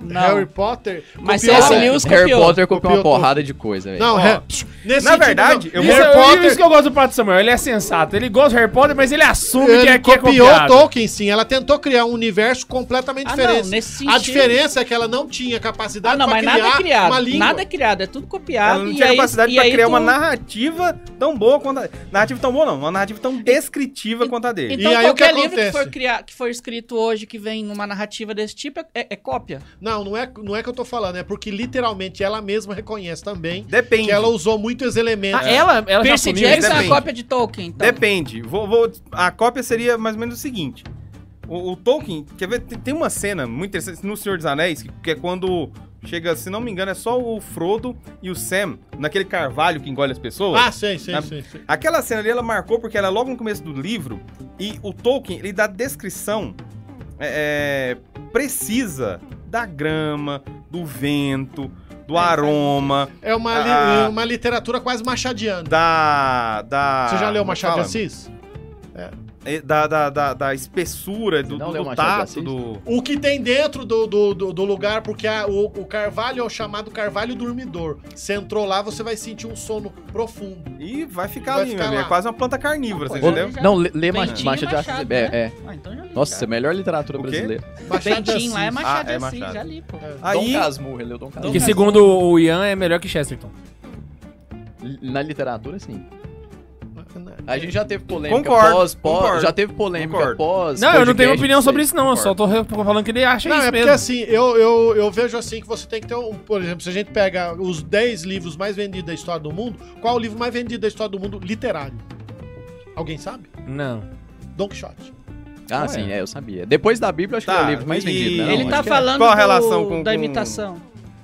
Speaker 1: Não.
Speaker 2: Harry Potter.
Speaker 1: Mas
Speaker 2: copiou-
Speaker 1: C.S. Lewis
Speaker 4: Harry
Speaker 1: copiou.
Speaker 4: Potter copiou uma
Speaker 2: Copiou tudo.
Speaker 4: porrada de coisa, velho.
Speaker 2: Não,
Speaker 5: Ó,
Speaker 2: Harry- nesse
Speaker 5: na
Speaker 2: sentido,
Speaker 5: verdade,
Speaker 2: não.
Speaker 5: eu
Speaker 3: isso,
Speaker 5: vou-
Speaker 2: Harry
Speaker 3: é-
Speaker 2: Potter,
Speaker 3: isso que eu gosto do Pato Samuel, ele é sensato. Ele gosta do Harry Potter, mas ele assume que
Speaker 2: ele
Speaker 3: aqui é
Speaker 2: copiou
Speaker 3: copiado.
Speaker 2: Tolkien, sim. Ela tentou criar um universo completamente
Speaker 1: Ah,
Speaker 2: diferente.
Speaker 1: não, nesse sentido.
Speaker 2: A diferença é que ela não tinha
Speaker 1: Ah,
Speaker 2: capacidade
Speaker 1: não,
Speaker 2: pra
Speaker 1: mas
Speaker 2: criar
Speaker 1: nada é
Speaker 2: uma
Speaker 1: criado.
Speaker 2: língua.
Speaker 1: Nada é criado, é tudo copiado.
Speaker 5: Ela não
Speaker 1: e
Speaker 5: tinha
Speaker 1: aí-
Speaker 5: capacidade
Speaker 1: e
Speaker 5: pra
Speaker 1: aí
Speaker 5: criar
Speaker 1: tu-
Speaker 5: uma narrativa tão boa quanto a. Narrativa tão boa, não. Uma narrativa tão descritiva quanto a dele.
Speaker 2: E
Speaker 1: Então,
Speaker 2: aí o que
Speaker 1: qualquer livro que
Speaker 2: acontece?
Speaker 1: for, criar, que for escrito hoje que vem uma narrativa desse tipo é, é- é cópia.
Speaker 2: Não, não é, não é que eu tô falando, é porque literalmente ela mesma reconhece também
Speaker 5: Depende.
Speaker 2: que ela usou muito os elementos.
Speaker 5: É.
Speaker 3: Ah,
Speaker 1: é,
Speaker 3: ela, ela já
Speaker 1: Percy
Speaker 3: assumiu.
Speaker 1: Jackson é
Speaker 5: depende.
Speaker 1: uma cópia de Tolkien. Então.
Speaker 5: Depende. Vou, vou- a cópia seria mais ou menos o seguinte. O, o Tolkien, quer ver, tem, tem uma cena muito interessante no Senhor dos Anéis, que, que é quando chega, se não me engano, é só o Frodo e o Sam, naquele carvalho que engole as pessoas.
Speaker 2: Ah, sim, sim,
Speaker 5: Na-
Speaker 2: sim, sim.
Speaker 5: Aquela cena ali, ela marcou porque ela é logo no começo do livro e o Tolkien, ele dá descrição é, é, precisa da grama, do vento, do aroma,
Speaker 2: É uma, li-
Speaker 5: Ah.
Speaker 2: uma literatura quase machadiana.
Speaker 5: da...
Speaker 1: Ah,
Speaker 5: da
Speaker 2: Você já leu
Speaker 5: como
Speaker 2: Machado de
Speaker 5: fala?
Speaker 2: Assis?
Speaker 5: É, Da, da, da, da espessura, do,
Speaker 4: não
Speaker 5: do-
Speaker 4: leu
Speaker 5: do
Speaker 4: Machado de
Speaker 5: tato,
Speaker 4: Assis?
Speaker 5: do...
Speaker 2: O que tem dentro do, do, do- do lugar, porque a- o, o carvalho é o chamado carvalho dormidor. Você entrou lá, você vai sentir um sono profundo.
Speaker 5: E vai ficar
Speaker 2: Vai
Speaker 5: ali,
Speaker 2: ficar
Speaker 5: meu amigo.
Speaker 2: lá.
Speaker 5: É quase uma planta carnívora, você
Speaker 1: Pô,
Speaker 5: entendeu?
Speaker 1: já-
Speaker 4: Não, lê, lê Ma-
Speaker 1: Bentinho e
Speaker 4: Machado de Assis.
Speaker 1: Machado,
Speaker 4: É,
Speaker 1: né?
Speaker 4: é.
Speaker 1: Ah, então já li,
Speaker 4: Nossa,
Speaker 1: cara.
Speaker 4: melhor literatura
Speaker 5: O quê?
Speaker 4: brasileira.
Speaker 2: Machado de
Speaker 1: Bentinho lá é
Speaker 2: Assis.
Speaker 1: Machado
Speaker 5: Ah, é
Speaker 1: de Assis,
Speaker 5: Machado.
Speaker 1: já li, pô.
Speaker 4: Dom
Speaker 5: Aí,
Speaker 4: Casmurro, ele leu Dom Casmurro.
Speaker 3: Que segundo o Ian é melhor que Chesterton.
Speaker 4: Na literatura, sim. A gente já teve polêmica
Speaker 5: Concordo,
Speaker 4: pós, pós,
Speaker 5: concordo,
Speaker 4: já teve polêmica
Speaker 5: concordo.
Speaker 4: pós.
Speaker 3: Não, eu não
Speaker 4: podcast,
Speaker 3: tenho opinião sobre
Speaker 4: sei.
Speaker 3: isso, não. Eu só tô re- falando que ele acha
Speaker 2: Não,
Speaker 3: isso
Speaker 2: é porque
Speaker 3: mesmo.
Speaker 2: assim, eu, eu, eu vejo assim que você tem que ter um. Por exemplo, se a gente pega os 10 livros mais vendidos da história do mundo, qual é o livro mais vendido da história do mundo literário? Alguém sabe?
Speaker 3: Não.
Speaker 2: Don Quixote.
Speaker 4: Ah, sim, é, eu sabia. Depois da Bíblia, acho que
Speaker 5: Tá,
Speaker 4: é o livro mais
Speaker 5: e-
Speaker 4: vendido, né? Não,
Speaker 1: Ele
Speaker 4: acho
Speaker 1: tá
Speaker 4: que é.
Speaker 1: falando
Speaker 5: Qual a
Speaker 1: do-
Speaker 5: relação com-
Speaker 1: da
Speaker 5: com-
Speaker 1: imitação.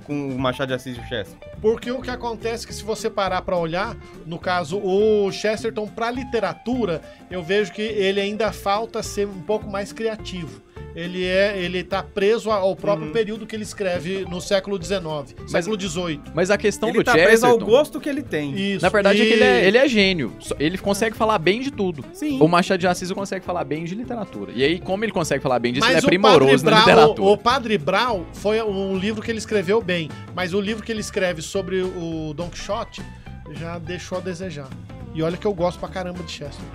Speaker 5: com o Machado de Assis e o Chester.
Speaker 2: Porque o que acontece é que se você parar pra olhar, no caso, o Chesterton pra literatura, eu vejo que ele ainda falta ser um pouco mais criativo. Ele é, ele tá preso ao próprio
Speaker 4: Uhum.
Speaker 2: período que ele escreve no século XIX, século XVIII.
Speaker 4: é. Mas a questão
Speaker 5: ele
Speaker 4: Então, do
Speaker 5: tá preso ao
Speaker 4: Chesterton,
Speaker 5: gosto que ele tem.
Speaker 2: Isso.
Speaker 4: na verdade, é que
Speaker 2: E-
Speaker 4: ele é, ele é gênio. Só- Ele consegue falar bem de tudo.
Speaker 5: Sim.
Speaker 4: O Machado de Assis consegue falar bem de literatura. E aí, como ele consegue falar bem disso, ele é
Speaker 2: o Padre
Speaker 4: primoroso na
Speaker 2: Brau-
Speaker 4: literatura.
Speaker 2: O Padre Brau foi um livro que ele escreveu bem, mas o livro que ele escreve sobre o Don Quixote já deixou a desejar. E olha que eu gosto pra caramba de Chester.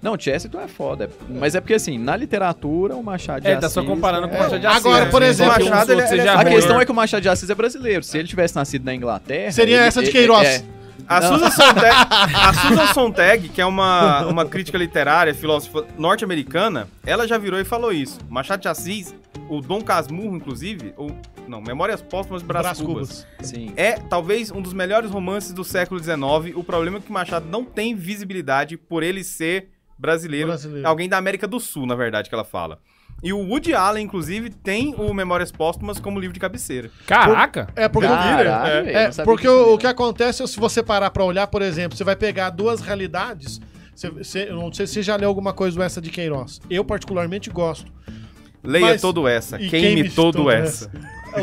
Speaker 4: Não, Chesterton é foda. é- Mas é porque, assim, na literatura, o Machado de
Speaker 3: É,
Speaker 4: Assis...
Speaker 3: tá só comparando com o Machado de
Speaker 2: É,
Speaker 3: Assis.
Speaker 2: agora,
Speaker 3: né?
Speaker 2: por
Speaker 3: Não
Speaker 2: exemplo,
Speaker 3: que uns
Speaker 5: o Machado,
Speaker 3: outros
Speaker 5: ele-
Speaker 3: seja
Speaker 5: ele é-
Speaker 4: A
Speaker 3: ruim.
Speaker 4: questão é que o Machado de Assis é brasileiro. Se ele tivesse nascido na Inglaterra...
Speaker 2: Seria
Speaker 4: ele-
Speaker 2: essa de
Speaker 4: ele-
Speaker 2: Queiroz.
Speaker 4: é-
Speaker 5: A Susan, Sontag, a Susan Sontag, que é uma, uma crítica literária, filósofa norte-americana, ela já virou e falou isso. Machado de Assis, o Dom Casmurro, inclusive, ou não, Memórias Póstumas de Brás, Cubas,
Speaker 4: Sim.
Speaker 5: é talvez um dos melhores romances do século XIX. O problema é que Machado não tem visibilidade por ele ser brasileiro
Speaker 2: Brasileiro.
Speaker 5: Alguém da América do Sul, na verdade, que ela fala. E o Woody Allen, inclusive, tem o Memórias Póstumas como livro de cabeceira.
Speaker 3: Caraca!
Speaker 2: É porque,
Speaker 4: Caralho,
Speaker 5: é,
Speaker 4: velho,
Speaker 2: é,
Speaker 4: não sabia
Speaker 2: porque
Speaker 4: disso
Speaker 2: o,
Speaker 4: também,
Speaker 2: o que acontece é se você parar pra olhar, por exemplo, você vai pegar duas realidades. Você, você- eu não sei se você já leu alguma coisa do essa de Queiroz. Eu particularmente gosto.
Speaker 5: Leia
Speaker 2: Mas-
Speaker 5: todo essa.
Speaker 2: e
Speaker 5: Quem,
Speaker 2: quem
Speaker 5: imitou
Speaker 2: imitou
Speaker 5: do essa?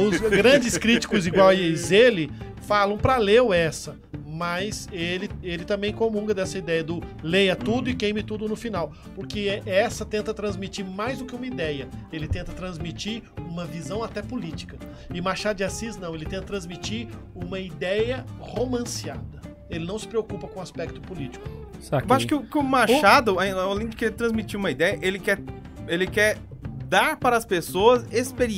Speaker 2: Os grandes críticos iguais ele falam pra ler o essa, mas ele, ele também comunga dessa ideia do leia tudo e queime tudo no final. Porque é- essa tenta transmitir mais do que uma ideia. Ele tenta transmitir uma visão até política. E Machado de Assis, não, ele tenta transmitir uma ideia romanceada. Ele não se preocupa com o aspecto político.
Speaker 5: Eu acho que o, que o Machado, além de querer transmitir uma ideia, ele quer, ele quer dar para as pessoas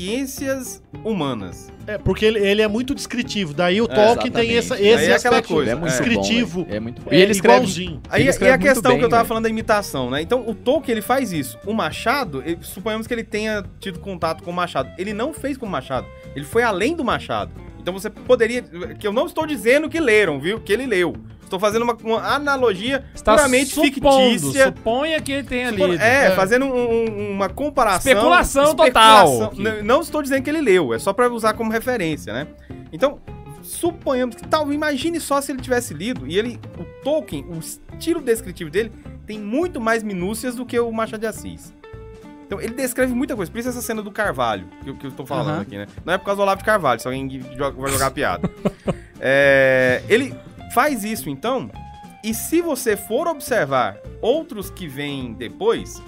Speaker 5: experiências humanas.
Speaker 2: É, porque ele, ele é muito descritivo. Daí o
Speaker 5: É,
Speaker 2: Tolkien tem essa,
Speaker 4: exatamente.
Speaker 2: esse
Speaker 5: Aí é aquela
Speaker 2: aspecto
Speaker 5: coisa,
Speaker 4: é muito
Speaker 2: descritivo.
Speaker 4: Bom, velho. é muito bom.
Speaker 2: é,
Speaker 4: E ele escreve.
Speaker 2: igualzinho.
Speaker 5: Aí
Speaker 4: Ele
Speaker 5: e
Speaker 4: escreve
Speaker 5: a
Speaker 4: muito
Speaker 5: questão
Speaker 4: bem,
Speaker 5: que eu tava
Speaker 4: velho.
Speaker 5: falando da imitação, né? Então, o Tolkien, ele faz isso. O Machado, ele- suponhamos que ele tenha tido contato com o Machado. Ele não fez com o Machado. Ele foi além do Machado. Então, você poderia... Que eu não estou dizendo que leram, viu? Que ele leu. Estou fazendo uma, uma analogia
Speaker 3: Está
Speaker 5: puramente fictícia.
Speaker 3: Suponha que ele tenha
Speaker 5: Supondo-
Speaker 3: lido.
Speaker 5: É, fazendo um- um- uma comparação.
Speaker 3: Especulação total.
Speaker 5: N- Não, estou dizendo que ele leu, é só para usar como referência, né? Então, suponhamos que tal, imagine só se ele tivesse lido e ele, o Tolkien, o estilo descritivo dele tem muito mais minúcias do que o Machado de Assis. Então, ele descreve muita coisa, por isso essa cena do Carvalho, que, eu- que eu tô falando
Speaker 1: Aham.
Speaker 5: aqui, né? Não é por causa do Olavo de Carvalho, se alguém joga- vai jogar a piada. É, ele faz isso, então, e se você for observar outros que vêm depois,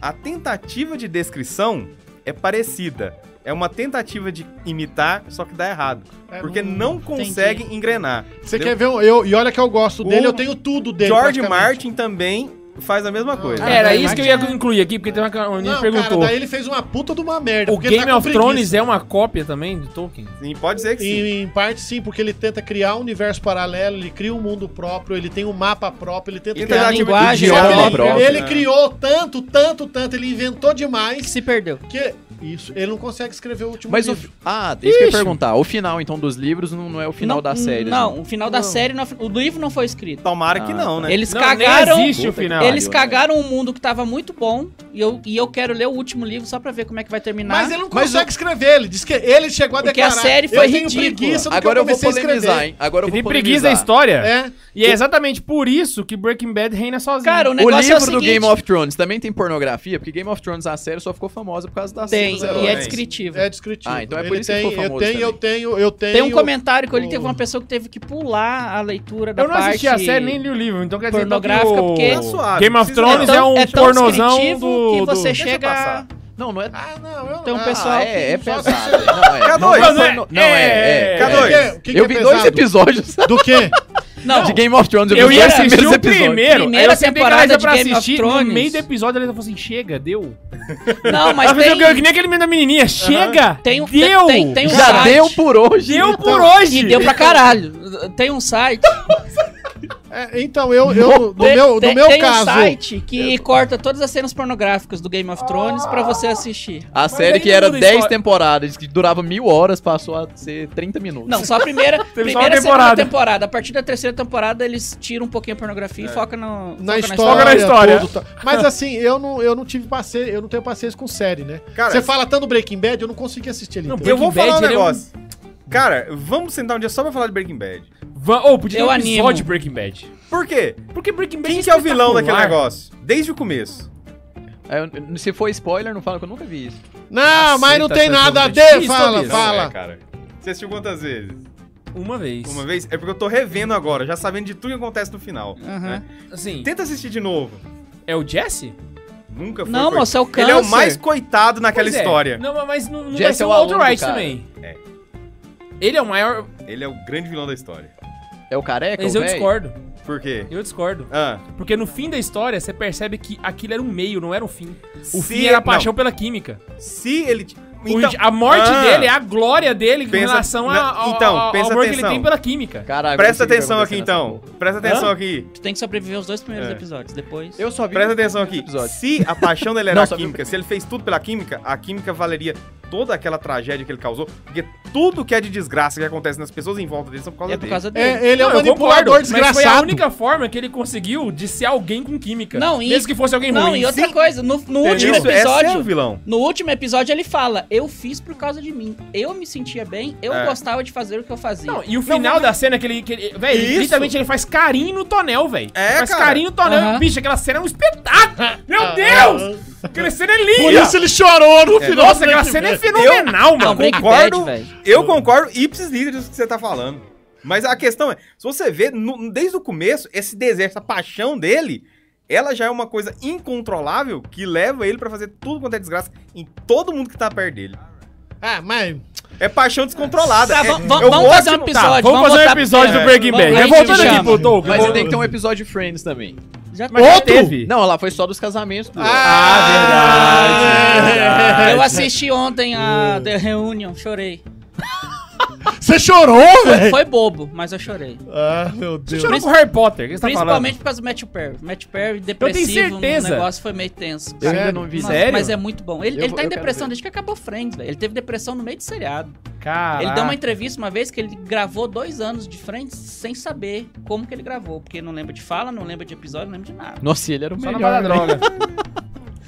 Speaker 5: a tentativa de descrição é parecida. É uma tentativa de imitar, só que dá errado.
Speaker 2: É,
Speaker 5: porque não consegue engrenar.
Speaker 2: Você quer
Speaker 5: entendeu?
Speaker 2: ver? um- Eu, e olha que eu gosto dele,
Speaker 5: O
Speaker 2: eu tenho tudo dele.
Speaker 5: George
Speaker 2: praticamente.
Speaker 5: Martin também faz a mesma
Speaker 2: Não,
Speaker 5: coisa.
Speaker 2: é,
Speaker 3: Era
Speaker 2: Mas
Speaker 3: isso que eu ia incluir aqui, porque tem uma cara- uma menina
Speaker 2: Não,
Speaker 3: que
Speaker 2: cara,
Speaker 3: perguntou.
Speaker 2: daí ele fez uma puta de uma merda.
Speaker 3: o
Speaker 2: porque ele
Speaker 3: Game
Speaker 2: tá
Speaker 3: of
Speaker 2: com
Speaker 3: Thrones
Speaker 2: preguiça.
Speaker 3: é uma cópia também de Tolkien?
Speaker 5: Sim, pode ser que sim.
Speaker 2: Em, em parte, sim, porque ele tenta criar um universo paralelo, ele cria um mundo próprio, ele tem um mapa próprio, ele tenta
Speaker 5: Ele
Speaker 1: tem a
Speaker 5: tentativa
Speaker 2: criar...
Speaker 5: de
Speaker 1: linguagem
Speaker 2: Só que
Speaker 4: idioma
Speaker 2: ele-
Speaker 1: própria
Speaker 4: próprio,
Speaker 2: ele
Speaker 5: né?
Speaker 2: criou tanto, tanto, tanto, ele inventou
Speaker 1: que
Speaker 2: demais
Speaker 1: se perdeu.
Speaker 2: que... Isso, ele não consegue escrever o último
Speaker 4: Mas o.
Speaker 2: livro.
Speaker 4: Ah, isso que eu ia
Speaker 2: Ixi.
Speaker 4: perguntar. O final, então, dos livros não, não é o final
Speaker 1: Não- hum,
Speaker 4: da série.
Speaker 1: Não,
Speaker 4: né?
Speaker 1: o final da série, não, o livro não foi escrito.
Speaker 5: Tomara que
Speaker 4: Ah,
Speaker 5: não, né?
Speaker 1: Eles
Speaker 3: Não,
Speaker 1: cagaram.
Speaker 3: Nem existe o final.
Speaker 1: Eles
Speaker 4: né?
Speaker 1: cagaram um mundo que tava muito bom e eu, e eu quero ler o último livro só pra ver como é que vai terminar.
Speaker 2: Mas ele não consegue escrever, ele diz que ele chegou a
Speaker 1: Porque
Speaker 2: declarar.
Speaker 1: a série foi
Speaker 2: eu tenho
Speaker 1: ridícula.
Speaker 2: preguiça do que
Speaker 4: Agora eu vou
Speaker 2: comecei a escrever."
Speaker 4: polemizar, hein? Agora eu
Speaker 3: Ele
Speaker 4: vou
Speaker 3: tem preguiça da
Speaker 4: polemizar.
Speaker 3: história.
Speaker 2: É,
Speaker 3: E é exatamente por isso que Breaking Bad reina sozinho.
Speaker 1: Cara, o
Speaker 4: O
Speaker 1: negócio
Speaker 4: livro
Speaker 1: é o seguinte,
Speaker 4: do Game of Thrones também tem pornografia, porque Game of Thrones, a série, só ficou famosa por causa da
Speaker 1: tem,
Speaker 4: série.
Speaker 1: e é
Speaker 5: heróis.
Speaker 1: descritivo.
Speaker 2: é descritivo.
Speaker 4: Ah, então é por
Speaker 2: Ele
Speaker 4: isso que
Speaker 2: tem-
Speaker 4: ficou
Speaker 2: eu
Speaker 4: famoso
Speaker 2: tenho, eu tenho, É, eu tenho.
Speaker 1: Tem um comentário que eu li,
Speaker 2: o-
Speaker 1: teve uma pessoa que teve que pular a leitura da
Speaker 3: eu não
Speaker 1: parte...
Speaker 3: assisti a série nem li o livro, então quer dizer então que
Speaker 1: pornográfica,
Speaker 3: o
Speaker 1: porque-
Speaker 5: Tá suave,
Speaker 3: Game of
Speaker 5: precisa-
Speaker 3: Thrones
Speaker 1: É tão-
Speaker 3: é um
Speaker 1: é tão
Speaker 3: pornozão
Speaker 1: descritivo
Speaker 3: do,
Speaker 1: que
Speaker 3: do-
Speaker 1: você
Speaker 5: Deixa
Speaker 1: chega-
Speaker 5: passar.
Speaker 4: Não, não é.
Speaker 2: Ah, não, eu...
Speaker 1: Tem um
Speaker 2: ah,
Speaker 1: pessoal
Speaker 4: ah, é, é
Speaker 1: que só-
Speaker 4: pesado.
Speaker 2: assim.
Speaker 4: Não, é.
Speaker 5: Cadê
Speaker 4: Não,
Speaker 5: dois?
Speaker 4: é,
Speaker 3: Mas é-
Speaker 4: porno- não, é, é,
Speaker 5: Cadê
Speaker 4: é.
Speaker 5: dois?
Speaker 2: O que que,
Speaker 4: Eu
Speaker 2: é
Speaker 4: vi dois
Speaker 2: pesado?
Speaker 4: episódios
Speaker 2: Do quê?
Speaker 1: Não,
Speaker 4: de Game of Thrones.
Speaker 3: Eu
Speaker 4: vi
Speaker 3: ia
Speaker 4: dois
Speaker 3: assistir
Speaker 4: primeiros
Speaker 3: o
Speaker 4: episódios.
Speaker 3: primeiro, aí
Speaker 1: Primeira
Speaker 3: eu sentei com a
Speaker 1: temporada
Speaker 3: Larissa
Speaker 1: de
Speaker 3: pra
Speaker 1: Game of
Speaker 3: assistir, no
Speaker 1: Thrones.
Speaker 3: meio do episódio ela falou assim, chega, deu.
Speaker 1: não, mas
Speaker 3: ela fez que
Speaker 1: tem...
Speaker 3: nem aquele menino da menininha, chega,
Speaker 1: Tem um-
Speaker 3: deu,
Speaker 1: tem- tem um
Speaker 4: Já
Speaker 1: site.
Speaker 4: deu por hoje.
Speaker 3: deu
Speaker 4: Então,
Speaker 3: por hoje.
Speaker 1: E deu pra caralho. Tem um site...
Speaker 2: É, então, eu, eu no
Speaker 1: Tem-
Speaker 2: meu, no
Speaker 1: tem-
Speaker 2: meu
Speaker 1: tem
Speaker 2: caso.
Speaker 1: um site que corta todas as cenas pornográficas do Game of Thrones pra você assistir.
Speaker 4: A série
Speaker 3: aí
Speaker 4: que era
Speaker 3: muda a
Speaker 4: 10
Speaker 3: história.
Speaker 4: temporadas, que durava mil horas, passou a ser 30 minutos.
Speaker 1: Não, só a primeira,
Speaker 3: Teve só
Speaker 1: primeira
Speaker 3: uma
Speaker 1: e segunda
Speaker 3: temporada.
Speaker 1: temporada. A partir da terceira temporada eles tiram um pouquinho a pornografia e focam no,
Speaker 2: Na
Speaker 1: foca
Speaker 2: história,
Speaker 3: na história.
Speaker 2: tudo, tá. Mas assim, eu não, eu não tive paciência, eu não tenho paciência com série, né?
Speaker 5: Cara, é
Speaker 2: Você fala tanto Breaking Bad, eu não consegui assistir ele.
Speaker 3: Não,
Speaker 2: inteiro.
Speaker 5: eu vou
Speaker 3: Breaking
Speaker 5: falar um
Speaker 3: Bad, ele é um-
Speaker 5: negócio. Cara, vamos sentar um dia só pra falar de Breaking Bad.
Speaker 3: Va- Ô, podia ter
Speaker 1: Eu
Speaker 3: um
Speaker 1: animo.
Speaker 3: episódio de Breaking Bad.
Speaker 5: Por quê?
Speaker 3: Porque Breaking Bad
Speaker 5: Quem que é o vilão daquele
Speaker 3: espetacular.
Speaker 5: negócio? Desde o começo.
Speaker 4: É, eu- se for spoiler, não fala que eu nunca vi isso.
Speaker 2: Não, mas não
Speaker 4: Aceita
Speaker 2: tem
Speaker 4: essa
Speaker 2: nada a
Speaker 4: dúvida.
Speaker 2: ver.
Speaker 4: Isso,
Speaker 2: Fala,
Speaker 4: Tobias.
Speaker 5: Não, é,
Speaker 2: fala.
Speaker 5: cara. Você assistiu quantas vezes?
Speaker 3: Uma vez.
Speaker 5: Uma vez? É porque eu tô revendo agora, já sabendo de tudo que acontece no final. né?
Speaker 1: Aham.
Speaker 3: Assim,
Speaker 5: Tenta assistir de novo.
Speaker 3: é o Jesse?
Speaker 5: Nunca foi.
Speaker 1: Não,
Speaker 5: coitado.
Speaker 1: moço, é o câncer.
Speaker 5: Ele é o mais coitado naquela
Speaker 3: Pois é.
Speaker 5: história.
Speaker 3: Não, mas não, não
Speaker 4: Jesse
Speaker 3: vai ser
Speaker 4: é
Speaker 3: o
Speaker 4: o aluno do
Speaker 3: Alt-Right
Speaker 4: cara.
Speaker 3: também.
Speaker 5: É.
Speaker 3: Ele é o maior...
Speaker 5: Ele é o grande vilão da história.
Speaker 4: É o careca?
Speaker 3: Mas
Speaker 4: o
Speaker 3: eu
Speaker 4: véi?
Speaker 3: discordo.
Speaker 5: Por quê?
Speaker 3: Eu discordo.
Speaker 5: Ah,
Speaker 3: Porque no fim da história, você percebe que aquilo era um meio, não era um fim. O
Speaker 5: Se-
Speaker 3: fim era a
Speaker 5: não.
Speaker 3: paixão pela química.
Speaker 5: se ele.
Speaker 3: O
Speaker 2: Então,
Speaker 3: indi- a morte
Speaker 5: Ah.
Speaker 3: dele é a glória dele em
Speaker 5: Pensa-
Speaker 3: relação a,
Speaker 5: na-
Speaker 3: ao,
Speaker 5: então,
Speaker 3: ao- ao
Speaker 5: pensa
Speaker 3: amor que ele
Speaker 5: atenção.
Speaker 3: tem pela química.
Speaker 4: Caralho,
Speaker 5: presta
Speaker 4: eu não sei o que
Speaker 5: atenção
Speaker 4: vai
Speaker 5: aqui
Speaker 4: acontecer nessa
Speaker 5: então.
Speaker 4: porra.
Speaker 5: Presta atenção aqui.
Speaker 1: Tu tem que sobreviver os dois primeiros
Speaker 5: É.
Speaker 1: episódios. Depois.
Speaker 4: Eu só vi
Speaker 5: Presta atenção aqui.
Speaker 4: episódio.
Speaker 5: Se a paixão dele era
Speaker 4: Não,
Speaker 5: a
Speaker 4: só vi o
Speaker 5: química, se ele fez tudo pela química, a química valeria toda aquela tragédia que ele causou. Porque tudo que é de desgraça que acontece nas pessoas em volta dele são por causa
Speaker 1: é por
Speaker 5: dele.
Speaker 1: causa dele.
Speaker 2: É, ele é um
Speaker 3: Não, eu
Speaker 2: manipulador
Speaker 3: concordo, Mas foi a
Speaker 2: desgraçado.
Speaker 3: única forma que ele conseguiu de ser alguém com química.
Speaker 1: Não, e-
Speaker 3: Mesmo que fosse alguém
Speaker 1: Não,
Speaker 3: ruim.
Speaker 1: e outra
Speaker 5: sim.
Speaker 1: coisa, no, no
Speaker 5: Entendeu?
Speaker 1: último
Speaker 5: Isso é ser o
Speaker 1: episódio.
Speaker 5: vilão.
Speaker 1: No último episódio ele fala: Eu fiz por causa de mim. Eu me sentia bem, eu
Speaker 5: É.
Speaker 1: gostava de fazer o que eu fazia.
Speaker 3: Não, e o final da cena que ele. Que ele velho, ele
Speaker 5: Isso.
Speaker 3: literalmente ele faz carinho no tonel, velho.
Speaker 5: É,
Speaker 3: Faz
Speaker 5: cara.
Speaker 3: carinho no tonel.
Speaker 1: Aham.
Speaker 3: Bicho, aquela cena é um espetáculo.
Speaker 2: Ah,
Speaker 3: Meu Deus! Aquela cena é linda.
Speaker 2: Por isso ele chorou no final.
Speaker 3: Nossa, aquela cena é fenomenal,
Speaker 1: Não,
Speaker 3: mano.
Speaker 1: Breaking
Speaker 5: concordo.
Speaker 1: Bad, velho.
Speaker 5: Eu concordo ipsis literis com o que você tá falando. Mas a questão é, se você vê, no- desde o começo, esse desejo, essa paixão dele, ela já é uma coisa incontrolável que leva ele pra fazer tudo quanto é desgraça em todo mundo que tá perto dele.
Speaker 2: Ah, mas.
Speaker 5: É paixão descontrolada.
Speaker 1: Tá,
Speaker 5: é-
Speaker 1: va- va-
Speaker 5: eu
Speaker 1: vamos fazer um
Speaker 5: gosto-
Speaker 1: episódio.
Speaker 3: vamos fazer um
Speaker 1: botar-
Speaker 3: episódio do Breaking
Speaker 1: vamos-
Speaker 3: Bad.
Speaker 1: a gente
Speaker 3: Voltando aqui
Speaker 1: chama.
Speaker 3: pro Doug.
Speaker 4: Mas
Speaker 3: vamos-
Speaker 4: tem que ter um episódio de Friends também.
Speaker 1: Já
Speaker 3: Mas
Speaker 1: tem.
Speaker 3: já
Speaker 2: Outro?
Speaker 3: teve.
Speaker 4: Não, lá foi só dos casamentos.
Speaker 5: Ah,
Speaker 4: Dudu.
Speaker 3: Ah, verdade.
Speaker 1: Eu assisti ontem a The Reunion, chorei.
Speaker 2: Você chorou,
Speaker 1: Foi,
Speaker 2: velho?
Speaker 1: foi bobo, mas eu chorei.
Speaker 4: tá
Speaker 2: Ah, meu
Speaker 3: Você
Speaker 2: Deus.
Speaker 3: chorou com Harry Potter, o que você tá
Speaker 1: Principalmente por causa do Matthew Perry. Matthew Perry, depressivo, o
Speaker 3: certeza.
Speaker 1: negócio foi meio tenso.
Speaker 4: Eu ainda
Speaker 2: Sério?
Speaker 4: não vi.
Speaker 1: Mas,
Speaker 4: nada.
Speaker 3: Sério?
Speaker 1: mas é muito bom. Ele,
Speaker 4: Eu
Speaker 1: ele
Speaker 4: vou-
Speaker 1: tá em
Speaker 4: eu quero
Speaker 1: depressão
Speaker 4: ver.
Speaker 1: desde que acabou Friends, velho. Ele teve depressão no meio do seriado.
Speaker 3: falando. Caraca.
Speaker 1: Ele deu uma entrevista uma vez que ele gravou dois anos de Friends sem saber como que ele gravou. Porque não lembra de fala, não lembra de episódio, não lembra de nada.
Speaker 4: Nossa, e ele era o
Speaker 3: Só
Speaker 4: melhor.
Speaker 3: na
Speaker 4: né?
Speaker 3: bala droga.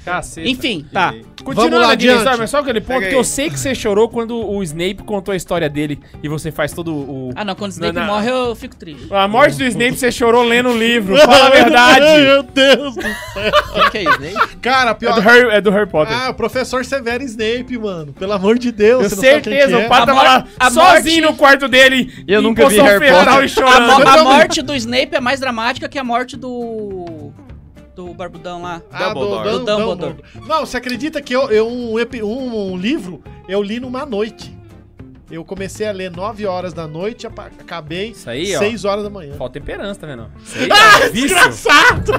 Speaker 3: Caceta.
Speaker 1: Enfim, tá.
Speaker 3: Continuando
Speaker 2: Vamos lá,
Speaker 3: aqui na
Speaker 2: adiante.
Speaker 3: história, mas só aquele ponto
Speaker 5: Segue
Speaker 3: que
Speaker 5: aí.
Speaker 3: eu sei que você chorou quando o Snape contou a história dele e você faz todo o...
Speaker 1: Ah, não, quando o Snake
Speaker 3: Não, não.
Speaker 1: morre eu fico triste.
Speaker 3: A morte do Snape você chorou lendo um livro, fala a verdade.
Speaker 2: meu Deus.
Speaker 4: Quem que é isso, Ney?
Speaker 2: Cara,
Speaker 3: É do
Speaker 2: pior.
Speaker 3: Harry, é do Harry Potter.
Speaker 2: Ah, o professor Severo Snape, mano. Pelo amor de Deus.
Speaker 3: eu
Speaker 2: você não sabe quem
Speaker 3: certeza,
Speaker 2: que é.
Speaker 3: o pato
Speaker 1: A
Speaker 3: tava lá
Speaker 1: morte- a
Speaker 3: sozinho
Speaker 1: morte-
Speaker 3: no quarto dele.
Speaker 4: Eu
Speaker 3: em
Speaker 4: nunca vi
Speaker 3: posição
Speaker 4: Harry
Speaker 3: fetal
Speaker 4: Potter.
Speaker 3: E
Speaker 1: A, mo-
Speaker 3: chorando.
Speaker 1: a morte do Snape é mais dramática que a morte do. do Barbudão lá.
Speaker 2: Ah,
Speaker 5: Dumbledore.
Speaker 2: Do,
Speaker 1: Do
Speaker 2: Dumbledore.
Speaker 1: Dumbledore.
Speaker 2: Não, você acredita que eu, eu- um, epi- um- um livro eu li numa noite? Eu comecei a ler 9 horas da noite, apa- acabei
Speaker 3: Isso aí, ó.
Speaker 2: 6 horas da manhã.
Speaker 3: Falta temperança, tá vendo? Ah, vício.
Speaker 2: Desgraçado!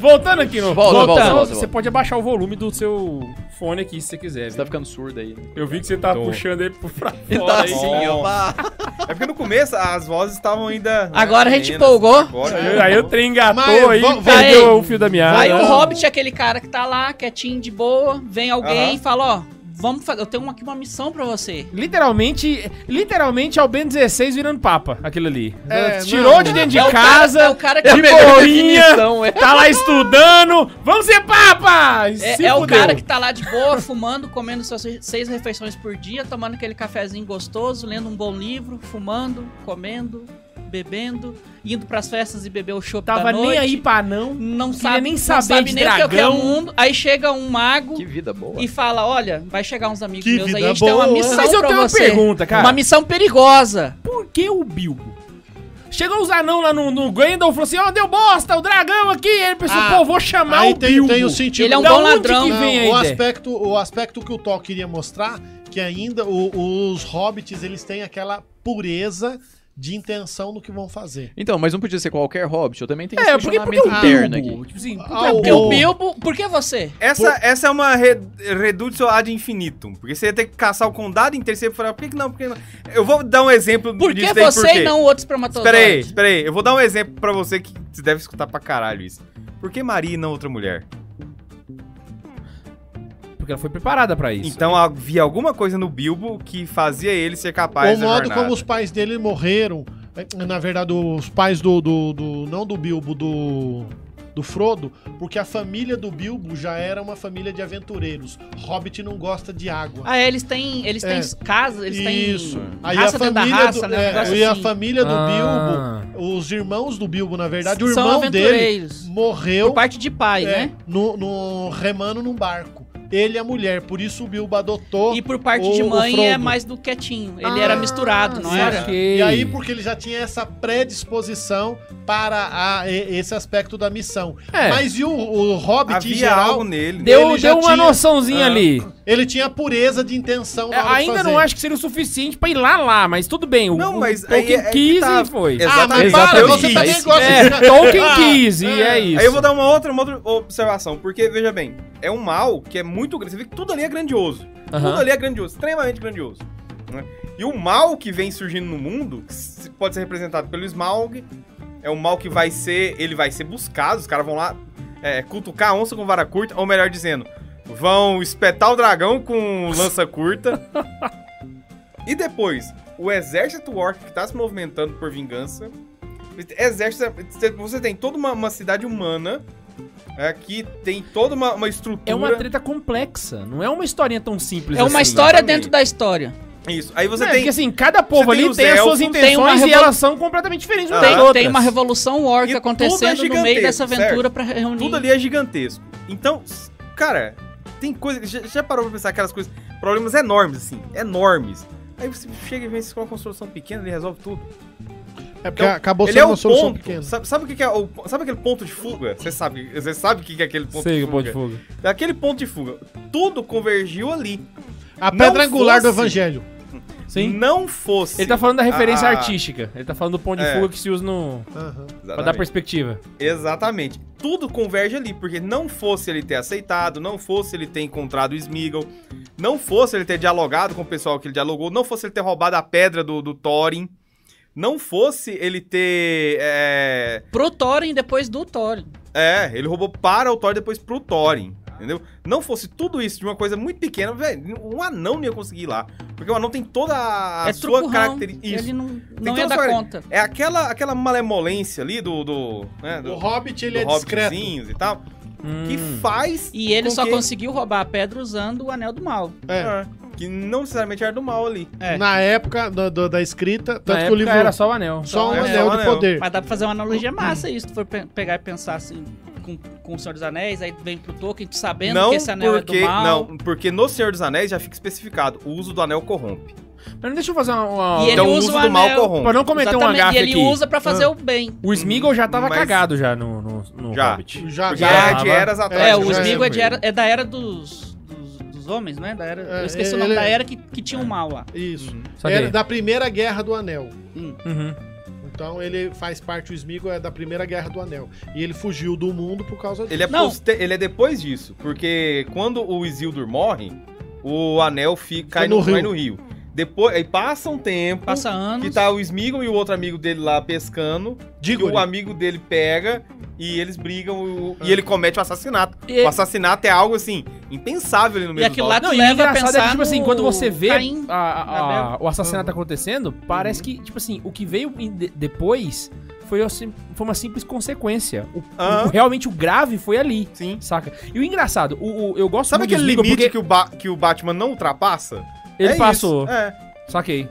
Speaker 3: Voltando aqui no...
Speaker 4: Volta,
Speaker 3: Voltando.
Speaker 4: volta, volta,
Speaker 3: Você
Speaker 4: volta.
Speaker 3: pode abaixar o volume do seu fone aqui, se você quiser.
Speaker 4: Você tá
Speaker 3: viu?
Speaker 4: ficando surdo aí.
Speaker 3: Eu vi que você tá
Speaker 5: Tô.
Speaker 3: puxando ele pro- pra
Speaker 4: Ele
Speaker 3: fora
Speaker 4: tá
Speaker 3: aí.
Speaker 4: assim, ó. pá.
Speaker 5: É porque no começo as vozes estavam ainda.
Speaker 1: Agora a gente
Speaker 5: Meninas,
Speaker 1: empolgou.
Speaker 5: agora-
Speaker 3: Aí, aí o trem
Speaker 2: Mas,
Speaker 3: engatou aí,
Speaker 2: vamos-
Speaker 3: perdeu
Speaker 1: vai.
Speaker 3: o fio da meada.
Speaker 1: Aí o
Speaker 4: Ah.
Speaker 1: Hobbit é aquele cara que tá lá, quietinho, de boa, vem alguém
Speaker 5: Aham.
Speaker 1: e fala, ó, vamos fazer, eu tenho aqui uma missão pra você.
Speaker 3: Literalmente, literalmente é o Ben 16 virando papa, aquilo ali.
Speaker 2: É,
Speaker 3: Tirou
Speaker 2: não.
Speaker 3: de dentro de
Speaker 1: é o
Speaker 3: casa,
Speaker 1: cara, é o cara que...
Speaker 3: de boinha,
Speaker 4: definição, é.
Speaker 3: tá lá estudando, vamos ser papa! E se
Speaker 1: É, é o
Speaker 3: fudeu.
Speaker 1: cara que tá lá de boa, fumando, comendo suas seis refeições por dia, tomando aquele cafezinho gostoso, lendo um bom livro, fumando, comendo, bebendo, indo pras festas e beber o chopp
Speaker 3: tava
Speaker 1: da Tá noite.
Speaker 3: nem aí pra não.
Speaker 1: não
Speaker 3: queria
Speaker 1: sabe
Speaker 3: nem
Speaker 1: nem
Speaker 3: saber
Speaker 1: saber, não
Speaker 3: de
Speaker 1: sabe nem o que é o que é o
Speaker 3: dragão.
Speaker 1: mundo. Aí chega um mago
Speaker 4: Que vida boa.
Speaker 1: e fala: Olha, vai chegar uns amigos
Speaker 2: Que
Speaker 1: meus aí,
Speaker 2: vida
Speaker 1: a gente tem uma
Speaker 2: boa.
Speaker 1: missão
Speaker 3: Mas eu
Speaker 1: pra
Speaker 3: tenho uma
Speaker 1: você.
Speaker 3: pergunta, cara.
Speaker 1: Uma missão perigosa.
Speaker 3: Por que o Bilbo? Chegou os anão lá no, no Gandalf, falou assim, ó, deu bosta, o dragão aqui. Ele pensou,
Speaker 2: Ah,
Speaker 3: pô, vou chamar
Speaker 2: Aí
Speaker 3: o
Speaker 2: tem,
Speaker 3: Bilbo.
Speaker 2: tem o sentido.
Speaker 1: Ele é um
Speaker 3: Da
Speaker 1: bom
Speaker 3: onde
Speaker 1: ladrão.
Speaker 3: que
Speaker 2: Não,
Speaker 3: vem a
Speaker 2: o,
Speaker 3: ideia?
Speaker 2: aspecto, o aspecto que o Thor queria mostrar, que ainda o- os hobbits, eles têm aquela pureza de intenção no que vão fazer.
Speaker 4: Então, mas não podia ser qualquer hobbit. Eu também tenho
Speaker 3: É,
Speaker 4: esse
Speaker 3: por que por que
Speaker 4: questionamento
Speaker 3: o
Speaker 4: interno
Speaker 3: Bilbo?
Speaker 4: aqui.
Speaker 3: Tipo assim, por que
Speaker 2: Ah,
Speaker 3: o
Speaker 2: o-
Speaker 1: Porque o
Speaker 2: Oh.
Speaker 1: Bilbo. Por que você?
Speaker 5: Essa, essa é uma re, redução ad infinitum. Porque você ia ter que caçar o condado inteiro. Você ia falar, por que, que não? Por que não? Eu vou dar um exemplo
Speaker 1: Por que
Speaker 5: disso daí,
Speaker 1: você
Speaker 5: por quê.
Speaker 1: e não o outro
Speaker 5: Espera aí,
Speaker 1: espermatozoide?
Speaker 5: espera aí. Eu vou dar um exemplo pra você que você deve escutar pra caralho isso. Por que Maria e não outra mulher?
Speaker 3: Porque ela foi preparada pra isso.
Speaker 5: Então havia alguma coisa no Bilbo que fazia ele ser capaz
Speaker 2: o
Speaker 5: da
Speaker 2: modo
Speaker 5: jornada.
Speaker 2: como os pais dele morreram, eh, na verdade, os pais do, do, do- não do Bilbo, do do Frodo, porque a família do Bilbo já era uma família de aventureiros. Hobbit não gosta de água.
Speaker 1: Ah, é, eles têm. Eles têm
Speaker 2: É.
Speaker 1: casa, eles têm.
Speaker 2: Isso. Aí
Speaker 1: raça
Speaker 2: a
Speaker 1: dentro da
Speaker 2: família
Speaker 1: raça,
Speaker 2: do,
Speaker 1: né? Um
Speaker 2: é,
Speaker 1: negócio
Speaker 2: e a
Speaker 1: assim.
Speaker 2: família do
Speaker 3: Ah.
Speaker 2: Bilbo, os irmãos do Bilbo, na verdade, o
Speaker 1: São
Speaker 2: irmão dele
Speaker 1: aventureiros.
Speaker 2: morreu
Speaker 1: Por parte de pai,
Speaker 2: é,
Speaker 1: né?
Speaker 2: no, no- remando num barco. Ele e a mulher, por isso o Bilbo adotou.
Speaker 1: E por parte
Speaker 2: o-
Speaker 1: de
Speaker 2: o
Speaker 1: mãe é
Speaker 2: Frodo.
Speaker 1: mais do quietinho. Ele era misturado, não
Speaker 3: Ah,
Speaker 1: era?
Speaker 3: saquei.
Speaker 2: E aí, porque ele já tinha essa predisposição para a- e- esse aspecto da missão.
Speaker 3: É.
Speaker 2: Mas e o, o Hobbit em
Speaker 5: Havia
Speaker 2: geral?
Speaker 5: algo nele.
Speaker 3: Deu,
Speaker 2: ele já
Speaker 3: deu uma
Speaker 2: tinha-
Speaker 3: noçãozinha
Speaker 2: Ah.
Speaker 3: ali.
Speaker 2: Ele tinha pureza de intenção.
Speaker 3: É,
Speaker 2: na hora de
Speaker 3: ainda
Speaker 2: fazer.
Speaker 3: não acho que seria o suficiente pra ir lá lá, mas tudo bem. O,
Speaker 5: Não,
Speaker 3: o
Speaker 5: mas aí
Speaker 3: Tolkien
Speaker 5: é- é que
Speaker 3: quis
Speaker 5: tá.
Speaker 3: e foi.
Speaker 5: Exato.
Speaker 2: Ah, mas
Speaker 5: Exatamente.
Speaker 2: para,
Speaker 5: Eu
Speaker 2: você
Speaker 5: quis.
Speaker 2: também gosta
Speaker 3: É,
Speaker 2: de-
Speaker 3: Tolkien
Speaker 2: Ah,
Speaker 3: quis, e é isso.
Speaker 5: Aí eu vou dar uma outra, uma outra observação, porque, veja bem, é um mal que é muito grande. Você vê que tudo ali é grandioso.
Speaker 3: Aham.
Speaker 5: Tudo ali é grandioso, extremamente grandioso. né? E o mal que vem surgindo no mundo que se- pode ser representado pelo Smaug. É um mal que vai ser. Ele vai ser buscado. Os caras vão lá é, cutucar a onça com vara curta, ou melhor dizendo, vão espetar o dragão com lança curta. e depois, o exército orc que tá se movimentando por vingança. Exército. Você tem toda uma, uma cidade humana. É, que tem toda uma, uma estrutura.
Speaker 3: É uma treta complexa, não é uma historinha tão simples
Speaker 1: É uma
Speaker 3: assim.
Speaker 1: história
Speaker 5: exatamente.
Speaker 1: dentro da história.
Speaker 5: Isso. Aí você
Speaker 3: É,
Speaker 5: tem.
Speaker 3: Porque assim, cada povo
Speaker 5: você tem
Speaker 3: ali
Speaker 5: os
Speaker 3: tem as suas
Speaker 5: elfos,
Speaker 1: tem uma
Speaker 3: intenções e
Speaker 1: revol-
Speaker 3: elas são completamente diferentes umas
Speaker 5: Tem-
Speaker 1: Tem,
Speaker 3: das outras.
Speaker 1: tem uma revolução
Speaker 5: E
Speaker 1: orca
Speaker 5: tudo é
Speaker 1: acontecendo no meio
Speaker 5: gigantesco,
Speaker 1: dessa aventura
Speaker 5: certo?
Speaker 1: pra reunir.
Speaker 5: Tudo ali é gigantesco. Então, s- cara, tem coisa. Já, já parou pra pensar aquelas coisas. é Problemas enormes, assim. Enormes. Aí você chega e vê se com uma construção pequena, ele resolve tudo.
Speaker 2: É porque
Speaker 5: Então,
Speaker 2: acabou
Speaker 5: Ele
Speaker 2: sendo
Speaker 5: é
Speaker 2: uma
Speaker 5: o
Speaker 2: solução
Speaker 5: ponto.
Speaker 2: pequena.
Speaker 5: Sabe, sabe o que que é o, sabe aquele ponto de fuga? Você sabe, você sabe o que que é aquele ponto
Speaker 3: Sei
Speaker 5: de
Speaker 3: que
Speaker 5: fuga?
Speaker 3: pode de fuga.
Speaker 5: Aquele ponto de fuga. Tudo convergiu ali.
Speaker 2: A
Speaker 5: Não
Speaker 2: pedra angular do
Speaker 5: fosse-
Speaker 2: evangelho.
Speaker 3: Sim.
Speaker 5: Não fosse.
Speaker 3: Ele tá falando da referência
Speaker 5: Ah.
Speaker 3: artística. Ele tá falando do ponto de
Speaker 5: É.
Speaker 3: fuga que se usa no.
Speaker 2: Aham.
Speaker 3: pra dar
Speaker 5: Exatamente.
Speaker 3: perspectiva.
Speaker 5: Exatamente. Tudo converge ali, porque não fosse ele ter aceitado, não fosse ele ter encontrado o Smeagol, não fosse ele ter dialogado com o pessoal que ele dialogou, não fosse ele ter roubado a pedra do, do Thorin, não fosse ele ter. É,
Speaker 1: Pro Thorin depois do Thorin.
Speaker 5: é, ele roubou para o Thorin depois pro Thorin. Entendeu? Não fosse tudo isso de uma coisa muito pequena, velho, um anão não ia conseguir ir lá. Porque o anão tem toda a
Speaker 1: é
Speaker 5: sua
Speaker 1: trucurrão.
Speaker 5: característica.
Speaker 1: Ele não, não
Speaker 5: toda
Speaker 1: ia
Speaker 5: a
Speaker 1: dar
Speaker 5: sua-
Speaker 1: conta.
Speaker 5: É aquela, aquela malemolência ali do. do, né, do
Speaker 2: O Hobbit, ele
Speaker 5: do
Speaker 2: é discreto.
Speaker 5: hobbitzinhos e tal, que
Speaker 3: Hum.
Speaker 5: faz
Speaker 1: E ele
Speaker 5: Com
Speaker 1: só
Speaker 5: que-
Speaker 1: conseguiu roubar a pedra usando o Anel do Mal.
Speaker 2: É.
Speaker 5: É, Que não necessariamente era do mal ali.
Speaker 1: É.
Speaker 2: Na época do- do- da escrita, tanto
Speaker 3: Na
Speaker 2: que o
Speaker 3: época
Speaker 2: livro
Speaker 3: era só o anel.
Speaker 2: só um
Speaker 5: só um
Speaker 2: anel de
Speaker 5: anel.
Speaker 2: poder.
Speaker 1: Mas dá pra fazer uma analogia massa isso. Se tu for pe- pegar e pensar assim com, com o Senhor dos Anéis, aí vem pro Tolkien, tu sabendo
Speaker 5: não
Speaker 1: que esse anel
Speaker 5: porque,
Speaker 1: é do mal.
Speaker 5: não, porque no Senhor dos Anéis já fica especificado, o uso do anel corrompe.
Speaker 3: Mas deixa eu fazer uma. uma-
Speaker 1: E ele
Speaker 5: então o
Speaker 1: usa
Speaker 5: uso
Speaker 1: o
Speaker 5: do mal
Speaker 1: anel.
Speaker 5: corrompe.
Speaker 3: Pra não cometer um
Speaker 1: Exatamente,
Speaker 3: agafe
Speaker 1: e ele
Speaker 3: aqui. Ah.
Speaker 1: usa pra fazer o bem.
Speaker 3: O Smeagol já tava
Speaker 5: Mas-
Speaker 3: cagado já no, no, no
Speaker 5: Já.
Speaker 3: Hobbit.
Speaker 2: Já,
Speaker 5: Já
Speaker 2: já.
Speaker 5: é de eras atrás. né?
Speaker 1: É,
Speaker 5: já
Speaker 1: o
Speaker 2: já
Speaker 1: Smigo é,
Speaker 5: tranquilo.
Speaker 1: de era- é da era dos, dos, dos homens, né? Da era,
Speaker 2: É,
Speaker 1: eu esqueci
Speaker 2: ele-
Speaker 1: o nome da
Speaker 2: ele-
Speaker 1: era que, que tinha o mal lá.
Speaker 2: Isso.
Speaker 3: Só que-
Speaker 2: Era da primeira guerra do anel.
Speaker 3: Uhum.
Speaker 2: Então ele faz parte, o Smigo é da primeira guerra do anel. E ele fugiu do mundo por causa disso.
Speaker 5: Ele é,
Speaker 1: Não.
Speaker 5: poste- ele é depois disso, porque quando o Isildur morre, o anel fica, cai,
Speaker 2: no
Speaker 5: no, cai
Speaker 2: rio.
Speaker 5: no rio. Depois, aí passa um tempo
Speaker 1: Passa
Speaker 5: que
Speaker 1: anos.
Speaker 5: tá o Smeagol e o outro amigo dele lá pescando,
Speaker 2: Digo,
Speaker 5: que o amigo dele pega e eles brigam o- e ele comete o assassinato.
Speaker 1: E-
Speaker 5: O assassinato é algo assim impensável ali no
Speaker 1: E
Speaker 5: meio
Speaker 1: aquilo
Speaker 5: do
Speaker 1: lá
Speaker 5: Hobbit.
Speaker 1: tu
Speaker 3: Não, e o
Speaker 1: leva a
Speaker 3: engraçado é
Speaker 1: pensar
Speaker 3: que, tipo assim,
Speaker 1: no
Speaker 3: quando você vê
Speaker 1: Caim.
Speaker 3: a- a- a- o assassinato
Speaker 2: Uhum.
Speaker 3: acontecendo, parece que, tipo assim, o que veio em de- depois foi, o sim- foi uma simples consequência. O,
Speaker 5: Aham.
Speaker 3: o- realmente o grave foi ali,
Speaker 5: Sim.
Speaker 3: saca? E o engraçado, o, o- eu gosto
Speaker 5: Sabe
Speaker 3: muito do
Speaker 5: aquele
Speaker 3: Smeagol
Speaker 5: limite
Speaker 3: porque
Speaker 5: que, o Ba- que o Batman não ultrapassa?
Speaker 3: ele
Speaker 5: É
Speaker 3: passou.
Speaker 5: isso, É.
Speaker 3: Saquei.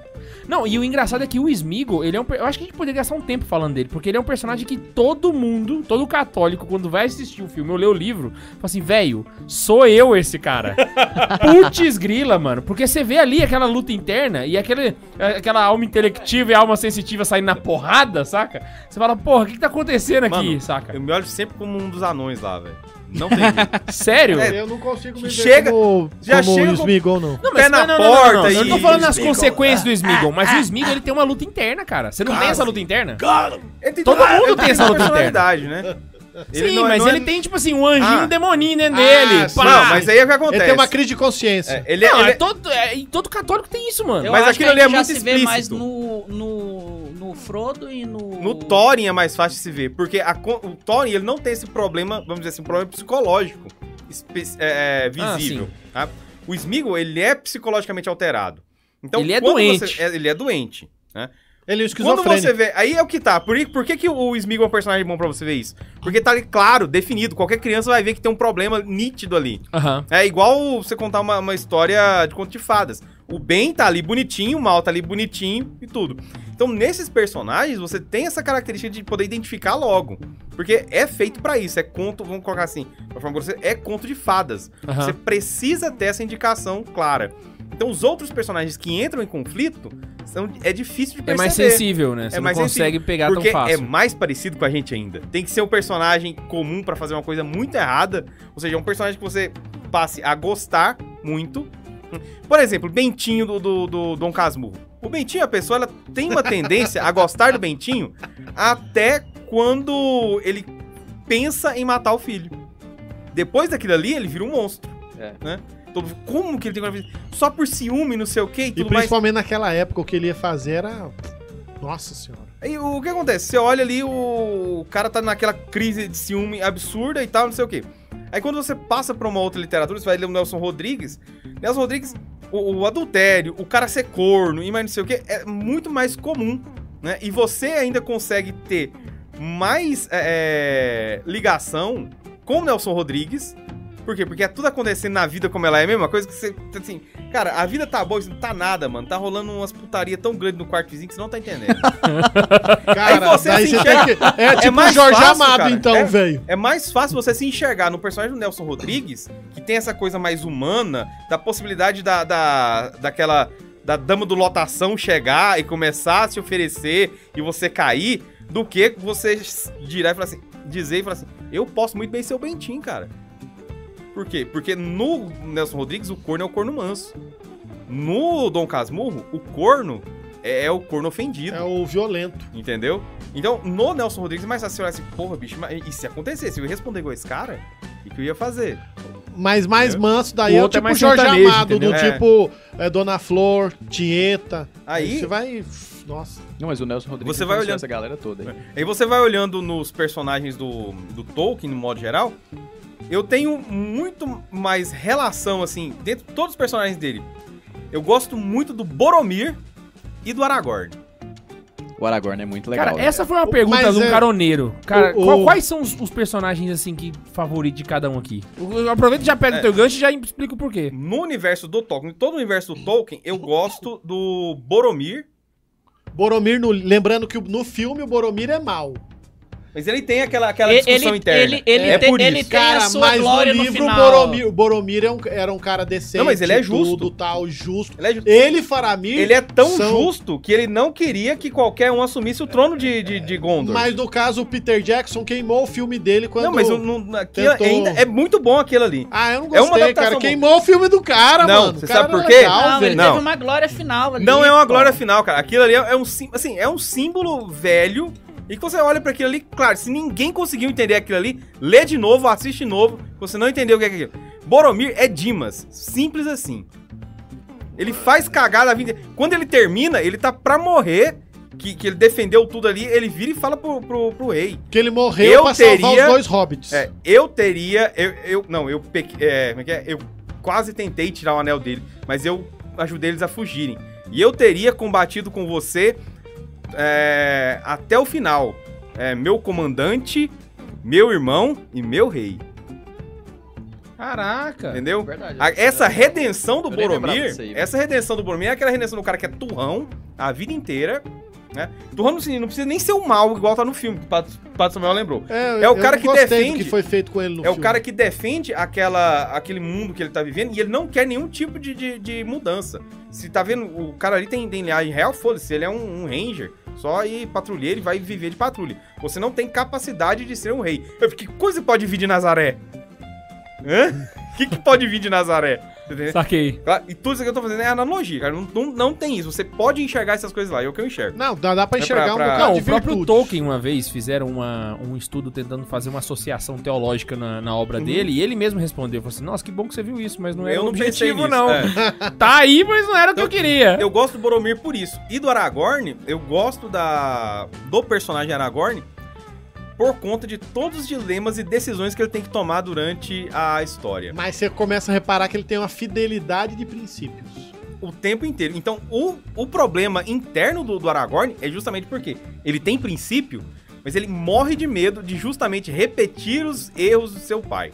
Speaker 3: Não, e o engraçado é que o Smigo, ele é um. per- Eu acho que a gente poderia gastar um tempo falando dele, porque ele é um personagem que todo mundo, todo católico, quando vai assistir o filme ou ler o livro, fala assim, velho, sou eu esse cara. Putz grila, mano. Porque você vê ali aquela luta interna e aquele, é, aquela alma intelectiva e alma sensitiva saindo na porrada, saca? Você fala, porra, o que, que tá acontecendo aqui,
Speaker 5: Mano,
Speaker 3: saca?
Speaker 5: Eu me olho sempre como um dos anões lá, velho. Não tem jeito.
Speaker 3: Sério?
Speaker 5: É,
Speaker 2: eu não consigo me ver
Speaker 5: Chega-
Speaker 2: como,
Speaker 5: já
Speaker 2: como
Speaker 5: chega
Speaker 2: o
Speaker 5: com-
Speaker 2: Smigo ou não.
Speaker 3: Não,
Speaker 5: pé na
Speaker 3: não, não, não, não, não.
Speaker 5: porta
Speaker 3: Eu não tô
Speaker 5: e- Ah,
Speaker 3: falando das
Speaker 5: Smeagol.
Speaker 3: consequências do Smigo, mas o Smigo ele tem uma luta interna, cara. Você não tem essa luta interna?
Speaker 5: Ele tem
Speaker 3: Todo
Speaker 5: toda-
Speaker 3: mundo
Speaker 5: ele
Speaker 3: tem essa luta
Speaker 5: personalidade, né?
Speaker 3: Sim,
Speaker 5: não é-
Speaker 3: mas
Speaker 5: não é-
Speaker 3: ele tem, tipo assim, um anjinho
Speaker 5: Ah.
Speaker 3: um demoninho dentro dele.
Speaker 2: sim.
Speaker 3: pá.
Speaker 5: Não, mas aí é o que
Speaker 2: Ele
Speaker 5: acontece.
Speaker 2: tem uma crise de consciência.
Speaker 5: É, ele é-
Speaker 3: Não,
Speaker 5: ele
Speaker 3: é
Speaker 5: é-
Speaker 3: todo, é- e todo católico tem isso, mano.
Speaker 1: Eu
Speaker 5: Mas
Speaker 1: acho
Speaker 5: aquilo
Speaker 1: que
Speaker 5: ali é
Speaker 1: a gente já
Speaker 5: muito
Speaker 1: se vê mais
Speaker 5: explícito.
Speaker 1: no, no, no Frodo e no...
Speaker 5: No Thorin é mais fácil de se ver, porque a con- o Thorin ele não tem esse problema, vamos dizer assim, um problema psicológico espe- é, é,
Speaker 3: Ah,
Speaker 5: visível. tá? O Smeagol, ele é psicologicamente alterado. Então,
Speaker 3: Ele é
Speaker 5: quando você-
Speaker 3: doente.
Speaker 5: é, ele é doente. Né?
Speaker 2: Ele é um
Speaker 5: Quando você
Speaker 2: esquizofrênico.
Speaker 5: vê. Aí é o que tá. Por, i- por que, que o Smeagol é um personagem bom pra você ver isso? Porque tá ali, claro, definido. Qualquer criança vai ver que tem um problema nítido ali.
Speaker 3: Aham.
Speaker 5: É igual você contar uma, uma história de conto de fadas. O bem tá ali bonitinho, o mal tá ali bonitinho e tudo. Então, nesses personagens, você tem essa característica de poder identificar logo. Porque é feito pra isso. É conto, vamos colocar assim, de uma forma grosseira, é conto de fadas.
Speaker 3: aham.
Speaker 5: Você precisa ter essa indicação clara. Então, os outros personagens que entram em conflito são, é difícil de
Speaker 3: É
Speaker 5: perceber.
Speaker 3: mais sensível, né? Você
Speaker 5: É
Speaker 3: não
Speaker 5: mais
Speaker 3: consegue pegar tão
Speaker 5: Porque é
Speaker 3: fácil.
Speaker 5: mais parecido com a gente ainda. Tem que ser um personagem comum pra fazer uma coisa muito errada. Ou seja, um personagem que você passe a gostar muito. Por exemplo, Bentinho do, do, do Dom Casmurro. O Bentinho, a pessoa, ela tem uma tendência a gostar do Bentinho até quando ele pensa em matar o filho. Depois daquilo ali, ele vira um monstro.
Speaker 4: É.
Speaker 5: Né? Todo, como que ele tem que. Só por ciúme, não sei o quê e
Speaker 2: E
Speaker 5: tudo mais.
Speaker 2: principalmente naquela época, o que ele ia fazer era... Nossa senhora.
Speaker 5: Aí o que acontece? Você olha ali, o... o cara tá naquela crise de ciúme absurda e tal, não sei o quê. Aí quando você passa pra uma outra literatura, você vai ler o Nelson Rodrigues. Nelson Rodrigues, o, o adultério, o cara ser corno e mais não sei o quê, é muito mais comum, né? E você ainda consegue ter mais é, é, ligação com o Nelson Rodrigues. Por quê? Porque é tudo acontecendo na vida como ela é, a mesma coisa que você, assim... Cara, a vida tá boa, isso não tá nada, mano. Tá rolando umas putaria tão grande no quarto vizinho que você não tá entendendo.
Speaker 2: Cara,
Speaker 5: você
Speaker 2: daí você
Speaker 5: se enxerga-
Speaker 2: tem que... É tipo o
Speaker 5: mais
Speaker 2: Jorge
Speaker 5: fácil,
Speaker 2: Amado,
Speaker 5: cara.
Speaker 2: então,
Speaker 5: É.
Speaker 2: velho.
Speaker 5: É mais fácil você se enxergar no personagem do Nelson Rodrigues, que tem essa coisa mais humana, da possibilidade da, da, daquela da dama do lotação chegar e começar a se oferecer e você cair, do que você dirá e falar assim, dizer e falar assim, eu posso muito bem ser o Bentinho, cara. Por quê? Porque no Nelson Rodrigues o corno é o corno manso. No Dom Casmurro, o corno é, é o corno ofendido.
Speaker 2: É o violento.
Speaker 5: Entendeu? Então, no Nelson Rodrigues, é mais fácil você olhar assim, porra, bicho, mas e se acontecesse? Eu ia responder igual esse cara? O que que eu ia fazer?
Speaker 2: Mas mais
Speaker 5: Entendeu?
Speaker 2: manso, daí
Speaker 3: O
Speaker 2: é o
Speaker 3: outro é
Speaker 2: tipo
Speaker 3: mais
Speaker 2: Jorge
Speaker 3: sertanejo,
Speaker 2: Amado,
Speaker 5: entendeu?
Speaker 2: do
Speaker 5: É.
Speaker 2: tipo é, Dona Flor, Tieta.
Speaker 5: Aí-
Speaker 2: Você vai. Nossa.
Speaker 4: Não, mas o Nelson Rodrigues
Speaker 5: Você vai
Speaker 4: influenciou
Speaker 5: olhando-
Speaker 4: essa galera toda. hein?
Speaker 5: Aí você vai olhando nos personagens do, do Tolkien, no modo geral. Eu tenho muito mais relação, assim, dentro de todos os personagens dele. Eu gosto muito do Boromir e do Aragorn.
Speaker 4: O Aragorn é muito legal.
Speaker 3: cara,
Speaker 4: né?
Speaker 3: essa foi uma
Speaker 2: O-
Speaker 3: pergunta
Speaker 2: mas
Speaker 3: de um
Speaker 2: é-
Speaker 3: caroneiro. Cara,
Speaker 2: o-
Speaker 3: qual-
Speaker 2: o-
Speaker 3: quais são os, os personagens, assim, que favorito de cada um aqui? Eu- eu Aproveita e já
Speaker 5: É.
Speaker 3: pega o teu gancho e já explica o porquê.
Speaker 5: No universo do Tolkien, em todo o universo do Tolkien, eu gosto do Boromir.
Speaker 2: Boromir, no- lembrando que no filme o Boromir é mau.
Speaker 5: Mas ele tem aquela, aquela
Speaker 1: E-
Speaker 5: discussão
Speaker 1: ele-
Speaker 5: interna.
Speaker 1: ele- ele
Speaker 5: é
Speaker 1: tem-
Speaker 5: por
Speaker 1: ele
Speaker 5: isso.
Speaker 1: tem a sua glória no
Speaker 2: o
Speaker 1: final.
Speaker 2: Boromir, o Boromir é um- era um cara decente.
Speaker 5: Não, mas ele é justo.
Speaker 2: Tudo, tal, justo.
Speaker 5: Ele é, ju-
Speaker 2: Ele, Faramir,
Speaker 5: ele é tão
Speaker 2: são-
Speaker 5: justo que ele não queria que qualquer um assumisse o trono de, de, de Gondor.
Speaker 2: Mas no caso, o Peter Jackson queimou o filme dele quando.
Speaker 5: não, mas não- não- aquilo
Speaker 2: tentou-
Speaker 5: ainda é muito bom aquilo ali.
Speaker 2: Ah, eu não
Speaker 5: É uma
Speaker 2: gostei, cara.
Speaker 5: adaptação boa.
Speaker 2: Queimou o filme do cara,
Speaker 5: Não,
Speaker 2: mano. O
Speaker 5: você
Speaker 2: cara
Speaker 5: sabe
Speaker 2: era
Speaker 5: por quê?
Speaker 2: legal,
Speaker 1: Não,
Speaker 2: velho.
Speaker 1: ele
Speaker 5: Não.
Speaker 1: teve uma glória final ali,
Speaker 5: Não é uma
Speaker 2: Então.
Speaker 1: pô.
Speaker 5: glória final, cara. Aquilo ali é um, sim- assim, é um símbolo velho. E que você olha pra aquilo ali, claro, se ninguém conseguiu entender aquilo ali, lê de novo, assiste de novo, que você não entendeu o que é aquilo. Boromir é Dimas, simples assim. Ele faz cagada a vida. Quando ele termina, ele tá pra morrer, que, que ele defendeu tudo ali, ele vira e fala pro, pro, pro rei.
Speaker 2: Que ele morreu
Speaker 5: Eu
Speaker 2: pra salvar
Speaker 5: teria-
Speaker 2: os dois hobbits.
Speaker 5: É, eu teria. Eu, eu- não, eu peque- é, como é que é? Eu quase tentei tirar o anel dele, mas eu ajudei eles a fugirem. E eu teria combatido com você é, até o final. É, meu comandante, meu irmão e meu rei.
Speaker 3: Caraca.
Speaker 5: Entendeu?
Speaker 4: É Verdade,
Speaker 5: A- essa redenção do
Speaker 4: Eu nem lembrava
Speaker 5: Boromir,
Speaker 4: disso aí.
Speaker 5: essa redenção do Boromir é aquela redenção do cara que é turrão a vida inteira, né? Turrão no sentido, não precisa nem ser o mal igual tá no filme, que o Pato, Pato Samuel lembrou.
Speaker 2: É,
Speaker 5: É o
Speaker 2: eu
Speaker 5: cara
Speaker 2: não
Speaker 5: que
Speaker 2: gostei do
Speaker 5: defende.
Speaker 2: que foi feito com ele no
Speaker 5: é o
Speaker 2: filme.
Speaker 5: cara que defende aquela, aquele mundo que ele tá vivendo e ele não quer nenhum tipo de, de, de mudança. Se tá vendo, o cara ali tem, tem linhagem real, foda-se, ele é um, um ranger, só e patrulheiro e vai viver de patrulha. Você não tem capacidade de ser um rei. Eu, Que coisa pode vir de Nazaré? Hã? O que, que pode vir de Nazaré? Entendeu?
Speaker 3: Saquei.
Speaker 5: Claro, E tudo isso que eu tô fazendo é analogia, cara. Não, não, não tem isso. Você pode enxergar essas coisas lá, é o que eu enxergo.
Speaker 2: Não, dá, dá pra
Speaker 5: É
Speaker 2: enxergar
Speaker 5: pra- pra-
Speaker 2: um bocado
Speaker 3: Não,
Speaker 2: de
Speaker 3: o próprio
Speaker 2: virtude.
Speaker 3: Tolkien uma vez fizeram uma- um estudo tentando fazer uma associação teológica na, na obra dele e ele mesmo respondeu, falou assim, nossa, que bom que você viu isso, mas não era
Speaker 5: Uhum. eu
Speaker 3: o
Speaker 5: não pensei
Speaker 3: objetivo
Speaker 5: nisso.
Speaker 3: não.
Speaker 5: é.
Speaker 3: Tá aí, mas não era o que eu queria.
Speaker 5: Eu gosto do Boromir por isso. E do Aragorn, eu gosto da do personagem Aragorn por conta de todos os dilemas e decisões que ele tem que tomar durante a história.
Speaker 2: Mas você começa a reparar que ele tem uma fidelidade de princípios.
Speaker 5: O tempo inteiro. Então, o, o problema interno do, do Aragorn é justamente porque ele tem princípio, mas ele morre de medo de justamente repetir os erros do seu pai.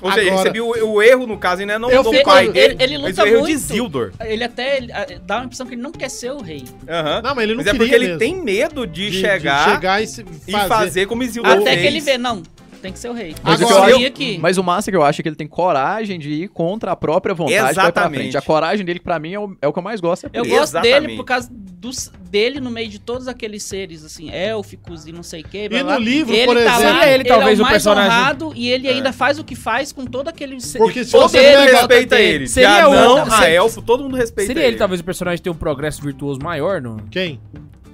Speaker 5: Ou
Speaker 2: Agora-
Speaker 5: seja, ele recebeu o, o erro, no caso, ainda não
Speaker 2: Eu
Speaker 5: do
Speaker 2: fico-
Speaker 5: pai
Speaker 1: ele-
Speaker 5: dele,
Speaker 1: ele luta
Speaker 5: mas o erro de
Speaker 1: muito.
Speaker 5: Isildur.
Speaker 1: Ele até ele, ah, dá a impressão que ele não quer ser o rei.
Speaker 5: Aham.
Speaker 2: Não, mas ele não
Speaker 5: Mas é
Speaker 2: queria
Speaker 5: porque ele
Speaker 2: mesmo.
Speaker 5: tem medo de,
Speaker 2: De-
Speaker 5: chegar,
Speaker 2: de chegar e, se-
Speaker 5: e
Speaker 2: fazer.
Speaker 5: fazer, como Isildur
Speaker 2: Ou
Speaker 1: Até
Speaker 5: fez.
Speaker 1: que ele vê, não, tem que ser o rei.
Speaker 2: Mas
Speaker 4: o que
Speaker 1: Agora,
Speaker 4: eu
Speaker 1: eu ia que-
Speaker 4: Mas o massa que eu acho é que ele tem coragem de ir contra a própria vontade vai pra
Speaker 5: Exatamente.
Speaker 4: frente. A coragem dele, pra mim, é o, é o que eu mais gosto. é
Speaker 1: Eu
Speaker 4: por
Speaker 5: Exatamente.
Speaker 1: gosto dele por causa dos- dele no meio de todos aqueles seres, assim, élficos e não sei o que.
Speaker 2: E no livro,
Speaker 1: ele
Speaker 2: por
Speaker 1: tá
Speaker 2: exemplo.
Speaker 1: lá,
Speaker 3: Seria ele,
Speaker 1: ele
Speaker 3: talvez,
Speaker 1: é
Speaker 3: o
Speaker 1: o mais
Speaker 3: personagem.
Speaker 1: honrado e ele ainda faz o que faz com todo aquele ser-
Speaker 2: Porque se
Speaker 1: poder né,
Speaker 2: você
Speaker 1: em volta
Speaker 5: respeita
Speaker 1: dele.
Speaker 5: ele. De
Speaker 2: é
Speaker 3: Seria
Speaker 1: Ah,
Speaker 5: anão
Speaker 3: outra-
Speaker 5: a
Speaker 3: se-
Speaker 5: elfo, todo mundo respeita
Speaker 3: Seria ele,
Speaker 5: ele.
Speaker 3: talvez, o personagem ter um progresso virtuoso maior, não?
Speaker 2: Quem?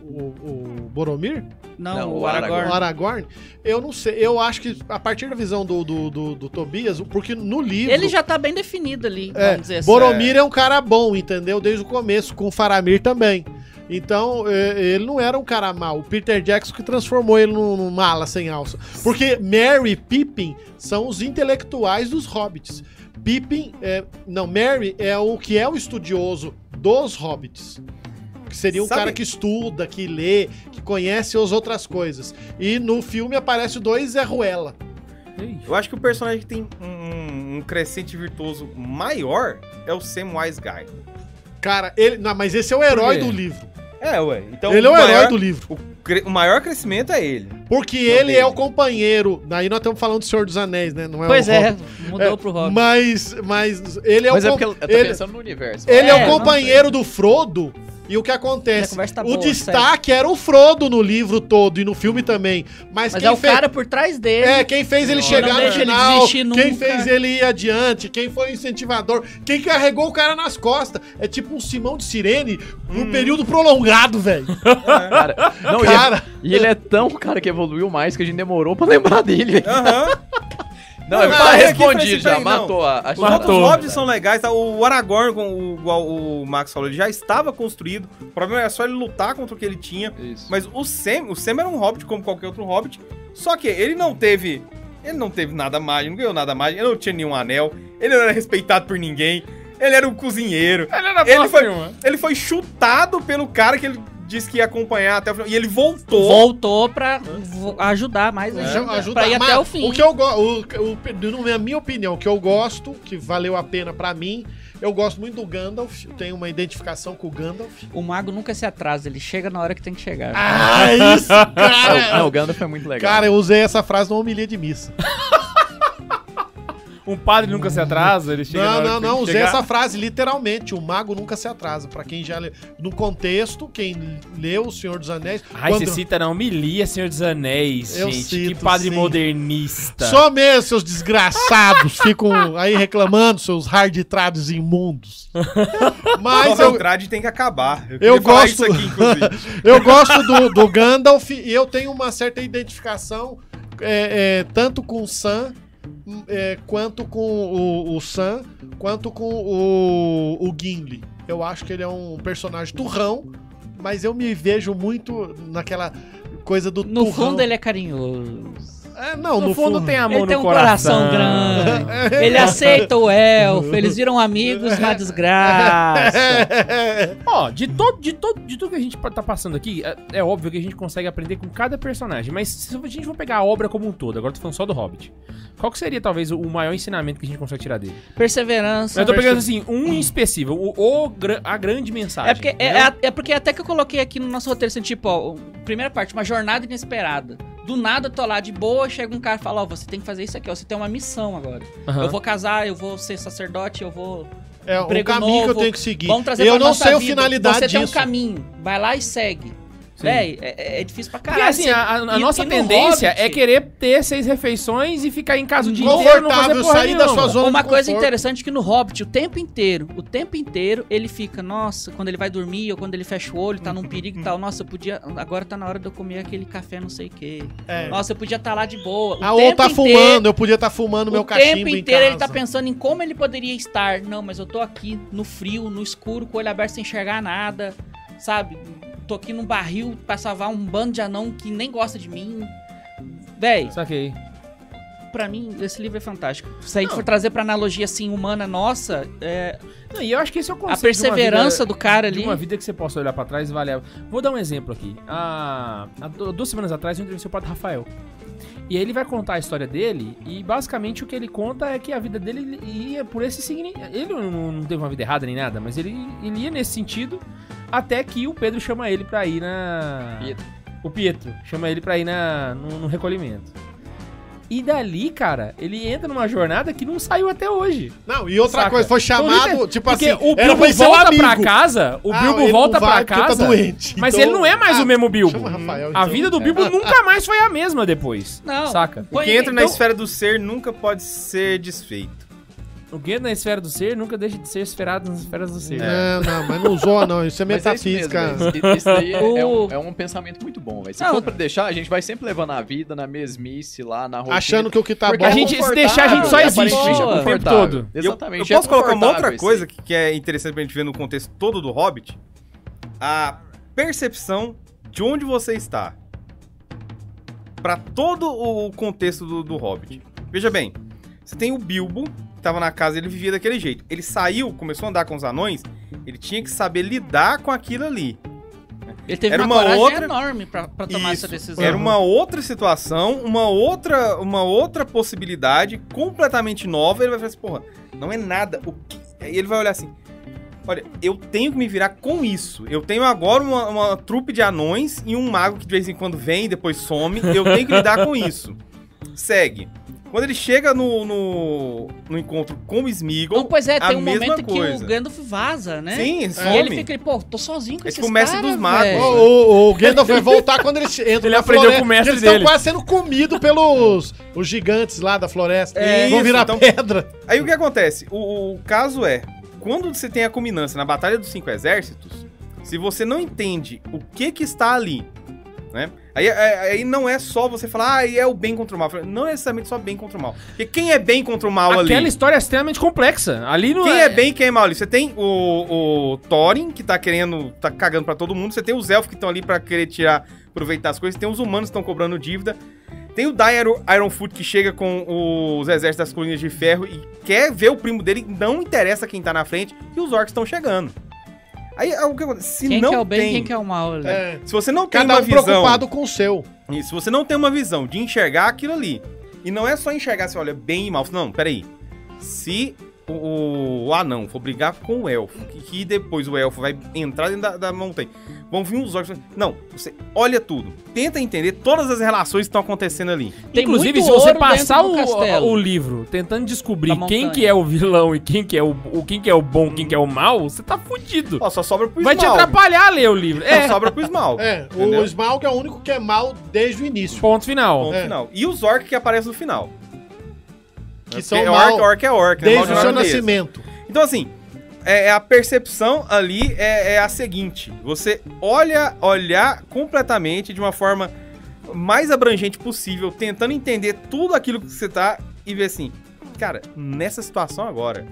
Speaker 2: O, o Boromir?
Speaker 1: Não,
Speaker 4: Não,
Speaker 1: o
Speaker 4: o
Speaker 1: Aragorn.
Speaker 2: O Aragorn? Eu não sei. Eu acho que a partir da visão do, do, do, do Tobias, porque no livro.
Speaker 1: Ele já tá bem definido ali,
Speaker 2: É,
Speaker 1: vamos dizer assim.
Speaker 2: Boromir é. um cara bom, entendeu? Desde o começo, com o Faramir também. Então, é, ele não era um cara mau. O Peter Jackson que transformou ele num, num mala sem alça. Porque Mary e Pippin são os intelectuais dos hobbits. Pippin, é, não, Mary é o que é o estudioso dos hobbits. Que seria um
Speaker 5: Sabe-
Speaker 2: cara que estuda, que lê, que conhece as outras coisas. E no filme aparece dois Zé Ruela.
Speaker 5: Eu acho que o personagem que tem um, um crescente virtuoso maior é o Samwise Guy.
Speaker 2: Cara, ele. Não, mas esse é o herói
Speaker 3: quê?
Speaker 2: do livro.
Speaker 5: É, ué. Então,
Speaker 2: ele é o
Speaker 5: o
Speaker 2: herói
Speaker 5: maior-
Speaker 2: do livro.
Speaker 5: o cre- o maior crescimento é ele.
Speaker 2: Porque
Speaker 5: Não
Speaker 2: ele
Speaker 5: dele.
Speaker 2: é o companheiro. Daí nós estamos falando do Senhor dos Anéis, né? Não é
Speaker 1: Pois
Speaker 2: o
Speaker 1: é,
Speaker 2: Hobbit.
Speaker 1: mudou pro Hobbit.
Speaker 2: Mas, mas ele é
Speaker 4: Mas
Speaker 2: o
Speaker 4: é
Speaker 2: com-
Speaker 4: porque eu tô
Speaker 2: ele-
Speaker 4: pensando no universo.
Speaker 2: Ele é,
Speaker 1: É,
Speaker 2: o
Speaker 1: não
Speaker 2: companheiro do Frodo. E o que
Speaker 1: A
Speaker 2: acontece?
Speaker 1: conversa tá
Speaker 2: o
Speaker 1: boa,
Speaker 2: destaque era o Frodo no livro todo e no filme também. Mas,
Speaker 1: Mas
Speaker 2: quem
Speaker 1: é o
Speaker 2: fez.
Speaker 1: cara por trás dele.
Speaker 2: É, quem fez ele
Speaker 1: Não
Speaker 2: chegar no
Speaker 1: deixa ele
Speaker 2: final,
Speaker 1: desistir
Speaker 2: quem
Speaker 1: nunca.
Speaker 2: fez ele ir adiante, quem foi o incentivador, quem carregou o cara nas costas. É tipo um Simão de Sirene por um período prolongado, velho.
Speaker 4: Cara, Hum. não, e é-
Speaker 2: Cara,
Speaker 4: E, ele é tão cara que evoluiu mais que a gente demorou pra lembrar dele. velho.
Speaker 5: Aham.
Speaker 4: Não,
Speaker 5: Não,
Speaker 4: ele
Speaker 5: eu
Speaker 4: tá
Speaker 5: parei aqui,
Speaker 4: respondido
Speaker 5: falei assim,
Speaker 4: já,
Speaker 5: peraí, não.
Speaker 4: matou a. a
Speaker 5: Os
Speaker 3: Matou.
Speaker 5: outros hobbits são legais, tá? O Aragorn, com o- igual o Max falou, ele já estava construído. O problema era só ele lutar contra o que ele tinha.
Speaker 4: Isso.
Speaker 5: Mas o Sam, o Sam era um hobbit como qualquer outro hobbit, só que ele não teve, ele não teve nada mágico, não ganhou nada mágico, ele não tinha nenhum anel, ele não era respeitado por ninguém, ele era um cozinheiro,
Speaker 3: Ele era
Speaker 5: Ele
Speaker 3: bosta
Speaker 5: foi-
Speaker 3: nenhuma.
Speaker 5: ele foi chutado pelo cara que ele disse que ia acompanhar até o final, e ele voltou.
Speaker 1: Voltou pra vo- ajudar mais
Speaker 2: Ajuda,
Speaker 1: ainda. É. pra ir
Speaker 2: mas
Speaker 1: até o fim.
Speaker 2: É. O que eu gosto, na minha opinião, o que eu gosto, que valeu a pena pra mim, eu gosto muito do Gandalf, eu tenho uma identificação com o Gandalf.
Speaker 1: O mago nunca se atrasa, ele chega na hora que tem que chegar.
Speaker 2: Ah, isso,
Speaker 4: Não, não,
Speaker 2: cara!
Speaker 4: o Gandalf foi muito legal.
Speaker 2: Cara, eu usei essa frase numa homilia de missa.
Speaker 3: Um padre nunca se atrasa, ele chega. na
Speaker 2: Não,
Speaker 3: hora
Speaker 2: não,
Speaker 3: que tem
Speaker 2: não,
Speaker 3: que
Speaker 2: usei
Speaker 3: chegar.
Speaker 2: essa frase literalmente. O mago nunca se atrasa. Pra quem já leu. No contexto, quem leu O Senhor dos Anéis.
Speaker 3: Ai,
Speaker 2: quando-
Speaker 3: você cita não, Milia, Senhor dos Anéis,
Speaker 2: Eu
Speaker 3: gente. que
Speaker 2: cito,
Speaker 3: padre
Speaker 2: sim.
Speaker 3: modernista.
Speaker 2: Só mesmo, seus desgraçados ficam aí reclamando, seus hardtrados imundos. Mas
Speaker 5: Mas
Speaker 2: eu,
Speaker 5: o grade tem que acabar.
Speaker 2: Eu
Speaker 5: queria falar
Speaker 2: gosto-
Speaker 5: isso aqui, inclusive.
Speaker 2: Eu gosto do, do Gandalf e eu tenho uma certa identificação é, é, tanto com o Sam é, quanto com o, o Sam quanto com o, o Gimli. Eu acho que ele é um personagem turrão, mas eu me vejo muito naquela coisa do
Speaker 1: no
Speaker 2: turrão.
Speaker 1: fundo ele é carinhoso.
Speaker 2: É, não,
Speaker 3: no, fundo, tem amor
Speaker 1: Ele
Speaker 3: no
Speaker 1: tem um
Speaker 3: coração.
Speaker 1: coração grande. Ele aceita o elfo, eles viram amigos na desgraça.
Speaker 2: É,
Speaker 3: Ó, de todo, de todo, de tudo que a gente tá passando aqui, é, é óbvio que a gente consegue aprender com cada personagem, mas se a gente for pegar a obra como um todo, agora tô falando só do Hobbit. Qual que seria talvez o maior ensinamento que a gente consegue tirar dele?
Speaker 1: Perseverança.
Speaker 3: Eu tô pegando assim, um em específico, o, o gra- a grande mensagem.
Speaker 1: É porque, é,
Speaker 3: entendeu?
Speaker 1: é- é porque até que eu coloquei aqui no nosso roteiro, assim, tipo, ó, primeira parte, uma jornada inesperada. Do nada eu tô lá de boa, chega um cara e fala, ó, você tem que fazer isso aqui, ó, você tem uma missão agora.
Speaker 3: Aham.
Speaker 1: Eu vou casar, eu vou ser sacerdote, eu vou...
Speaker 2: É um
Speaker 1: Emprego
Speaker 2: caminho que eu
Speaker 1: novo.
Speaker 2: tenho que seguir.
Speaker 1: Vamos trazer
Speaker 2: Eu
Speaker 1: pra
Speaker 2: não
Speaker 1: nossa
Speaker 2: sei a
Speaker 1: vida.
Speaker 2: finalidade
Speaker 1: Você tem um
Speaker 2: disso.
Speaker 1: caminho, vai lá e segue.
Speaker 3: Sim.
Speaker 1: Véi, é, é- é difícil pra
Speaker 3: Porque
Speaker 1: caralho.
Speaker 3: assim,
Speaker 1: você-
Speaker 3: a, a- a
Speaker 1: e-
Speaker 3: nossa
Speaker 1: e no
Speaker 3: tendência
Speaker 1: Hobbit?
Speaker 3: é querer ter seis refeições e ficar em casa o dia inteiro e não fazer
Speaker 2: Confortável,
Speaker 3: porra
Speaker 2: sair da
Speaker 3: nenhuma.
Speaker 2: sua zona
Speaker 1: Uma
Speaker 2: de
Speaker 1: coisa
Speaker 2: conforto.
Speaker 1: interessante que no Hobbit, o tempo inteiro, o tempo inteiro, ele fica, nossa, quando ele vai dormir ou quando ele fecha o olho, tá num perigo e tal, nossa, eu podia, agora tá na hora de eu comer aquele café não sei o quê.
Speaker 2: É.
Speaker 1: Nossa, eu podia estar lá de boa. O
Speaker 2: Ah, ou tá
Speaker 1: inteiro-
Speaker 2: fumando, eu podia estar fumando meu
Speaker 1: o
Speaker 2: cachimbo
Speaker 1: tempo
Speaker 2: em
Speaker 1: inteiro ele tá
Speaker 2: casa.
Speaker 1: pensando em como ele poderia estar. Não, mas eu tô aqui no frio, no escuro, com o olho aberto sem enxergar nada, sabe? Tô aqui num barril pra salvar um bando de anão que nem gosta de mim. Véi,
Speaker 3: Saquei.
Speaker 1: pra mim, esse livro é fantástico. Se a gente
Speaker 3: Não.
Speaker 1: for trazer pra analogia, assim, humana nossa, é,
Speaker 3: Não, e eu acho que esse é o
Speaker 1: a
Speaker 3: conceito de uma
Speaker 1: perseverança do cara
Speaker 3: de
Speaker 1: ali...
Speaker 3: uma vida que você possa olhar pra trás e valer. a- Vou dar um exemplo aqui. Há, há du- duas semanas atrás eu entrevistei o Padre Rafael. E aí ele vai contar a história dele e basicamente o que ele conta é que a vida dele ia por esse significado. Ele não, não teve uma vida errada nem nada, mas ele, ele ia nesse sentido até que o Pedro chama ele pra ir na...
Speaker 4: Pietro.
Speaker 3: O Pietro chama ele pra ir na, no, no recolhimento. E dali, cara, ele entra numa jornada que não saiu até hoje.
Speaker 2: Não, e outra
Speaker 3: Saca?
Speaker 2: coisa, foi
Speaker 3: Então,
Speaker 2: chamado,
Speaker 3: liter-
Speaker 2: tipo
Speaker 3: Porque
Speaker 2: assim,
Speaker 3: o Bilbo
Speaker 2: pra ser um
Speaker 3: volta pra
Speaker 2: amigo.
Speaker 3: casa, o
Speaker 2: Ah, ele
Speaker 3: Bilbo
Speaker 2: não
Speaker 3: volta pra
Speaker 2: vai porque
Speaker 3: casa,
Speaker 2: Tá doente,
Speaker 3: mas
Speaker 2: então-
Speaker 3: ele não é mais
Speaker 2: Ah,
Speaker 3: o mesmo Bilbo.
Speaker 2: chama Rafael,
Speaker 3: A
Speaker 2: então.
Speaker 3: vida do Bilbo nunca mais foi a mesma depois.
Speaker 1: Não.
Speaker 3: Saca?
Speaker 5: O
Speaker 1: Põe-
Speaker 5: que entra na
Speaker 1: então-
Speaker 5: esfera do ser nunca pode ser desfeito.
Speaker 3: O que entra na esfera do ser nunca deixa de ser esferado nas esferas do ser.
Speaker 2: é. Não, não, mas não zoa, não. Isso é
Speaker 4: Mas é isso mesmo,
Speaker 2: metafísica.
Speaker 5: né?
Speaker 4: velho. Isso- isso daí é, é um,
Speaker 1: O-
Speaker 4: é um pensamento muito bom, velho. Se
Speaker 1: Não.
Speaker 4: for pra deixar, a gente vai sempre levando a vida na mesmice lá, na rotina.
Speaker 2: Achando que o que tá
Speaker 4: Porque é
Speaker 2: bom.
Speaker 3: a gente, se deixar, a gente só
Speaker 1: é
Speaker 3: existe
Speaker 1: boa.
Speaker 3: o tempo
Speaker 4: confortável.
Speaker 3: todo.
Speaker 5: E eu-
Speaker 4: Exatamente.
Speaker 5: Eu,
Speaker 4: é
Speaker 5: posso colocar uma outra
Speaker 4: confortável esse-
Speaker 5: coisa que, que é interessante pra gente ver no contexto todo do Hobbit? A percepção de onde você está. Pra todo o contexto do, do Hobbit. Veja bem, você tem o Bilbo, que tava na casa, ele vivia daquele jeito. Ele saiu, começou a andar com os anões, ele tinha que saber lidar com aquilo ali.
Speaker 1: Ele teve
Speaker 5: Era
Speaker 1: uma,
Speaker 5: uma
Speaker 1: coragem
Speaker 5: outra-
Speaker 1: enorme pra, pra tomar
Speaker 5: Isso.
Speaker 1: essa decisão.
Speaker 5: Era um uma outra situação, uma outra, uma outra é?" possibilidade completamente nova. Ele vai falar assim, porra, não é nada. O que... Aí Ele vai olhar assim, Olha, eu tenho que me virar com isso. Eu tenho agora uma, uma trupe de anões e um mago que de vez em quando vem e depois some. Eu tenho que lidar com isso. Segue. Quando ele chega no, no, no encontro com o Smeagol,
Speaker 1: Então, pois é,
Speaker 5: a
Speaker 1: tem um
Speaker 5: mesma
Speaker 1: momento que
Speaker 5: coisa.
Speaker 1: o Gandalf vaza, né?
Speaker 5: sim, some.
Speaker 1: E ele fica ali, pô, tô sozinho com
Speaker 5: É
Speaker 1: esses
Speaker 5: tipo o mestre
Speaker 1: caras,
Speaker 5: dos magos.
Speaker 2: O,
Speaker 1: velho.
Speaker 2: o- o Gandalf vai voltar quando ele entra
Speaker 3: Ele
Speaker 2: na
Speaker 3: aprendeu
Speaker 2: floresta.
Speaker 3: com o mestre
Speaker 2: Eles estão
Speaker 3: dele.
Speaker 2: quase sendo comidos pelos os gigantes lá da floresta.
Speaker 5: É,
Speaker 2: Vão
Speaker 5: isso,
Speaker 2: virar
Speaker 5: então-
Speaker 2: pedra.
Speaker 5: Aí o que acontece? O, o caso é, quando você tem a culminância na Batalha dos Cinco Exércitos, se você não entende o que que está ali, né? Aí, aí- aí não é só você falar, ah, é o bem contra o mal. Não é necessariamente só bem contra o mal. Porque quem é bem contra o mal
Speaker 3: Aquela
Speaker 5: ali?
Speaker 3: história é extremamente complexa. Ali não
Speaker 5: Quem é bem e quem é mal ali? Você tem o, o Thorin, que tá querendo, tá cagando pra todo mundo. Você tem os elfos que estão ali pra querer tirar, aproveitar as coisas. Tem os humanos que estão cobrando dívida. Tem o Dire Ironfoot que chega com os exércitos das colinas de ferro e quer ver o primo dele. Não interessa quem tá na frente e os orcs estão chegando. Aí, ah, o que acontece? Se
Speaker 1: Quem
Speaker 5: não
Speaker 1: que é o bem
Speaker 5: tem, Tá
Speaker 1: quem que é o mal, ali?
Speaker 2: É,
Speaker 5: se você não tem
Speaker 2: cada
Speaker 5: uma
Speaker 2: um
Speaker 5: visão,
Speaker 2: preocupado com o seu.
Speaker 5: e se você não tem uma visão de enxergar aquilo ali, e não é só enxergar assim, olha, bem e mal. Não, peraí. Se o, o, o anão for brigar com o elfo, que, que depois o elfo vai entrar dentro da, da montanha, vão vir uns orcs. Não, você olha tudo. Tenta entender todas as relações que estão acontecendo ali.
Speaker 1: Tem
Speaker 3: Inclusive,
Speaker 1: muito
Speaker 3: se você
Speaker 1: ouro
Speaker 3: passar
Speaker 1: dentro do
Speaker 3: o,
Speaker 1: castelo.
Speaker 3: o livro tentando descobrir
Speaker 1: Da
Speaker 3: quem
Speaker 1: montanha.
Speaker 3: que é o vilão e quem que é o, o- quem que é o bom, quem que é o mal, você tá fudido.
Speaker 5: Ó, só sobra pro
Speaker 3: Vai te
Speaker 5: Smaug.
Speaker 3: atrapalhar a ler o livro. É,
Speaker 5: Só sobra pro Smaug.
Speaker 2: É,
Speaker 5: Entendeu?
Speaker 2: o Smaug é o único que é mal desde o início.
Speaker 3: ponto final.
Speaker 5: Ponto
Speaker 2: É.
Speaker 5: final. E os orcs que aparecem no final.
Speaker 2: Que são
Speaker 5: Porque
Speaker 2: mal
Speaker 5: orc, orc é orc. né? Mal
Speaker 2: desde
Speaker 5: de
Speaker 2: o seu
Speaker 5: natureza.
Speaker 2: nascimento.
Speaker 5: Então, assim, é, é a percepção ali é, é a seguinte: você olha, olhar completamente de uma forma mais abrangente possível, tentando entender tudo aquilo que você tá e ver assim, cara, nessa situação agora,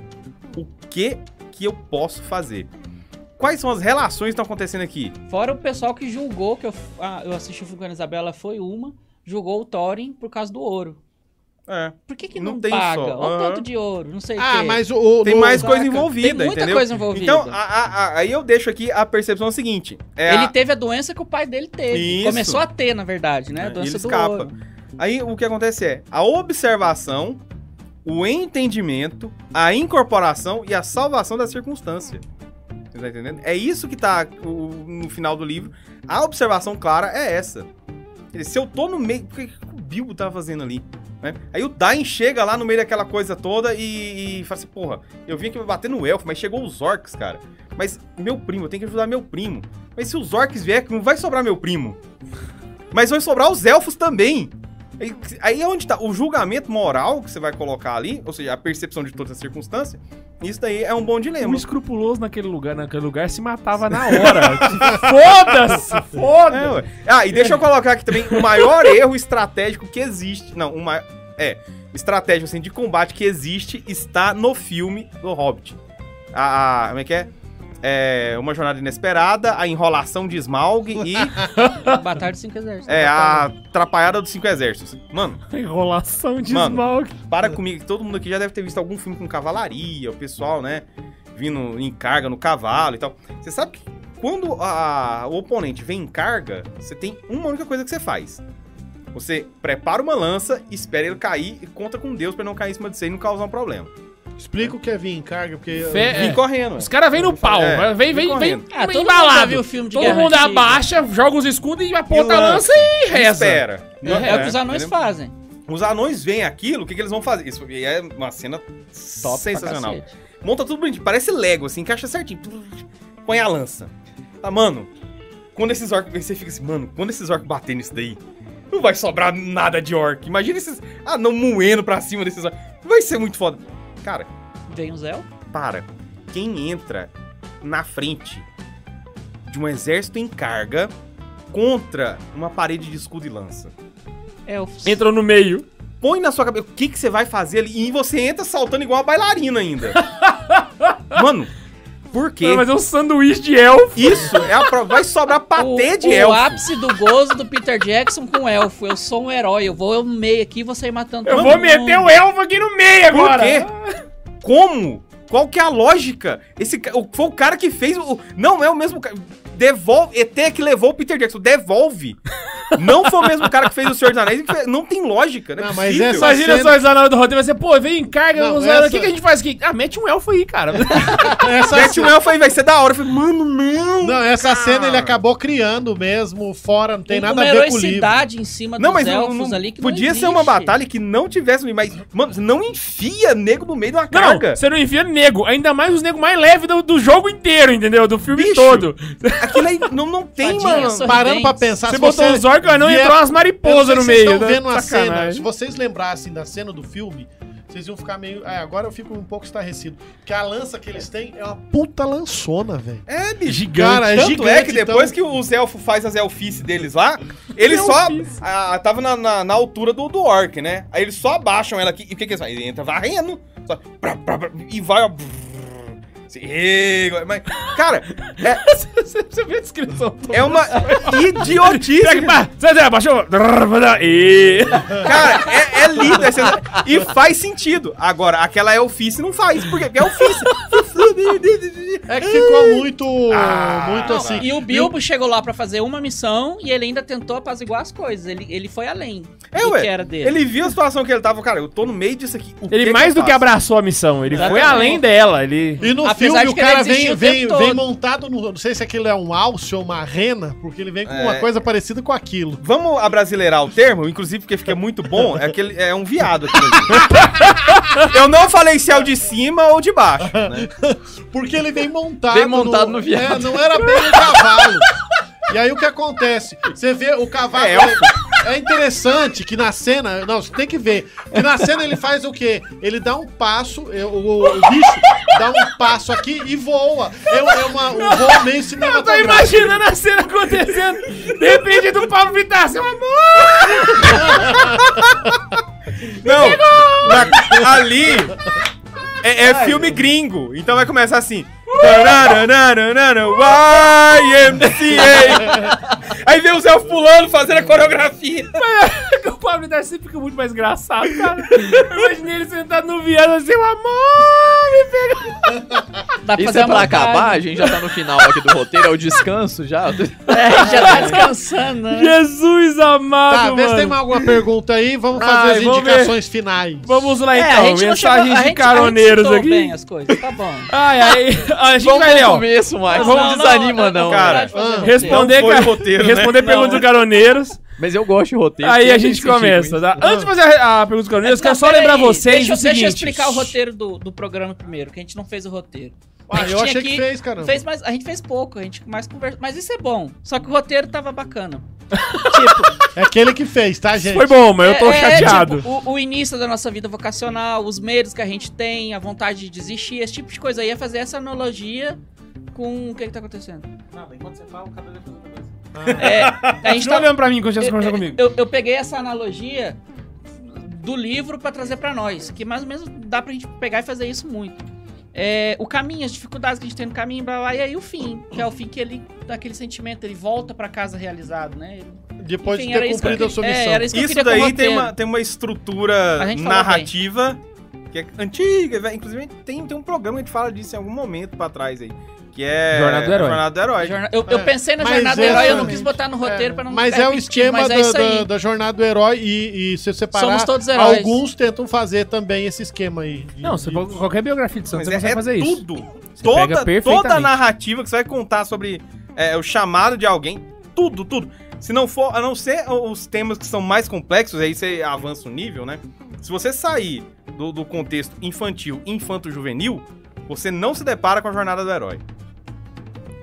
Speaker 5: o que que eu posso fazer? Quais são as relações que estão acontecendo aqui?
Speaker 1: Fora o pessoal que julgou que eu, ah, eu assisti o filme com a Ana Isabela, foi uma, julgou o Thorin por causa do ouro.
Speaker 5: É,
Speaker 1: Por que que não,
Speaker 5: Não tem
Speaker 1: paga? Olha
Speaker 5: só,
Speaker 1: o
Speaker 5: aham.
Speaker 1: tanto de ouro, não sei o
Speaker 2: Ah,
Speaker 1: quê.
Speaker 2: mas o. o-
Speaker 5: tem
Speaker 2: no-
Speaker 5: mais
Speaker 1: saca.
Speaker 5: coisa envolvida,
Speaker 1: Tem muita
Speaker 5: entendeu?
Speaker 1: coisa envolvida.
Speaker 5: Então, a- a- a- aí eu deixo aqui a percepção seguinte. É a-
Speaker 1: Ele teve a doença que o pai dele teve.
Speaker 5: Isso.
Speaker 1: Começou a ter, na verdade, né?
Speaker 5: É,
Speaker 1: A
Speaker 5: e
Speaker 1: doença
Speaker 5: ele
Speaker 1: do
Speaker 5: escapa.
Speaker 1: ouro.
Speaker 5: Aí o que acontece é a observação, o entendimento, a incorporação e a salvação da circunstância. Você tá entendendo? É isso que tá o- no final do livro. A observação clara é essa. Quer dizer, Se eu tô no meio. O que que o Bilbo tá fazendo ali? né? Aí o Dain chega lá no meio daquela coisa toda e, e fala assim: porra, eu vim aqui pra bater no elfo, mas chegou os orcs, cara. Mas meu primo, eu tenho que ajudar meu primo. Mas se os orcs vier, não vai sobrar meu primo. Mas vai sobrar os elfos também. Aí- Aí é onde tá o julgamento moral que você vai colocar ali, ou seja, a percepção de todas as circunstâncias. Isso daí é um bom
Speaker 3: Um
Speaker 5: dilema.
Speaker 3: escrupuloso naquele lugar, naquele lugar se matava na hora. Foda-se!
Speaker 5: É,
Speaker 3: Foda-se!
Speaker 5: ué. ah, e deixa eu colocar aqui também o maior erro estratégico que existe. Não, o maior. É, estratégico assim, de combate que existe está no filme do Hobbit. A. a- como é que é? É, Uma Jornada Inesperada, a enrolação de Smaug e
Speaker 1: Batalha dos Cinco Exércitos.
Speaker 5: é, a atrapalhada dos cinco exércitos. Mano,
Speaker 3: Enrolação de
Speaker 5: Mano.
Speaker 3: Smaug.
Speaker 5: para comigo que todo mundo aqui já deve ter visto algum filme com cavalaria, o pessoal, né? Vindo em carga no cavalo e tal. Você sabe que quando a- o oponente vem em carga, você tem uma única coisa que você faz. Você prepara uma lança, espera ele cair e conta com Deus pra ele não cair em cima de você e não causar um problema.
Speaker 2: Explica o que é vir em carga, porque.
Speaker 3: Fe- É.
Speaker 5: Vem correndo.
Speaker 3: Os caras vêm no pau,
Speaker 5: É,
Speaker 3: vai- vem, vem,
Speaker 5: vem
Speaker 3: vem,
Speaker 5: correndo.
Speaker 3: vem
Speaker 1: Ah, todo mundo é já
Speaker 3: embalado.
Speaker 1: viu o filme de
Speaker 3: Todo
Speaker 1: guerra
Speaker 3: mundo
Speaker 1: antiga.
Speaker 3: abaixa, joga os escudos e aponta
Speaker 5: E
Speaker 3: a lança
Speaker 5: lança.
Speaker 3: e reza.
Speaker 5: Espera.
Speaker 1: É, é o que os anões
Speaker 5: Entendeu?
Speaker 1: fazem.
Speaker 5: Os anões veem aquilo, o que, que eles vão fazer? Isso e é uma cena
Speaker 1: Top pra
Speaker 5: sensacional.
Speaker 1: cacete.
Speaker 5: Monta tudo bonitinho, parece Lego, assim, encaixa certinho. Põe a lança. Ah, mano, quando esses orcs. Você fica assim, mano, quando esses orcs baterem nisso daí, não vai sobrar nada de orc. Imagina esses. Ah, não, moendo pra cima desses orcs. Vai ser muito foda. Cara,
Speaker 1: Vem o Zé.
Speaker 5: para. Quem entra na frente de um exército em carga contra uma parede de escudo e lança?
Speaker 1: Elfos.
Speaker 3: Entram no meio.
Speaker 5: Põe na sua cabeça o que, que você vai fazer ali e você entra saltando igual uma bailarina ainda. mano, por quê?
Speaker 3: Vai fazer um sanduíche de elfo.
Speaker 5: Isso é a prova. Vai sobrar é patê
Speaker 1: o,
Speaker 5: de
Speaker 1: o
Speaker 5: elfo.
Speaker 1: ápice do gozo do Peter Jackson com elfo. Eu sou um herói, eu vou eu meio aqui e vou sair matando
Speaker 3: Eu
Speaker 1: todo
Speaker 3: vou
Speaker 1: mundo.
Speaker 3: meter o elfo aqui no meio
Speaker 5: Por
Speaker 3: agora.
Speaker 5: quê? Como? Qual que é a lógica? Esse ca- o- foi o cara é que fez o não é o mesmo cara. Devolve ET que levou o Peter Jackson. Devolve. Não foi o mesmo cara que fez o Senhor dos Anéis. que fez- Não tem lógica, né?
Speaker 2: Não, mas
Speaker 5: é
Speaker 2: essa-
Speaker 3: Imagina
Speaker 2: cena-
Speaker 3: só isso na hora do roteiro, vai ser, pô, vem em carga,
Speaker 2: Não,
Speaker 3: não, o
Speaker 2: essa-
Speaker 3: que, que a gente faz aqui? Ah, mete um elfo aí, cara.
Speaker 2: Essa
Speaker 5: Mete um elfo aí, vai ser da hora. Eu falei, mano, não.
Speaker 2: Não, essa cena ele acabou criando mesmo, fora, não tem nada
Speaker 1: uma
Speaker 2: a ver com o livro.
Speaker 1: heroicidade em cima
Speaker 5: Não,
Speaker 1: dos
Speaker 5: mas não,
Speaker 1: elfos
Speaker 5: não-
Speaker 1: ali que não
Speaker 5: podia ser
Speaker 1: existe.
Speaker 5: uma batalha que não tivesse. Mas, mano, não enfia nego no meio de uma
Speaker 3: Não,
Speaker 5: carga.
Speaker 3: você não enfia nego. Ainda mais os nego mais leves do, do jogo inteiro, entendeu? Do filme
Speaker 5: Bicho,
Speaker 3: todo.
Speaker 5: Aquilo aí não, não tem,
Speaker 1: Tadinha,
Speaker 5: mano.
Speaker 1: só-
Speaker 2: Parando
Speaker 1: Sorridentes.
Speaker 2: pra pensar,
Speaker 3: Você botou os orcos, mas não
Speaker 2: vier-
Speaker 3: entrou umas mariposas no meio.
Speaker 2: Vocês
Speaker 3: né?
Speaker 2: vendo a cena, se
Speaker 3: Sacanagem.
Speaker 2: vocês lembrassem da cena do filme, vocês iam ficar meio... É, agora eu fico um pouco estarrecido. Porque a lança que eles têm é uma puta lançona, velho.
Speaker 5: É, bicho.
Speaker 2: Gigante. Cara, é
Speaker 5: Tanto
Speaker 2: gigante,
Speaker 5: é que depois
Speaker 2: então-
Speaker 5: que os elfos faz as elfices deles lá, eles só. A, tava na, na, na altura do, do orc, né? Aí eles só abaixam ela aqui. E o que, que eles fazem? Ele entra varrendo. só pra- pra- pra- e vai, ó. Assim, e- Mas, cara,
Speaker 3: Você você viu a descrição toda?
Speaker 5: é uma idiotice.
Speaker 3: Pá, sai daí, abaixou. E...
Speaker 5: Cara, é, é lindo. esse- e faz sentido. Agora, aquela elfice não faz. Por quê? Porque é elfice.
Speaker 2: É que ficou muito...
Speaker 5: Ah,
Speaker 2: muito
Speaker 5: não,
Speaker 2: assim...
Speaker 1: E o Bilbo chegou lá pra fazer uma missão e ele ainda tentou apaziguar as coisas. Ele, ele foi além
Speaker 5: É,
Speaker 1: do
Speaker 5: ué.
Speaker 1: que era dele.
Speaker 5: Ele viu a situação que ele tava, cara, eu tô no meio disso aqui. o
Speaker 3: Ele
Speaker 5: eu
Speaker 3: mais do que
Speaker 5: faço?
Speaker 3: abraçou a missão, ele foi
Speaker 1: Exatamente.
Speaker 3: além dela. Ele...
Speaker 2: E no
Speaker 1: Apesar
Speaker 2: filme
Speaker 1: de
Speaker 2: o
Speaker 1: que ele
Speaker 2: cara
Speaker 1: existiu
Speaker 2: vem,
Speaker 1: o tempo
Speaker 2: vem,
Speaker 1: todo.
Speaker 2: vem montado no. Não sei se aquilo é um alce ou uma rena, porque ele vem com uma
Speaker 5: É.
Speaker 2: coisa parecida com aquilo.
Speaker 5: Vamos abrasileirar o termo, inclusive porque fica muito bom, é, aquele, é um viado aquilo ali. Eu não falei se é o de cima ou de baixo. né?
Speaker 2: Porque ele vem montado.
Speaker 4: Vem montado no viado.
Speaker 2: É, não era bem um cavalo. E aí o que acontece? Você vê o cavalo.
Speaker 5: É
Speaker 2: É,
Speaker 5: elfo.
Speaker 3: um-
Speaker 2: interessante que na cena. Não, você tem que ver. Que na cena ele faz o quê? Ele dá um passo, é, o, o- o bicho dá um passo aqui e voa. É, é uma, um voo meio
Speaker 3: Eu tô
Speaker 2: cinematográfico.
Speaker 3: imaginando a cena acontecendo. De repente, do Pablo Vittar, seu amor!
Speaker 5: Não, na- ali é, é filme gringo, então vai começar assim. Tarararararara, YMCA. Aí vem o Zé pulando, fazendo a coreografia.
Speaker 3: O Pablo Vittar sempre fica muito mais engraçado, cara. Eu imaginei ele sentado no viado assim, seu amor! Me pega.
Speaker 1: Dá
Speaker 4: Isso é pra
Speaker 1: uma
Speaker 4: acabar,
Speaker 1: viagem.
Speaker 4: a gente já tá no final aqui do roteiro, é o descanso já.
Speaker 1: É, já tá descansando, né?
Speaker 3: Jesus amado,
Speaker 2: Tá, vê se
Speaker 3: mano.
Speaker 2: tem mais alguma pergunta aí. Vamos fazer
Speaker 3: Ai,
Speaker 2: as
Speaker 3: vamos ver.
Speaker 2: indicações finais.
Speaker 3: Vamos lá,
Speaker 1: É,
Speaker 3: então.
Speaker 1: não
Speaker 3: Mensagens
Speaker 1: chegou- a
Speaker 3: de
Speaker 1: gente- a gente
Speaker 3: caroneiros
Speaker 1: citou
Speaker 3: aqui.
Speaker 1: bem as coisas, tá bom.
Speaker 3: Ai, ai. A gente
Speaker 4: Vamos
Speaker 3: vai ler,
Speaker 4: pro
Speaker 3: ó.
Speaker 4: começo, Max.
Speaker 1: Não,
Speaker 4: Não
Speaker 1: não,
Speaker 4: desanima, não.
Speaker 1: dá
Speaker 5: cara.
Speaker 1: vontade de
Speaker 2: Ah,
Speaker 1: fazer roteiro.
Speaker 3: Responder,
Speaker 5: Não foi
Speaker 3: cara-
Speaker 5: roteiro, né?
Speaker 3: responder perguntas
Speaker 1: Não,
Speaker 3: dos caroneiros.
Speaker 4: Mas eu gosto de roteiro.
Speaker 3: Aí
Speaker 4: tem
Speaker 3: a gente
Speaker 4: que insistir com
Speaker 3: começa,
Speaker 4: isso.
Speaker 3: tá? Antes de fazer a, a pergunta dos caroneiros, quero só
Speaker 1: Não,
Speaker 3: lembrar
Speaker 1: peraí,
Speaker 3: vocês
Speaker 1: deixa,
Speaker 3: o seguinte.
Speaker 1: Deixa eu explicar o roteiro do, do programa primeiro, que a gente não fez o roteiro. A
Speaker 2: Ah,
Speaker 1: gente
Speaker 2: eu
Speaker 1: tinha
Speaker 2: achei que,
Speaker 1: que-
Speaker 2: fez, caramba.
Speaker 1: Fez mais, a gente fez pouco, a gente mais conversa, mas isso é bom. Só que o roteiro tava bacana. tipo,
Speaker 2: É aquele que fez, tá, gente?
Speaker 3: Foi bom, mas eu tô
Speaker 1: é- é,
Speaker 3: chateado.
Speaker 1: tipo, o, o início da nossa vida vocacional, os medos que a gente tem, a vontade de desistir, esse tipo de coisa aí, é fazer essa analogia com o que, que tá acontecendo. É, a gente
Speaker 3: Continua
Speaker 1: tá
Speaker 3: olhando pra mim quando você conversou
Speaker 1: eu,
Speaker 3: comigo.
Speaker 1: eu- eu peguei essa analogia do livro pra trazer pra nós, que mais ou menos dá pra gente pegar e fazer isso muito. É, o caminho, as dificuldades que a gente tem no caminho, blá, blá, blá, e aí o fim, que é o fim que ele dá aquele sentimento, ele volta pra casa realizado, né? Ele-
Speaker 2: Depois
Speaker 1: enfim,
Speaker 2: de
Speaker 1: era
Speaker 2: ter
Speaker 1: isso que eu
Speaker 2: cumprido a
Speaker 1: que-
Speaker 2: sua
Speaker 1: é,
Speaker 2: missão.
Speaker 1: era isso que eu
Speaker 5: Isso
Speaker 1: queria com o
Speaker 5: daí tem
Speaker 1: roteiro.
Speaker 5: uma, tem uma estrutura
Speaker 1: A gente falou
Speaker 5: narrativa que é antiga, velho. inclusive tem, tem um programa que a gente fala disso em algum momento pra trás aí, que é
Speaker 3: Jornada do Herói.
Speaker 5: Jornada do Herói.
Speaker 1: Jorna- Eu, eu
Speaker 2: É,
Speaker 1: pensei na
Speaker 2: mas
Speaker 1: jornada do herói, eu não
Speaker 2: exatamente.
Speaker 1: quis botar no roteiro pra não
Speaker 2: Mas
Speaker 1: ficar
Speaker 2: é o
Speaker 1: repetitivo,
Speaker 2: esquema
Speaker 1: mas
Speaker 2: da,
Speaker 1: é isso
Speaker 2: da-
Speaker 1: aí.
Speaker 2: da jornada do herói e, e se separar,
Speaker 1: Somos todos heróis.
Speaker 2: alguns tentam fazer também esse esquema aí. de-
Speaker 3: Não, você,
Speaker 2: de-
Speaker 3: qualquer biografia de Santos,
Speaker 5: Mas
Speaker 3: você consegue
Speaker 5: é, é
Speaker 3: fazer isso.
Speaker 5: tudo.
Speaker 3: pega
Speaker 5: Toda, toda a
Speaker 3: perfeitamente.
Speaker 5: narrativa que você vai contar sobre é, o chamado de alguém, tudo, tudo. Se não for, a não ser os temas que são mais complexos, aí você avança o nível, né? Se você sair do, do contexto infantil, infanto-juvenil, você não se depara com a jornada do herói.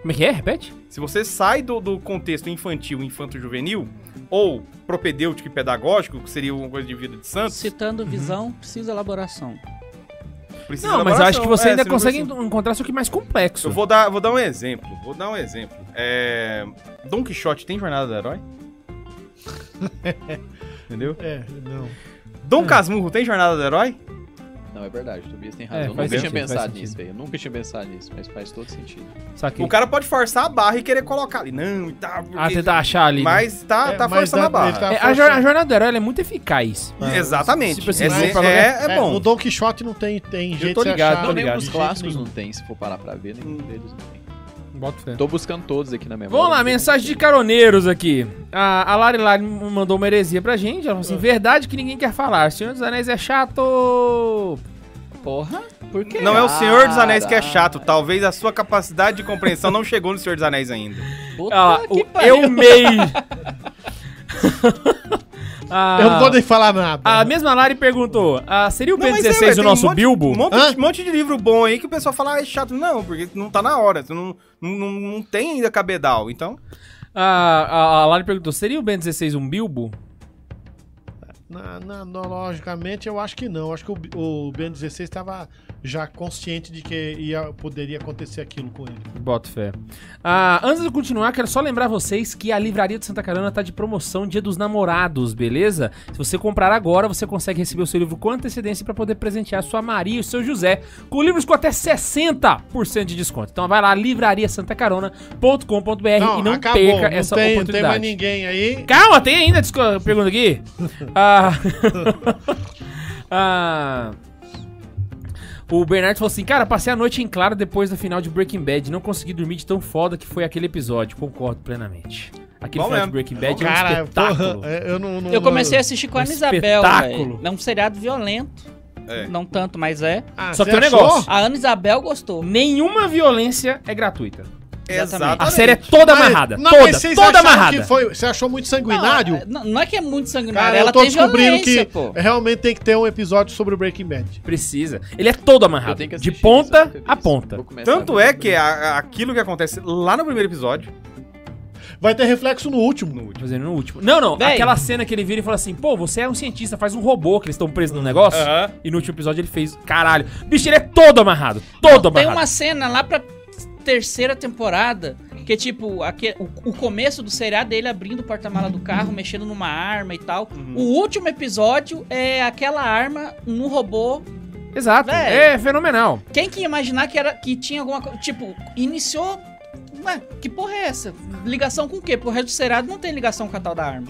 Speaker 3: Como é que é? Repete?
Speaker 5: Se você sai do, do contexto infantil, infanto-juvenil, ou propedêutico e pedagógico, que seria uma coisa de vida de santos,
Speaker 1: Citando visão, precisa elaboração.
Speaker 5: precisa
Speaker 3: Não, mas eu acho que você
Speaker 5: É,
Speaker 3: ainda
Speaker 5: seria uma coisa
Speaker 3: consegue
Speaker 5: assim.
Speaker 3: encontrar só que é mais complexo.
Speaker 5: Eu vou dar, vou dar um exemplo, vou dar um exemplo. É... Don Quixote tem jornada do herói? Entendeu?
Speaker 2: É, não.
Speaker 3: Hum.
Speaker 5: Dom Casmurro tem jornada do herói?
Speaker 4: Não, é verdade, Tobias tem
Speaker 3: É,
Speaker 4: razão. eu nunca
Speaker 3: faz
Speaker 4: tinha
Speaker 3: sentido, faz
Speaker 4: pensado
Speaker 3: sentido.
Speaker 4: nisso, velho. Eu nunca tinha pensado nisso, mas faz todo sentido.
Speaker 3: Saquei.
Speaker 5: O cara pode forçar a barra e querer colocar ali. Não, e tá. Porque...
Speaker 3: Ah, tentar achar ali. né?
Speaker 5: Mas tá,
Speaker 2: É,
Speaker 5: tá
Speaker 2: mas
Speaker 5: forçando
Speaker 2: dá-
Speaker 5: a barra.
Speaker 2: ele tá
Speaker 3: É, a, jor- a jornada do herói ela é muito eficaz.
Speaker 5: Exatamente.
Speaker 3: Tipo assim,
Speaker 5: é,
Speaker 3: se for pra
Speaker 5: é,
Speaker 3: qualquer-
Speaker 5: é
Speaker 2: O
Speaker 5: bom.
Speaker 2: Don Quixote não tem, tem jeito
Speaker 3: tô
Speaker 2: de
Speaker 3: ligado,
Speaker 2: achar-
Speaker 3: tô
Speaker 4: não,
Speaker 3: ligado.
Speaker 4: nem
Speaker 2: de
Speaker 4: os
Speaker 2: jeito
Speaker 4: clássicos
Speaker 2: nenhum.
Speaker 4: não tem, se for parar pra ver, nenhum
Speaker 5: Hum.
Speaker 4: deles né? não tem.
Speaker 3: Bota fé.
Speaker 4: Tô buscando todos aqui na memória.
Speaker 3: É Vamos lá, mensagem de caroneiros aqui. A, a Lari Lari mandou uma heresia pra gente. Ela falou assim: verdade que ninguém quer falar. Senhor dos Anéis é chato.
Speaker 4: Porra, por quê?
Speaker 5: Não é o Senhor dos Anéis que é chato. Talvez a sua capacidade de compreensão não chegou no Senhor dos Anéis ainda.
Speaker 4: Puta
Speaker 3: Ah, lá,
Speaker 4: que
Speaker 3: o
Speaker 4: pariu.
Speaker 3: Eu Mei. Ah,
Speaker 2: Eu não vou nem falar nada.
Speaker 1: Ah,
Speaker 3: A mesma Lari perguntou: ah, seria o
Speaker 5: Não, mas é,
Speaker 3: B16
Speaker 5: velho,
Speaker 3: o
Speaker 5: tem
Speaker 3: nosso
Speaker 5: um monte-
Speaker 3: Bilbo?
Speaker 5: Um monte,
Speaker 2: Hã?
Speaker 5: um monte de livro bom aí que o pessoal fala, ah, é chato. Não, porque não tá na hora. Você não, não, não, não tem ainda cabedal. Então,
Speaker 3: Ah, a, a Lari perguntou: seria o Ben 16 um Bilbo?
Speaker 2: Na, na- no- logicamente, eu acho que não. Acho que o, o Ben 16 estava já consciente de que ia, poderia acontecer aquilo com ele.
Speaker 3: Boto fé. Ah, antes de eu continuar, quero só lembrar vocês que a Livraria de Santa Carona tá de promoção Dia dos Namorados, beleza? Se você comprar agora, você consegue receber o seu livro com antecedência para poder presentear sua Maria e o seu José com livros com até 60% de desconto. Então vai lá,
Speaker 1: É,
Speaker 3: livrariasantacarona.com.br e não perca essa
Speaker 2: tem, Não tem
Speaker 3: oportunidade.
Speaker 2: mais ninguém aí.
Speaker 3: Calma, tem ainda disco- pergunta aqui? Ah, ah, o Bernardo falou assim: Cara, passei a noite em claro depois da final de Breaking Bad. Não consegui dormir de tão foda que foi aquele episódio. Concordo plenamente. Aquele
Speaker 5: Bom
Speaker 3: final de
Speaker 5: mesmo.
Speaker 3: Breaking Bad é um
Speaker 2: Cara,
Speaker 3: espetáculo.
Speaker 2: porra, é, eu não, não-
Speaker 1: Eu comecei a assistir com a
Speaker 3: Um
Speaker 1: Ana Isabel,
Speaker 3: espetáculo.
Speaker 1: velho. É um seriado violento.
Speaker 5: É.
Speaker 1: Não tanto, mas é.
Speaker 2: Ah,
Speaker 3: Só que
Speaker 2: você
Speaker 3: tem um
Speaker 2: achou?
Speaker 3: negócio.
Speaker 1: A Ana Isabel gostou.
Speaker 3: Nenhuma violência é gratuita.
Speaker 1: Exatamente.
Speaker 3: A
Speaker 5: exatamente.
Speaker 3: série é toda
Speaker 2: Mas-
Speaker 3: amarrada.
Speaker 2: não, mas
Speaker 3: toda,
Speaker 2: vocês
Speaker 3: toda
Speaker 2: acharam
Speaker 3: amarrada.
Speaker 2: que foi- você achou muito sanguinário?
Speaker 1: Não, Não, não é que é muito sanguinário,
Speaker 2: Cara,
Speaker 1: ela
Speaker 2: eu tô
Speaker 1: tem
Speaker 2: descobrindo
Speaker 1: violência,
Speaker 2: que
Speaker 1: pô.
Speaker 5: é-
Speaker 2: realmente tem que ter um episódio sobre o Breaking Bad.
Speaker 3: Precisa. Ele é todo
Speaker 4: Eu
Speaker 3: amarrado.
Speaker 4: tenho que
Speaker 3: De
Speaker 4: assistir isso, eu
Speaker 3: ponta
Speaker 4: nunca vi
Speaker 3: a
Speaker 4: isso. Vou
Speaker 3: ponta.
Speaker 4: começar
Speaker 5: Tanto
Speaker 4: a-
Speaker 5: é que a- a- aquilo que acontece lá no primeiro episódio,
Speaker 2: Vai ter reflexo no último.
Speaker 5: no último.
Speaker 3: Fazendo no último. Não, não.
Speaker 1: Véi.
Speaker 3: Aquela cena que ele vira e fala assim: Pô, você é um cientista, faz um robô que eles estão presos no negócio.
Speaker 5: Aham.
Speaker 3: E no último episódio ele fez. Caralho. Bicho, ele é todo amarrado.
Speaker 2: é
Speaker 3: Todo
Speaker 1: Tem
Speaker 3: amarrado.
Speaker 1: uma cena lá pra terceira temporada que tipo aque- o, o começo do seriado dele abrindo o porta-mala do carro, mexendo numa arma e tal.
Speaker 2: Uhum.
Speaker 1: O último episódio é aquela arma num robô.
Speaker 3: Exato.
Speaker 1: Véi.
Speaker 3: É fenomenal.
Speaker 1: Quem que ia imaginar que era que tinha alguma coisa, tipo, iniciou Ué, que porra é essa? Ligação com o quê? Pro resto do seriado não tem ligação com a tal da arma.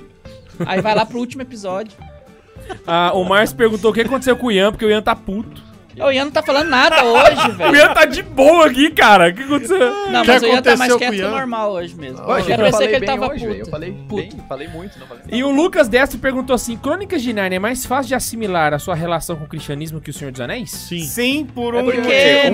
Speaker 1: Aí vai lá pro último episódio.
Speaker 3: Ah, o Márcio perguntou o que aconteceu com o Ian, porque o Ian tá puto.
Speaker 1: Ô, O Ian não tá falando nada hoje, velho.
Speaker 3: O Ian tá de boa aqui, cara. O que aconteceu?
Speaker 1: Não,
Speaker 2: O que
Speaker 1: mas o Ian tá mais
Speaker 2: aconteceu com o
Speaker 1: quieto que o
Speaker 2: Ian?
Speaker 1: normal hoje mesmo.
Speaker 4: Ué, gente,
Speaker 1: já
Speaker 4: eu
Speaker 1: pensei
Speaker 4: falei
Speaker 1: que ele
Speaker 4: bem
Speaker 1: tava
Speaker 4: hoje,
Speaker 1: puto.
Speaker 4: velho. Eu falei
Speaker 1: Puto.
Speaker 4: bem, falei muito, não falei nada.
Speaker 3: E o Lucas Destro perguntou assim: Crônicas de Narnia é mais fácil de assimilar a sua relação com o cristianismo que o Senhor dos Anéis?
Speaker 2: Sim.
Speaker 5: Sim, por um
Speaker 4: porque
Speaker 5: motivo.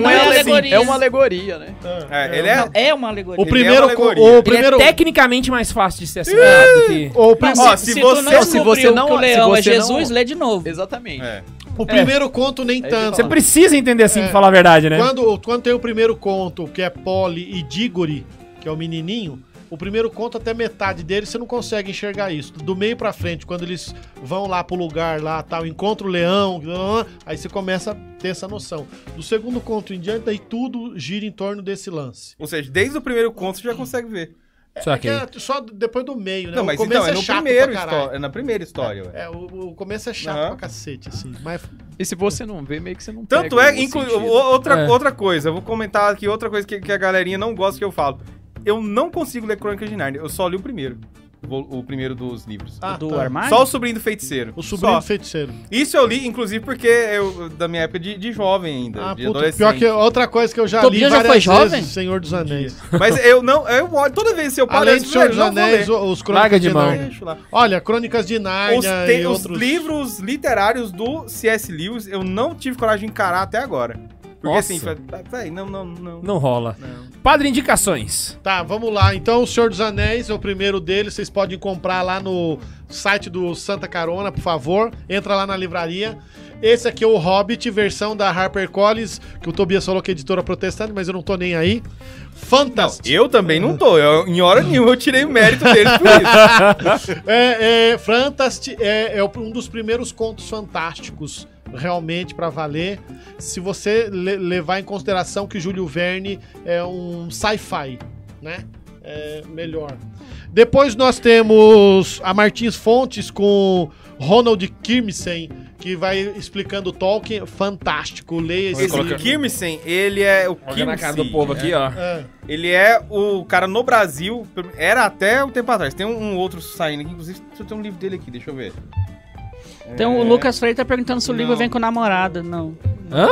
Speaker 1: não
Speaker 5: Um
Speaker 1: é
Speaker 5: assim,
Speaker 1: alegoria.
Speaker 4: É uma alegoria, né?
Speaker 2: um
Speaker 5: É, ele é...
Speaker 1: Não, é uma alegoria.
Speaker 2: O
Speaker 5: Ele é
Speaker 2: primeiro.
Speaker 5: uma
Speaker 2: co-
Speaker 5: alegoria.
Speaker 2: o primeiro
Speaker 3: Ele é tecnicamente mais fácil de ser assimilado do que.
Speaker 2: o
Speaker 1: Mas
Speaker 2: primeiro-
Speaker 5: Ó, se você-
Speaker 1: tu
Speaker 4: se
Speaker 1: não descobriu
Speaker 4: você não-
Speaker 1: que o
Speaker 4: se
Speaker 1: leão é
Speaker 4: você não-
Speaker 1: Jesus, lê de novo.
Speaker 4: Exatamente.
Speaker 5: É.
Speaker 2: O primeiro conto nem
Speaker 4: que
Speaker 2: tanto.
Speaker 3: Você
Speaker 4: eu
Speaker 3: precisa entender assim pra falar a verdade, né?
Speaker 2: É. Quando, quando tem o primeiro conto, que é Polly e Diggory, que é o menininho, o primeiro conto até metade dele você não consegue enxergar isso. Do meio pra frente, quando eles vão lá pro lugar lá, tal, encontra o leão, blá, blá, aí você começa a ter essa noção. Do segundo conto em diante, aí tudo gira em torno desse lance.
Speaker 5: Ou seja, desde o primeiro conto você já consegue ver.
Speaker 3: Só
Speaker 2: É que é só depois do meio, né?
Speaker 5: Não,
Speaker 2: o
Speaker 5: mas
Speaker 2: começo
Speaker 5: então, é,
Speaker 2: é
Speaker 5: no
Speaker 2: chato
Speaker 5: primeiro
Speaker 2: pra caralho.
Speaker 5: história, é na primeira história, ué.
Speaker 2: É, o, o começo é chato
Speaker 5: Aham.
Speaker 2: pra cacete, assim. Mas
Speaker 4: E se você não vê, meio que você não
Speaker 5: Tanto
Speaker 4: pega
Speaker 5: é,
Speaker 4: o
Speaker 5: inclu-
Speaker 4: sentido.
Speaker 5: o- outra,
Speaker 3: É.
Speaker 5: outra coisa, eu vou comentar aqui outra coisa que, que a galerinha não gosta que eu falo. Eu não consigo ler Crônicas de Narnia, eu só li o primeiro. O, o primeiro dos livros.
Speaker 2: Ah,
Speaker 1: do
Speaker 2: tá.
Speaker 1: armário?
Speaker 5: Só o Sobrinho do Feiticeiro.
Speaker 2: o sobrinho
Speaker 5: Só.
Speaker 2: do feiticeiro.
Speaker 5: Isso eu li, inclusive, porque eu, da minha época de, de jovem ainda,
Speaker 2: Ah,
Speaker 5: de
Speaker 2: puta,
Speaker 5: adolescente.
Speaker 2: pior que outra coisa que eu já li
Speaker 1: Tobias já foi
Speaker 2: várias
Speaker 1: jovem?
Speaker 2: vezes, Senhor dos Anéis.
Speaker 5: Mas eu não, eu olho, toda vez que eu paro,
Speaker 2: Além
Speaker 5: eu
Speaker 2: do Senhor dos
Speaker 5: não vou
Speaker 2: Anéis,
Speaker 5: ler.
Speaker 2: o- os
Speaker 3: Larga
Speaker 2: Crônicas
Speaker 3: de
Speaker 2: de
Speaker 3: mão.
Speaker 2: Nárnia.
Speaker 5: Deixa lá.
Speaker 2: Olha, Crônicas de
Speaker 5: Os,
Speaker 2: Nárnia
Speaker 5: te-
Speaker 2: e
Speaker 5: os
Speaker 2: outros...
Speaker 5: livros literários do C.S. Lewis, eu não tive coragem de encarar até agora. Porque
Speaker 3: Nossa.
Speaker 5: assim, falei, "Véi, não, não, não.
Speaker 3: Não rola.
Speaker 5: não.
Speaker 3: Padre Indicações.
Speaker 2: Tá, vamos lá. Então, O Senhor dos Anéis é o primeiro deles. Vocês podem comprar lá no site do Santa Carona, por favor. Entra lá na livraria. Esse aqui é o Hobbit, versão da HarperCollins, que o Tobias falou que é editora protestante, mas eu não tô nem aí. Fantástico.
Speaker 5: Eu também não tô. Eu, em hora nenhuma eu tirei o mérito deles por isso.
Speaker 2: É, é, Fantast é, é um dos primeiros contos fantásticos, realmente, pra valer. Se você le- levar em consideração que Júlio Verne é um sci-fi, né? É melhor. Depois nós temos a Martins Fontes com Ronald Kirmsen, que vai explicando Tolkien. Fantástico. Leia esse
Speaker 5: Esse
Speaker 2: livro.
Speaker 5: Kirmsen, ele é o
Speaker 3: Olha na cara
Speaker 5: Kirmsen.
Speaker 3: do povo aqui, ó.
Speaker 2: É.
Speaker 5: Ele é o cara no Brasil, era até um tempo atrás. Tem um, um outro saindo aqui, inclusive, eu tenho um livro dele aqui, deixa eu ver.
Speaker 1: Então o Lucas Freire tá perguntando se o livro
Speaker 5: Não.
Speaker 1: vem com namorada. Não.
Speaker 3: Hã?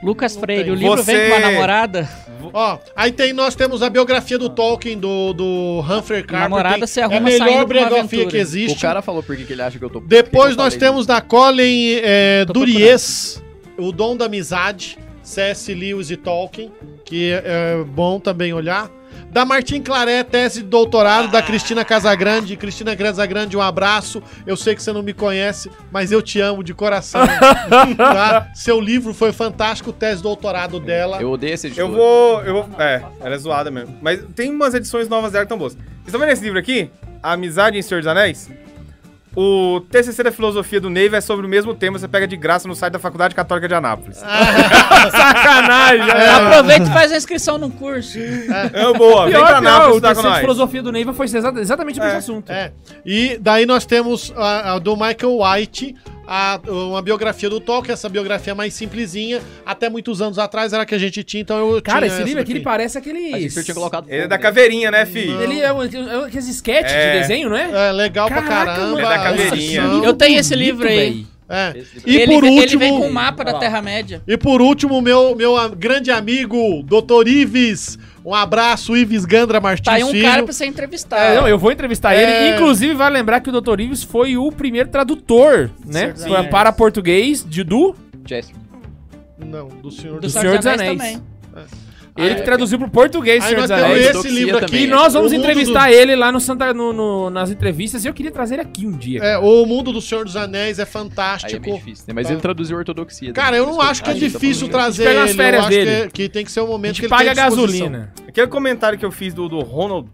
Speaker 1: Lucas
Speaker 2: Não
Speaker 1: Freire,
Speaker 2: tem.
Speaker 1: o livro vem
Speaker 5: Você-
Speaker 1: com a namorada.
Speaker 2: Ó, aí tem, nós temos a biografia do Tolkien, do, do Humphrey Carter.
Speaker 1: namorada
Speaker 2: tem,
Speaker 1: se
Speaker 2: é a
Speaker 1: arruma
Speaker 2: melhor
Speaker 1: saindo pra uma
Speaker 2: biografia
Speaker 1: aventura.
Speaker 2: que existe.
Speaker 4: O cara falou por que que ele acha que eu tô...
Speaker 2: Depois
Speaker 4: que eu
Speaker 2: nós
Speaker 4: falei
Speaker 2: temos da Colin é,
Speaker 1: Tô
Speaker 2: Duries, O Dom da Amizade, C.S. Lewis e Tolkien, que é é bom também olhar. Da Martim Claré, tese de doutorado,
Speaker 4: Ah.
Speaker 2: da Cristina Casagrande. Cristina Casagrande, um abraço. Eu sei que você não me conhece, mas eu te amo de coração. tá? Seu livro foi fantástico, tese de doutorado dela.
Speaker 4: Eu odeio esse
Speaker 5: Eu
Speaker 4: discurso.
Speaker 5: vou. Eu vou. É, ela é zoada mesmo. Mas tem umas edições novas dela tão boas. Vocês estão vendo esse livro aqui? A Amizade em Senhor dos Anéis? O TCC da Filosofia do Neiva é sobre o mesmo tema, você pega de graça no site da Faculdade Católica de Anápolis.
Speaker 3: Ah.
Speaker 5: Sacanagem!
Speaker 3: É.
Speaker 2: É.
Speaker 5: né?
Speaker 1: Aproveita e faz a inscrição no curso.
Speaker 5: É boa, vem pra
Speaker 3: Pior, pior,
Speaker 5: Anápolis
Speaker 3: o
Speaker 5: estudar com
Speaker 3: terceiro de
Speaker 5: nós.
Speaker 3: filosofia do Neiva foi exa- exatamente o mesmo
Speaker 5: É.
Speaker 3: assunto.
Speaker 2: É. E daí nós temos a, a do Michael White, a- uma biografia do Tolkien, essa biografia mais simplesinha. Até muitos anos atrás era a que a gente tinha, então eu
Speaker 3: Cara,
Speaker 2: tinha
Speaker 3: esse
Speaker 2: essa
Speaker 3: livro aqui ele
Speaker 2: daqui.
Speaker 3: parece aquele.
Speaker 4: Achei que você tinha colocado
Speaker 5: Ele é
Speaker 4: fogo
Speaker 5: da
Speaker 4: nele.
Speaker 5: caveirinha, né, filho?
Speaker 3: Ele é um, é um- aqueles sketches
Speaker 5: É.
Speaker 3: de desenho, não é?
Speaker 2: É legal pra
Speaker 3: Caraca,
Speaker 2: caramba.
Speaker 3: mano.
Speaker 5: É da caveirinha.
Speaker 2: edição.
Speaker 1: Eu tenho esse livro aí.
Speaker 2: É.
Speaker 4: Esse livro-
Speaker 2: E
Speaker 1: ele,
Speaker 2: por
Speaker 1: vem-
Speaker 2: último,
Speaker 1: ele vem com o mapa da Terra-média.
Speaker 2: E por último, meu, meu a- grande amigo, Dr. Ives. Um abraço, Ives Gandra Martins
Speaker 1: Tá aí um
Speaker 2: Filho.
Speaker 1: cara pra você entrevistar.
Speaker 3: É, não, eu vou entrevistar
Speaker 2: É.
Speaker 3: ele. Inclusive, vale lembrar que o Dr. Ives foi o primeiro tradutor, né?
Speaker 1: Sim.
Speaker 3: Foi Para português de do.
Speaker 4: Jess,
Speaker 2: Não, do senhor...
Speaker 1: do
Speaker 2: Do...
Speaker 1: Senhor dos Anéis, também.
Speaker 3: Ele que traduziu pro português,
Speaker 2: É. Aí
Speaker 3: Senhor
Speaker 2: nós
Speaker 3: dos
Speaker 2: temos
Speaker 3: Anéis.
Speaker 4: Anéis.
Speaker 2: esse livro aqui.
Speaker 4: Também.
Speaker 3: E nós vamos
Speaker 2: O Mundo
Speaker 3: entrevistar
Speaker 2: do-
Speaker 3: ele lá no Santa, no, no- nas entrevistas. E eu queria trazer ele aqui um dia.
Speaker 2: É, o Mundo do Senhor dos Anéis
Speaker 4: aí
Speaker 2: é
Speaker 4: é
Speaker 2: fantástico.
Speaker 4: meio difícil, né? Mas ele traduziu ortodoxia.
Speaker 2: Cara, eu não acho que é
Speaker 4: Aí, então,
Speaker 2: difícil trazer
Speaker 3: pega as
Speaker 2: ele. Eu
Speaker 3: férias
Speaker 2: acho que,
Speaker 3: dele.
Speaker 2: é- que tem que ser o
Speaker 3: a
Speaker 2: momento que
Speaker 3: gente
Speaker 2: ele tem
Speaker 3: paga a
Speaker 2: disposição.
Speaker 3: gasolina.
Speaker 5: Aquele comentário que eu fiz do, do Ronald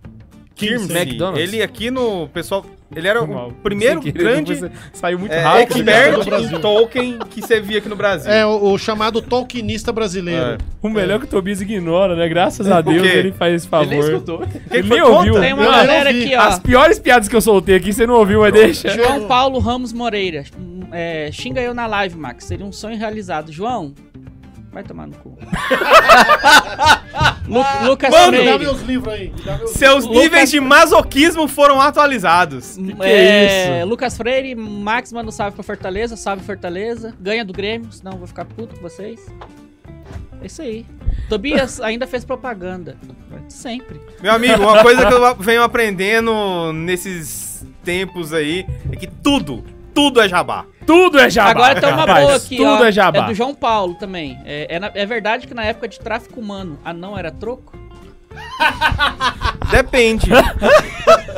Speaker 5: Kirmes,
Speaker 3: McDonald's.
Speaker 5: ele aqui no pessoal, ele era o
Speaker 3: Normal.
Speaker 5: primeiro
Speaker 3: Sem querer,
Speaker 5: grande
Speaker 3: depois você- né? Saiu muito
Speaker 5: é,
Speaker 3: rápido.
Speaker 2: obrigado do
Speaker 5: expert
Speaker 2: Brasil.
Speaker 5: em Tolkien que você via aqui no Brasil.
Speaker 2: É, o, o chamado Tolkienista brasileiro.
Speaker 3: O melhor que o Tobias ignora, né? Graças a Deus
Speaker 5: quê?
Speaker 3: ele faz esse favor.
Speaker 4: Ele nem escutou.
Speaker 5: Quem
Speaker 3: Ele
Speaker 5: foi
Speaker 3: nem ouviu.
Speaker 5: contra?
Speaker 1: Tem uma
Speaker 2: Eu- eu
Speaker 1: galera
Speaker 2: vi.
Speaker 1: aqui, ó.
Speaker 3: As piores piadas que eu soltei aqui, você não ouviu, mas deixa.
Speaker 1: João Paulo Ramos Moreira. hum, é, xinga eu na live, Max. Seria um sonho realizado. João, vai tomar no cu. Lu- Lucas
Speaker 2: Mano, dá
Speaker 1: Freire.
Speaker 2: meus livros aí. dá meus-
Speaker 5: Seus
Speaker 1: Lucas-
Speaker 5: níveis de masoquismo foram atualizados.
Speaker 3: que é
Speaker 1: é, Lucas Freire, Max manda um salve pra Fortaleza, salve Fortaleza. Ganha do Grêmio, senão eu vou ficar puto com vocês. É isso aí. Tobias ainda fez propaganda. Sempre.
Speaker 5: Meu amigo, uma coisa que eu venho aprendendo nesses tempos aí é que tudo, tudo é jabá.
Speaker 3: Tudo é jabá.
Speaker 1: Agora tem uma
Speaker 3: rapaz.
Speaker 1: boa aqui,
Speaker 3: Tudo
Speaker 1: ó.
Speaker 3: é jabá.
Speaker 1: do João Paulo também. É, é na- é verdade que na época de tráfico humano, a não era troco?
Speaker 5: Depende.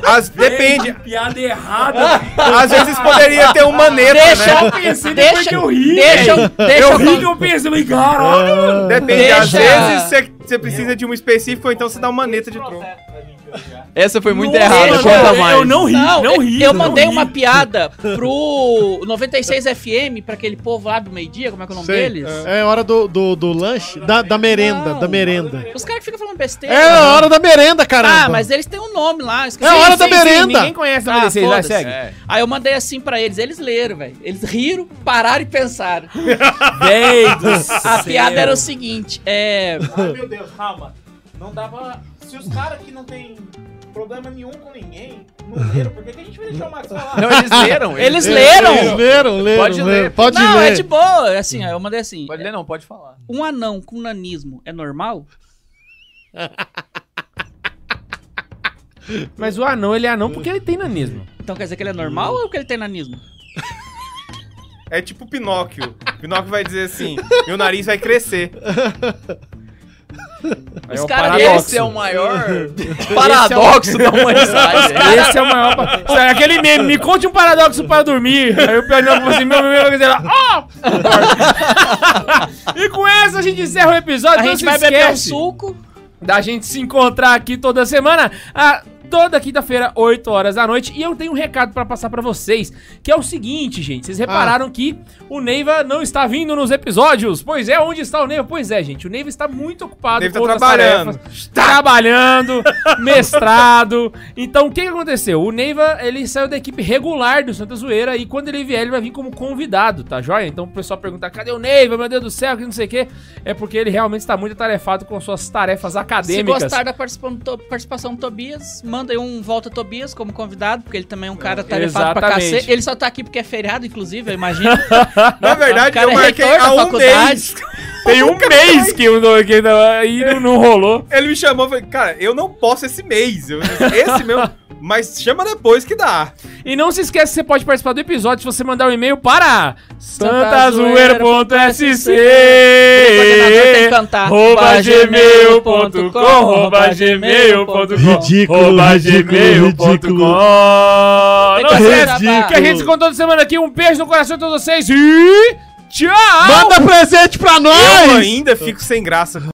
Speaker 5: Às, depende.
Speaker 3: Piada errada.
Speaker 1: Ah.
Speaker 5: Às vezes poderia ter um maneta,
Speaker 1: Deixa,
Speaker 5: né?
Speaker 3: pensei depois
Speaker 1: deixa,
Speaker 3: que eu ri,
Speaker 1: deixa,
Speaker 3: velho.
Speaker 1: deixa
Speaker 3: eu ri um
Speaker 1: falar-
Speaker 3: que É eu pensei, falei, caralho.
Speaker 5: Depende. Às
Speaker 1: Deixa.
Speaker 5: vezes você- você precisa de um específico, ou então você dá uma maneta de tronco.
Speaker 4: Essa foi muito
Speaker 3: Nossa,
Speaker 4: errada,
Speaker 3: mano,
Speaker 4: conta
Speaker 3: eu-
Speaker 4: mais.
Speaker 3: Eu não ri, não,
Speaker 1: Não, é
Speaker 3: ri.
Speaker 1: eu
Speaker 3: não
Speaker 1: mandei
Speaker 3: ri.
Speaker 1: uma piada pro 96 FM, pra aquele povo lá do meio-dia, como é que é o nome
Speaker 2: Sei.
Speaker 1: deles?
Speaker 2: É hora do, do, do lanche? Da, da merenda,
Speaker 1: Não.
Speaker 2: da merenda.
Speaker 1: Os caras que ficam falando besteira. né?
Speaker 2: É a hora da merenda, caramba.
Speaker 1: Ah, mas eles têm um nome lá. eu esqueci.
Speaker 2: É hora
Speaker 1: Sim,
Speaker 2: da
Speaker 1: sim,
Speaker 2: merenda.
Speaker 1: sim,
Speaker 3: Ninguém
Speaker 1: ninguém-
Speaker 3: conhece a
Speaker 1: Ah,
Speaker 3: 96, vai,
Speaker 1: foda-se.
Speaker 3: segue.
Speaker 4: É.
Speaker 1: Aí eu mandei assim pra eles, eles leram, velho. Eles riram, pararam e pensaram.
Speaker 3: Véi do
Speaker 1: A
Speaker 3: céu.
Speaker 1: piada era o seguinte, é...
Speaker 7: Ai, meu Deus, calma. Não dá pra. Se os caras que não tem problema nenhum com ninguém não leram, por que que a gente vai deixar o Max falar?
Speaker 4: Não, eles leram.
Speaker 2: Eles
Speaker 1: Eles leram.
Speaker 2: Eles leram, leram,
Speaker 4: Pode ler.
Speaker 2: leram. Pode
Speaker 1: não,
Speaker 2: ler.
Speaker 1: é de boa. Assim, ó, eu mandei assim,
Speaker 4: Pode ler não, pode falar.
Speaker 1: um anão com nanismo é normal?
Speaker 3: Mas o anão, ele é anão porque ele tem nanismo.
Speaker 1: Então quer dizer que ele é normal ou que ele tem nanismo?
Speaker 5: É tipo Pinóquio. Pinóquio vai dizer assim: meu nariz vai crescer.
Speaker 1: Os
Speaker 3: é um
Speaker 1: caras-
Speaker 3: paradoxo.
Speaker 4: Esse é o maior paradoxo da humanidade.
Speaker 3: Esse é o maior. pa- Isso é Aquele meme, me conte um paradoxo para dormir. Aí o Pianão falou assim: meu meme vai dizer lá. "Oh!" e com essa a gente encerra o episódio.
Speaker 1: A
Speaker 3: não
Speaker 1: gente
Speaker 3: se
Speaker 1: vai beber um
Speaker 3: esquece
Speaker 1: suco.
Speaker 3: da gente se encontrar aqui toda semana. A... Toda quinta-feira, 8 horas da noite. E eu tenho um recado pra passar pra vocês, que é o seguinte, gente.
Speaker 1: Ah.
Speaker 3: Vocês repararam que o Neiva não está vindo nos episódios. Pois é, onde está o Neiva? Pois é, gente. O Neiva está muito ocupado
Speaker 5: Neiva tá
Speaker 3: outras
Speaker 5: trabalhando.
Speaker 3: tarefas
Speaker 1: Tá.
Speaker 3: trabalhando, mestrado. Então, o que que aconteceu? O Neiva, ele saiu da equipe regular do Santa Zoeira e quando ele vier, ele vai vir como convidado, tá joia? Então, o pessoal perguntar, cadê o Neiva? Meu Deus do céu, que não sei o quê. É porque ele realmente está muito atarefado com suas tarefas
Speaker 1: Se
Speaker 3: acadêmicas.
Speaker 1: gostar da participa- to- participação do Tobias, manda aí um Volta Tobias como convidado, porque ele também é um cara tarefado pra
Speaker 3: exatamente.
Speaker 1: cacete. Ele só tá aqui porque é feriado, inclusive, eu imagino.
Speaker 5: Na
Speaker 1: O
Speaker 5: verdade,
Speaker 1: cara
Speaker 5: eu
Speaker 1: é
Speaker 5: marquei
Speaker 1: reitor da
Speaker 5: há um
Speaker 1: faculdade.
Speaker 5: mês.
Speaker 3: Tem um mês que eu não, que não, e não, não rolou.
Speaker 5: Ele me chamou e falei, cara, eu não posso esse mês. eu- esse meu. Mas chama depois que dá.
Speaker 3: E não se esqueça que você pode participar do episódio se você mandar um e-mail para
Speaker 1: coordenador tem que
Speaker 3: santazoeiro.sc
Speaker 1: cantar.
Speaker 3: arroba gmail.com arroba
Speaker 2: Ridículo,
Speaker 3: gmail.com arroba
Speaker 2: ridículo, ridículo.
Speaker 3: gmail.com Não esquece
Speaker 1: Ridículo.
Speaker 3: que a gente se encontrou toda semana aqui. Um beijo no coração de todos vocês e tchau!
Speaker 2: Manda presente pra nós!
Speaker 1: É
Speaker 5: Eu ainda fico sem graça.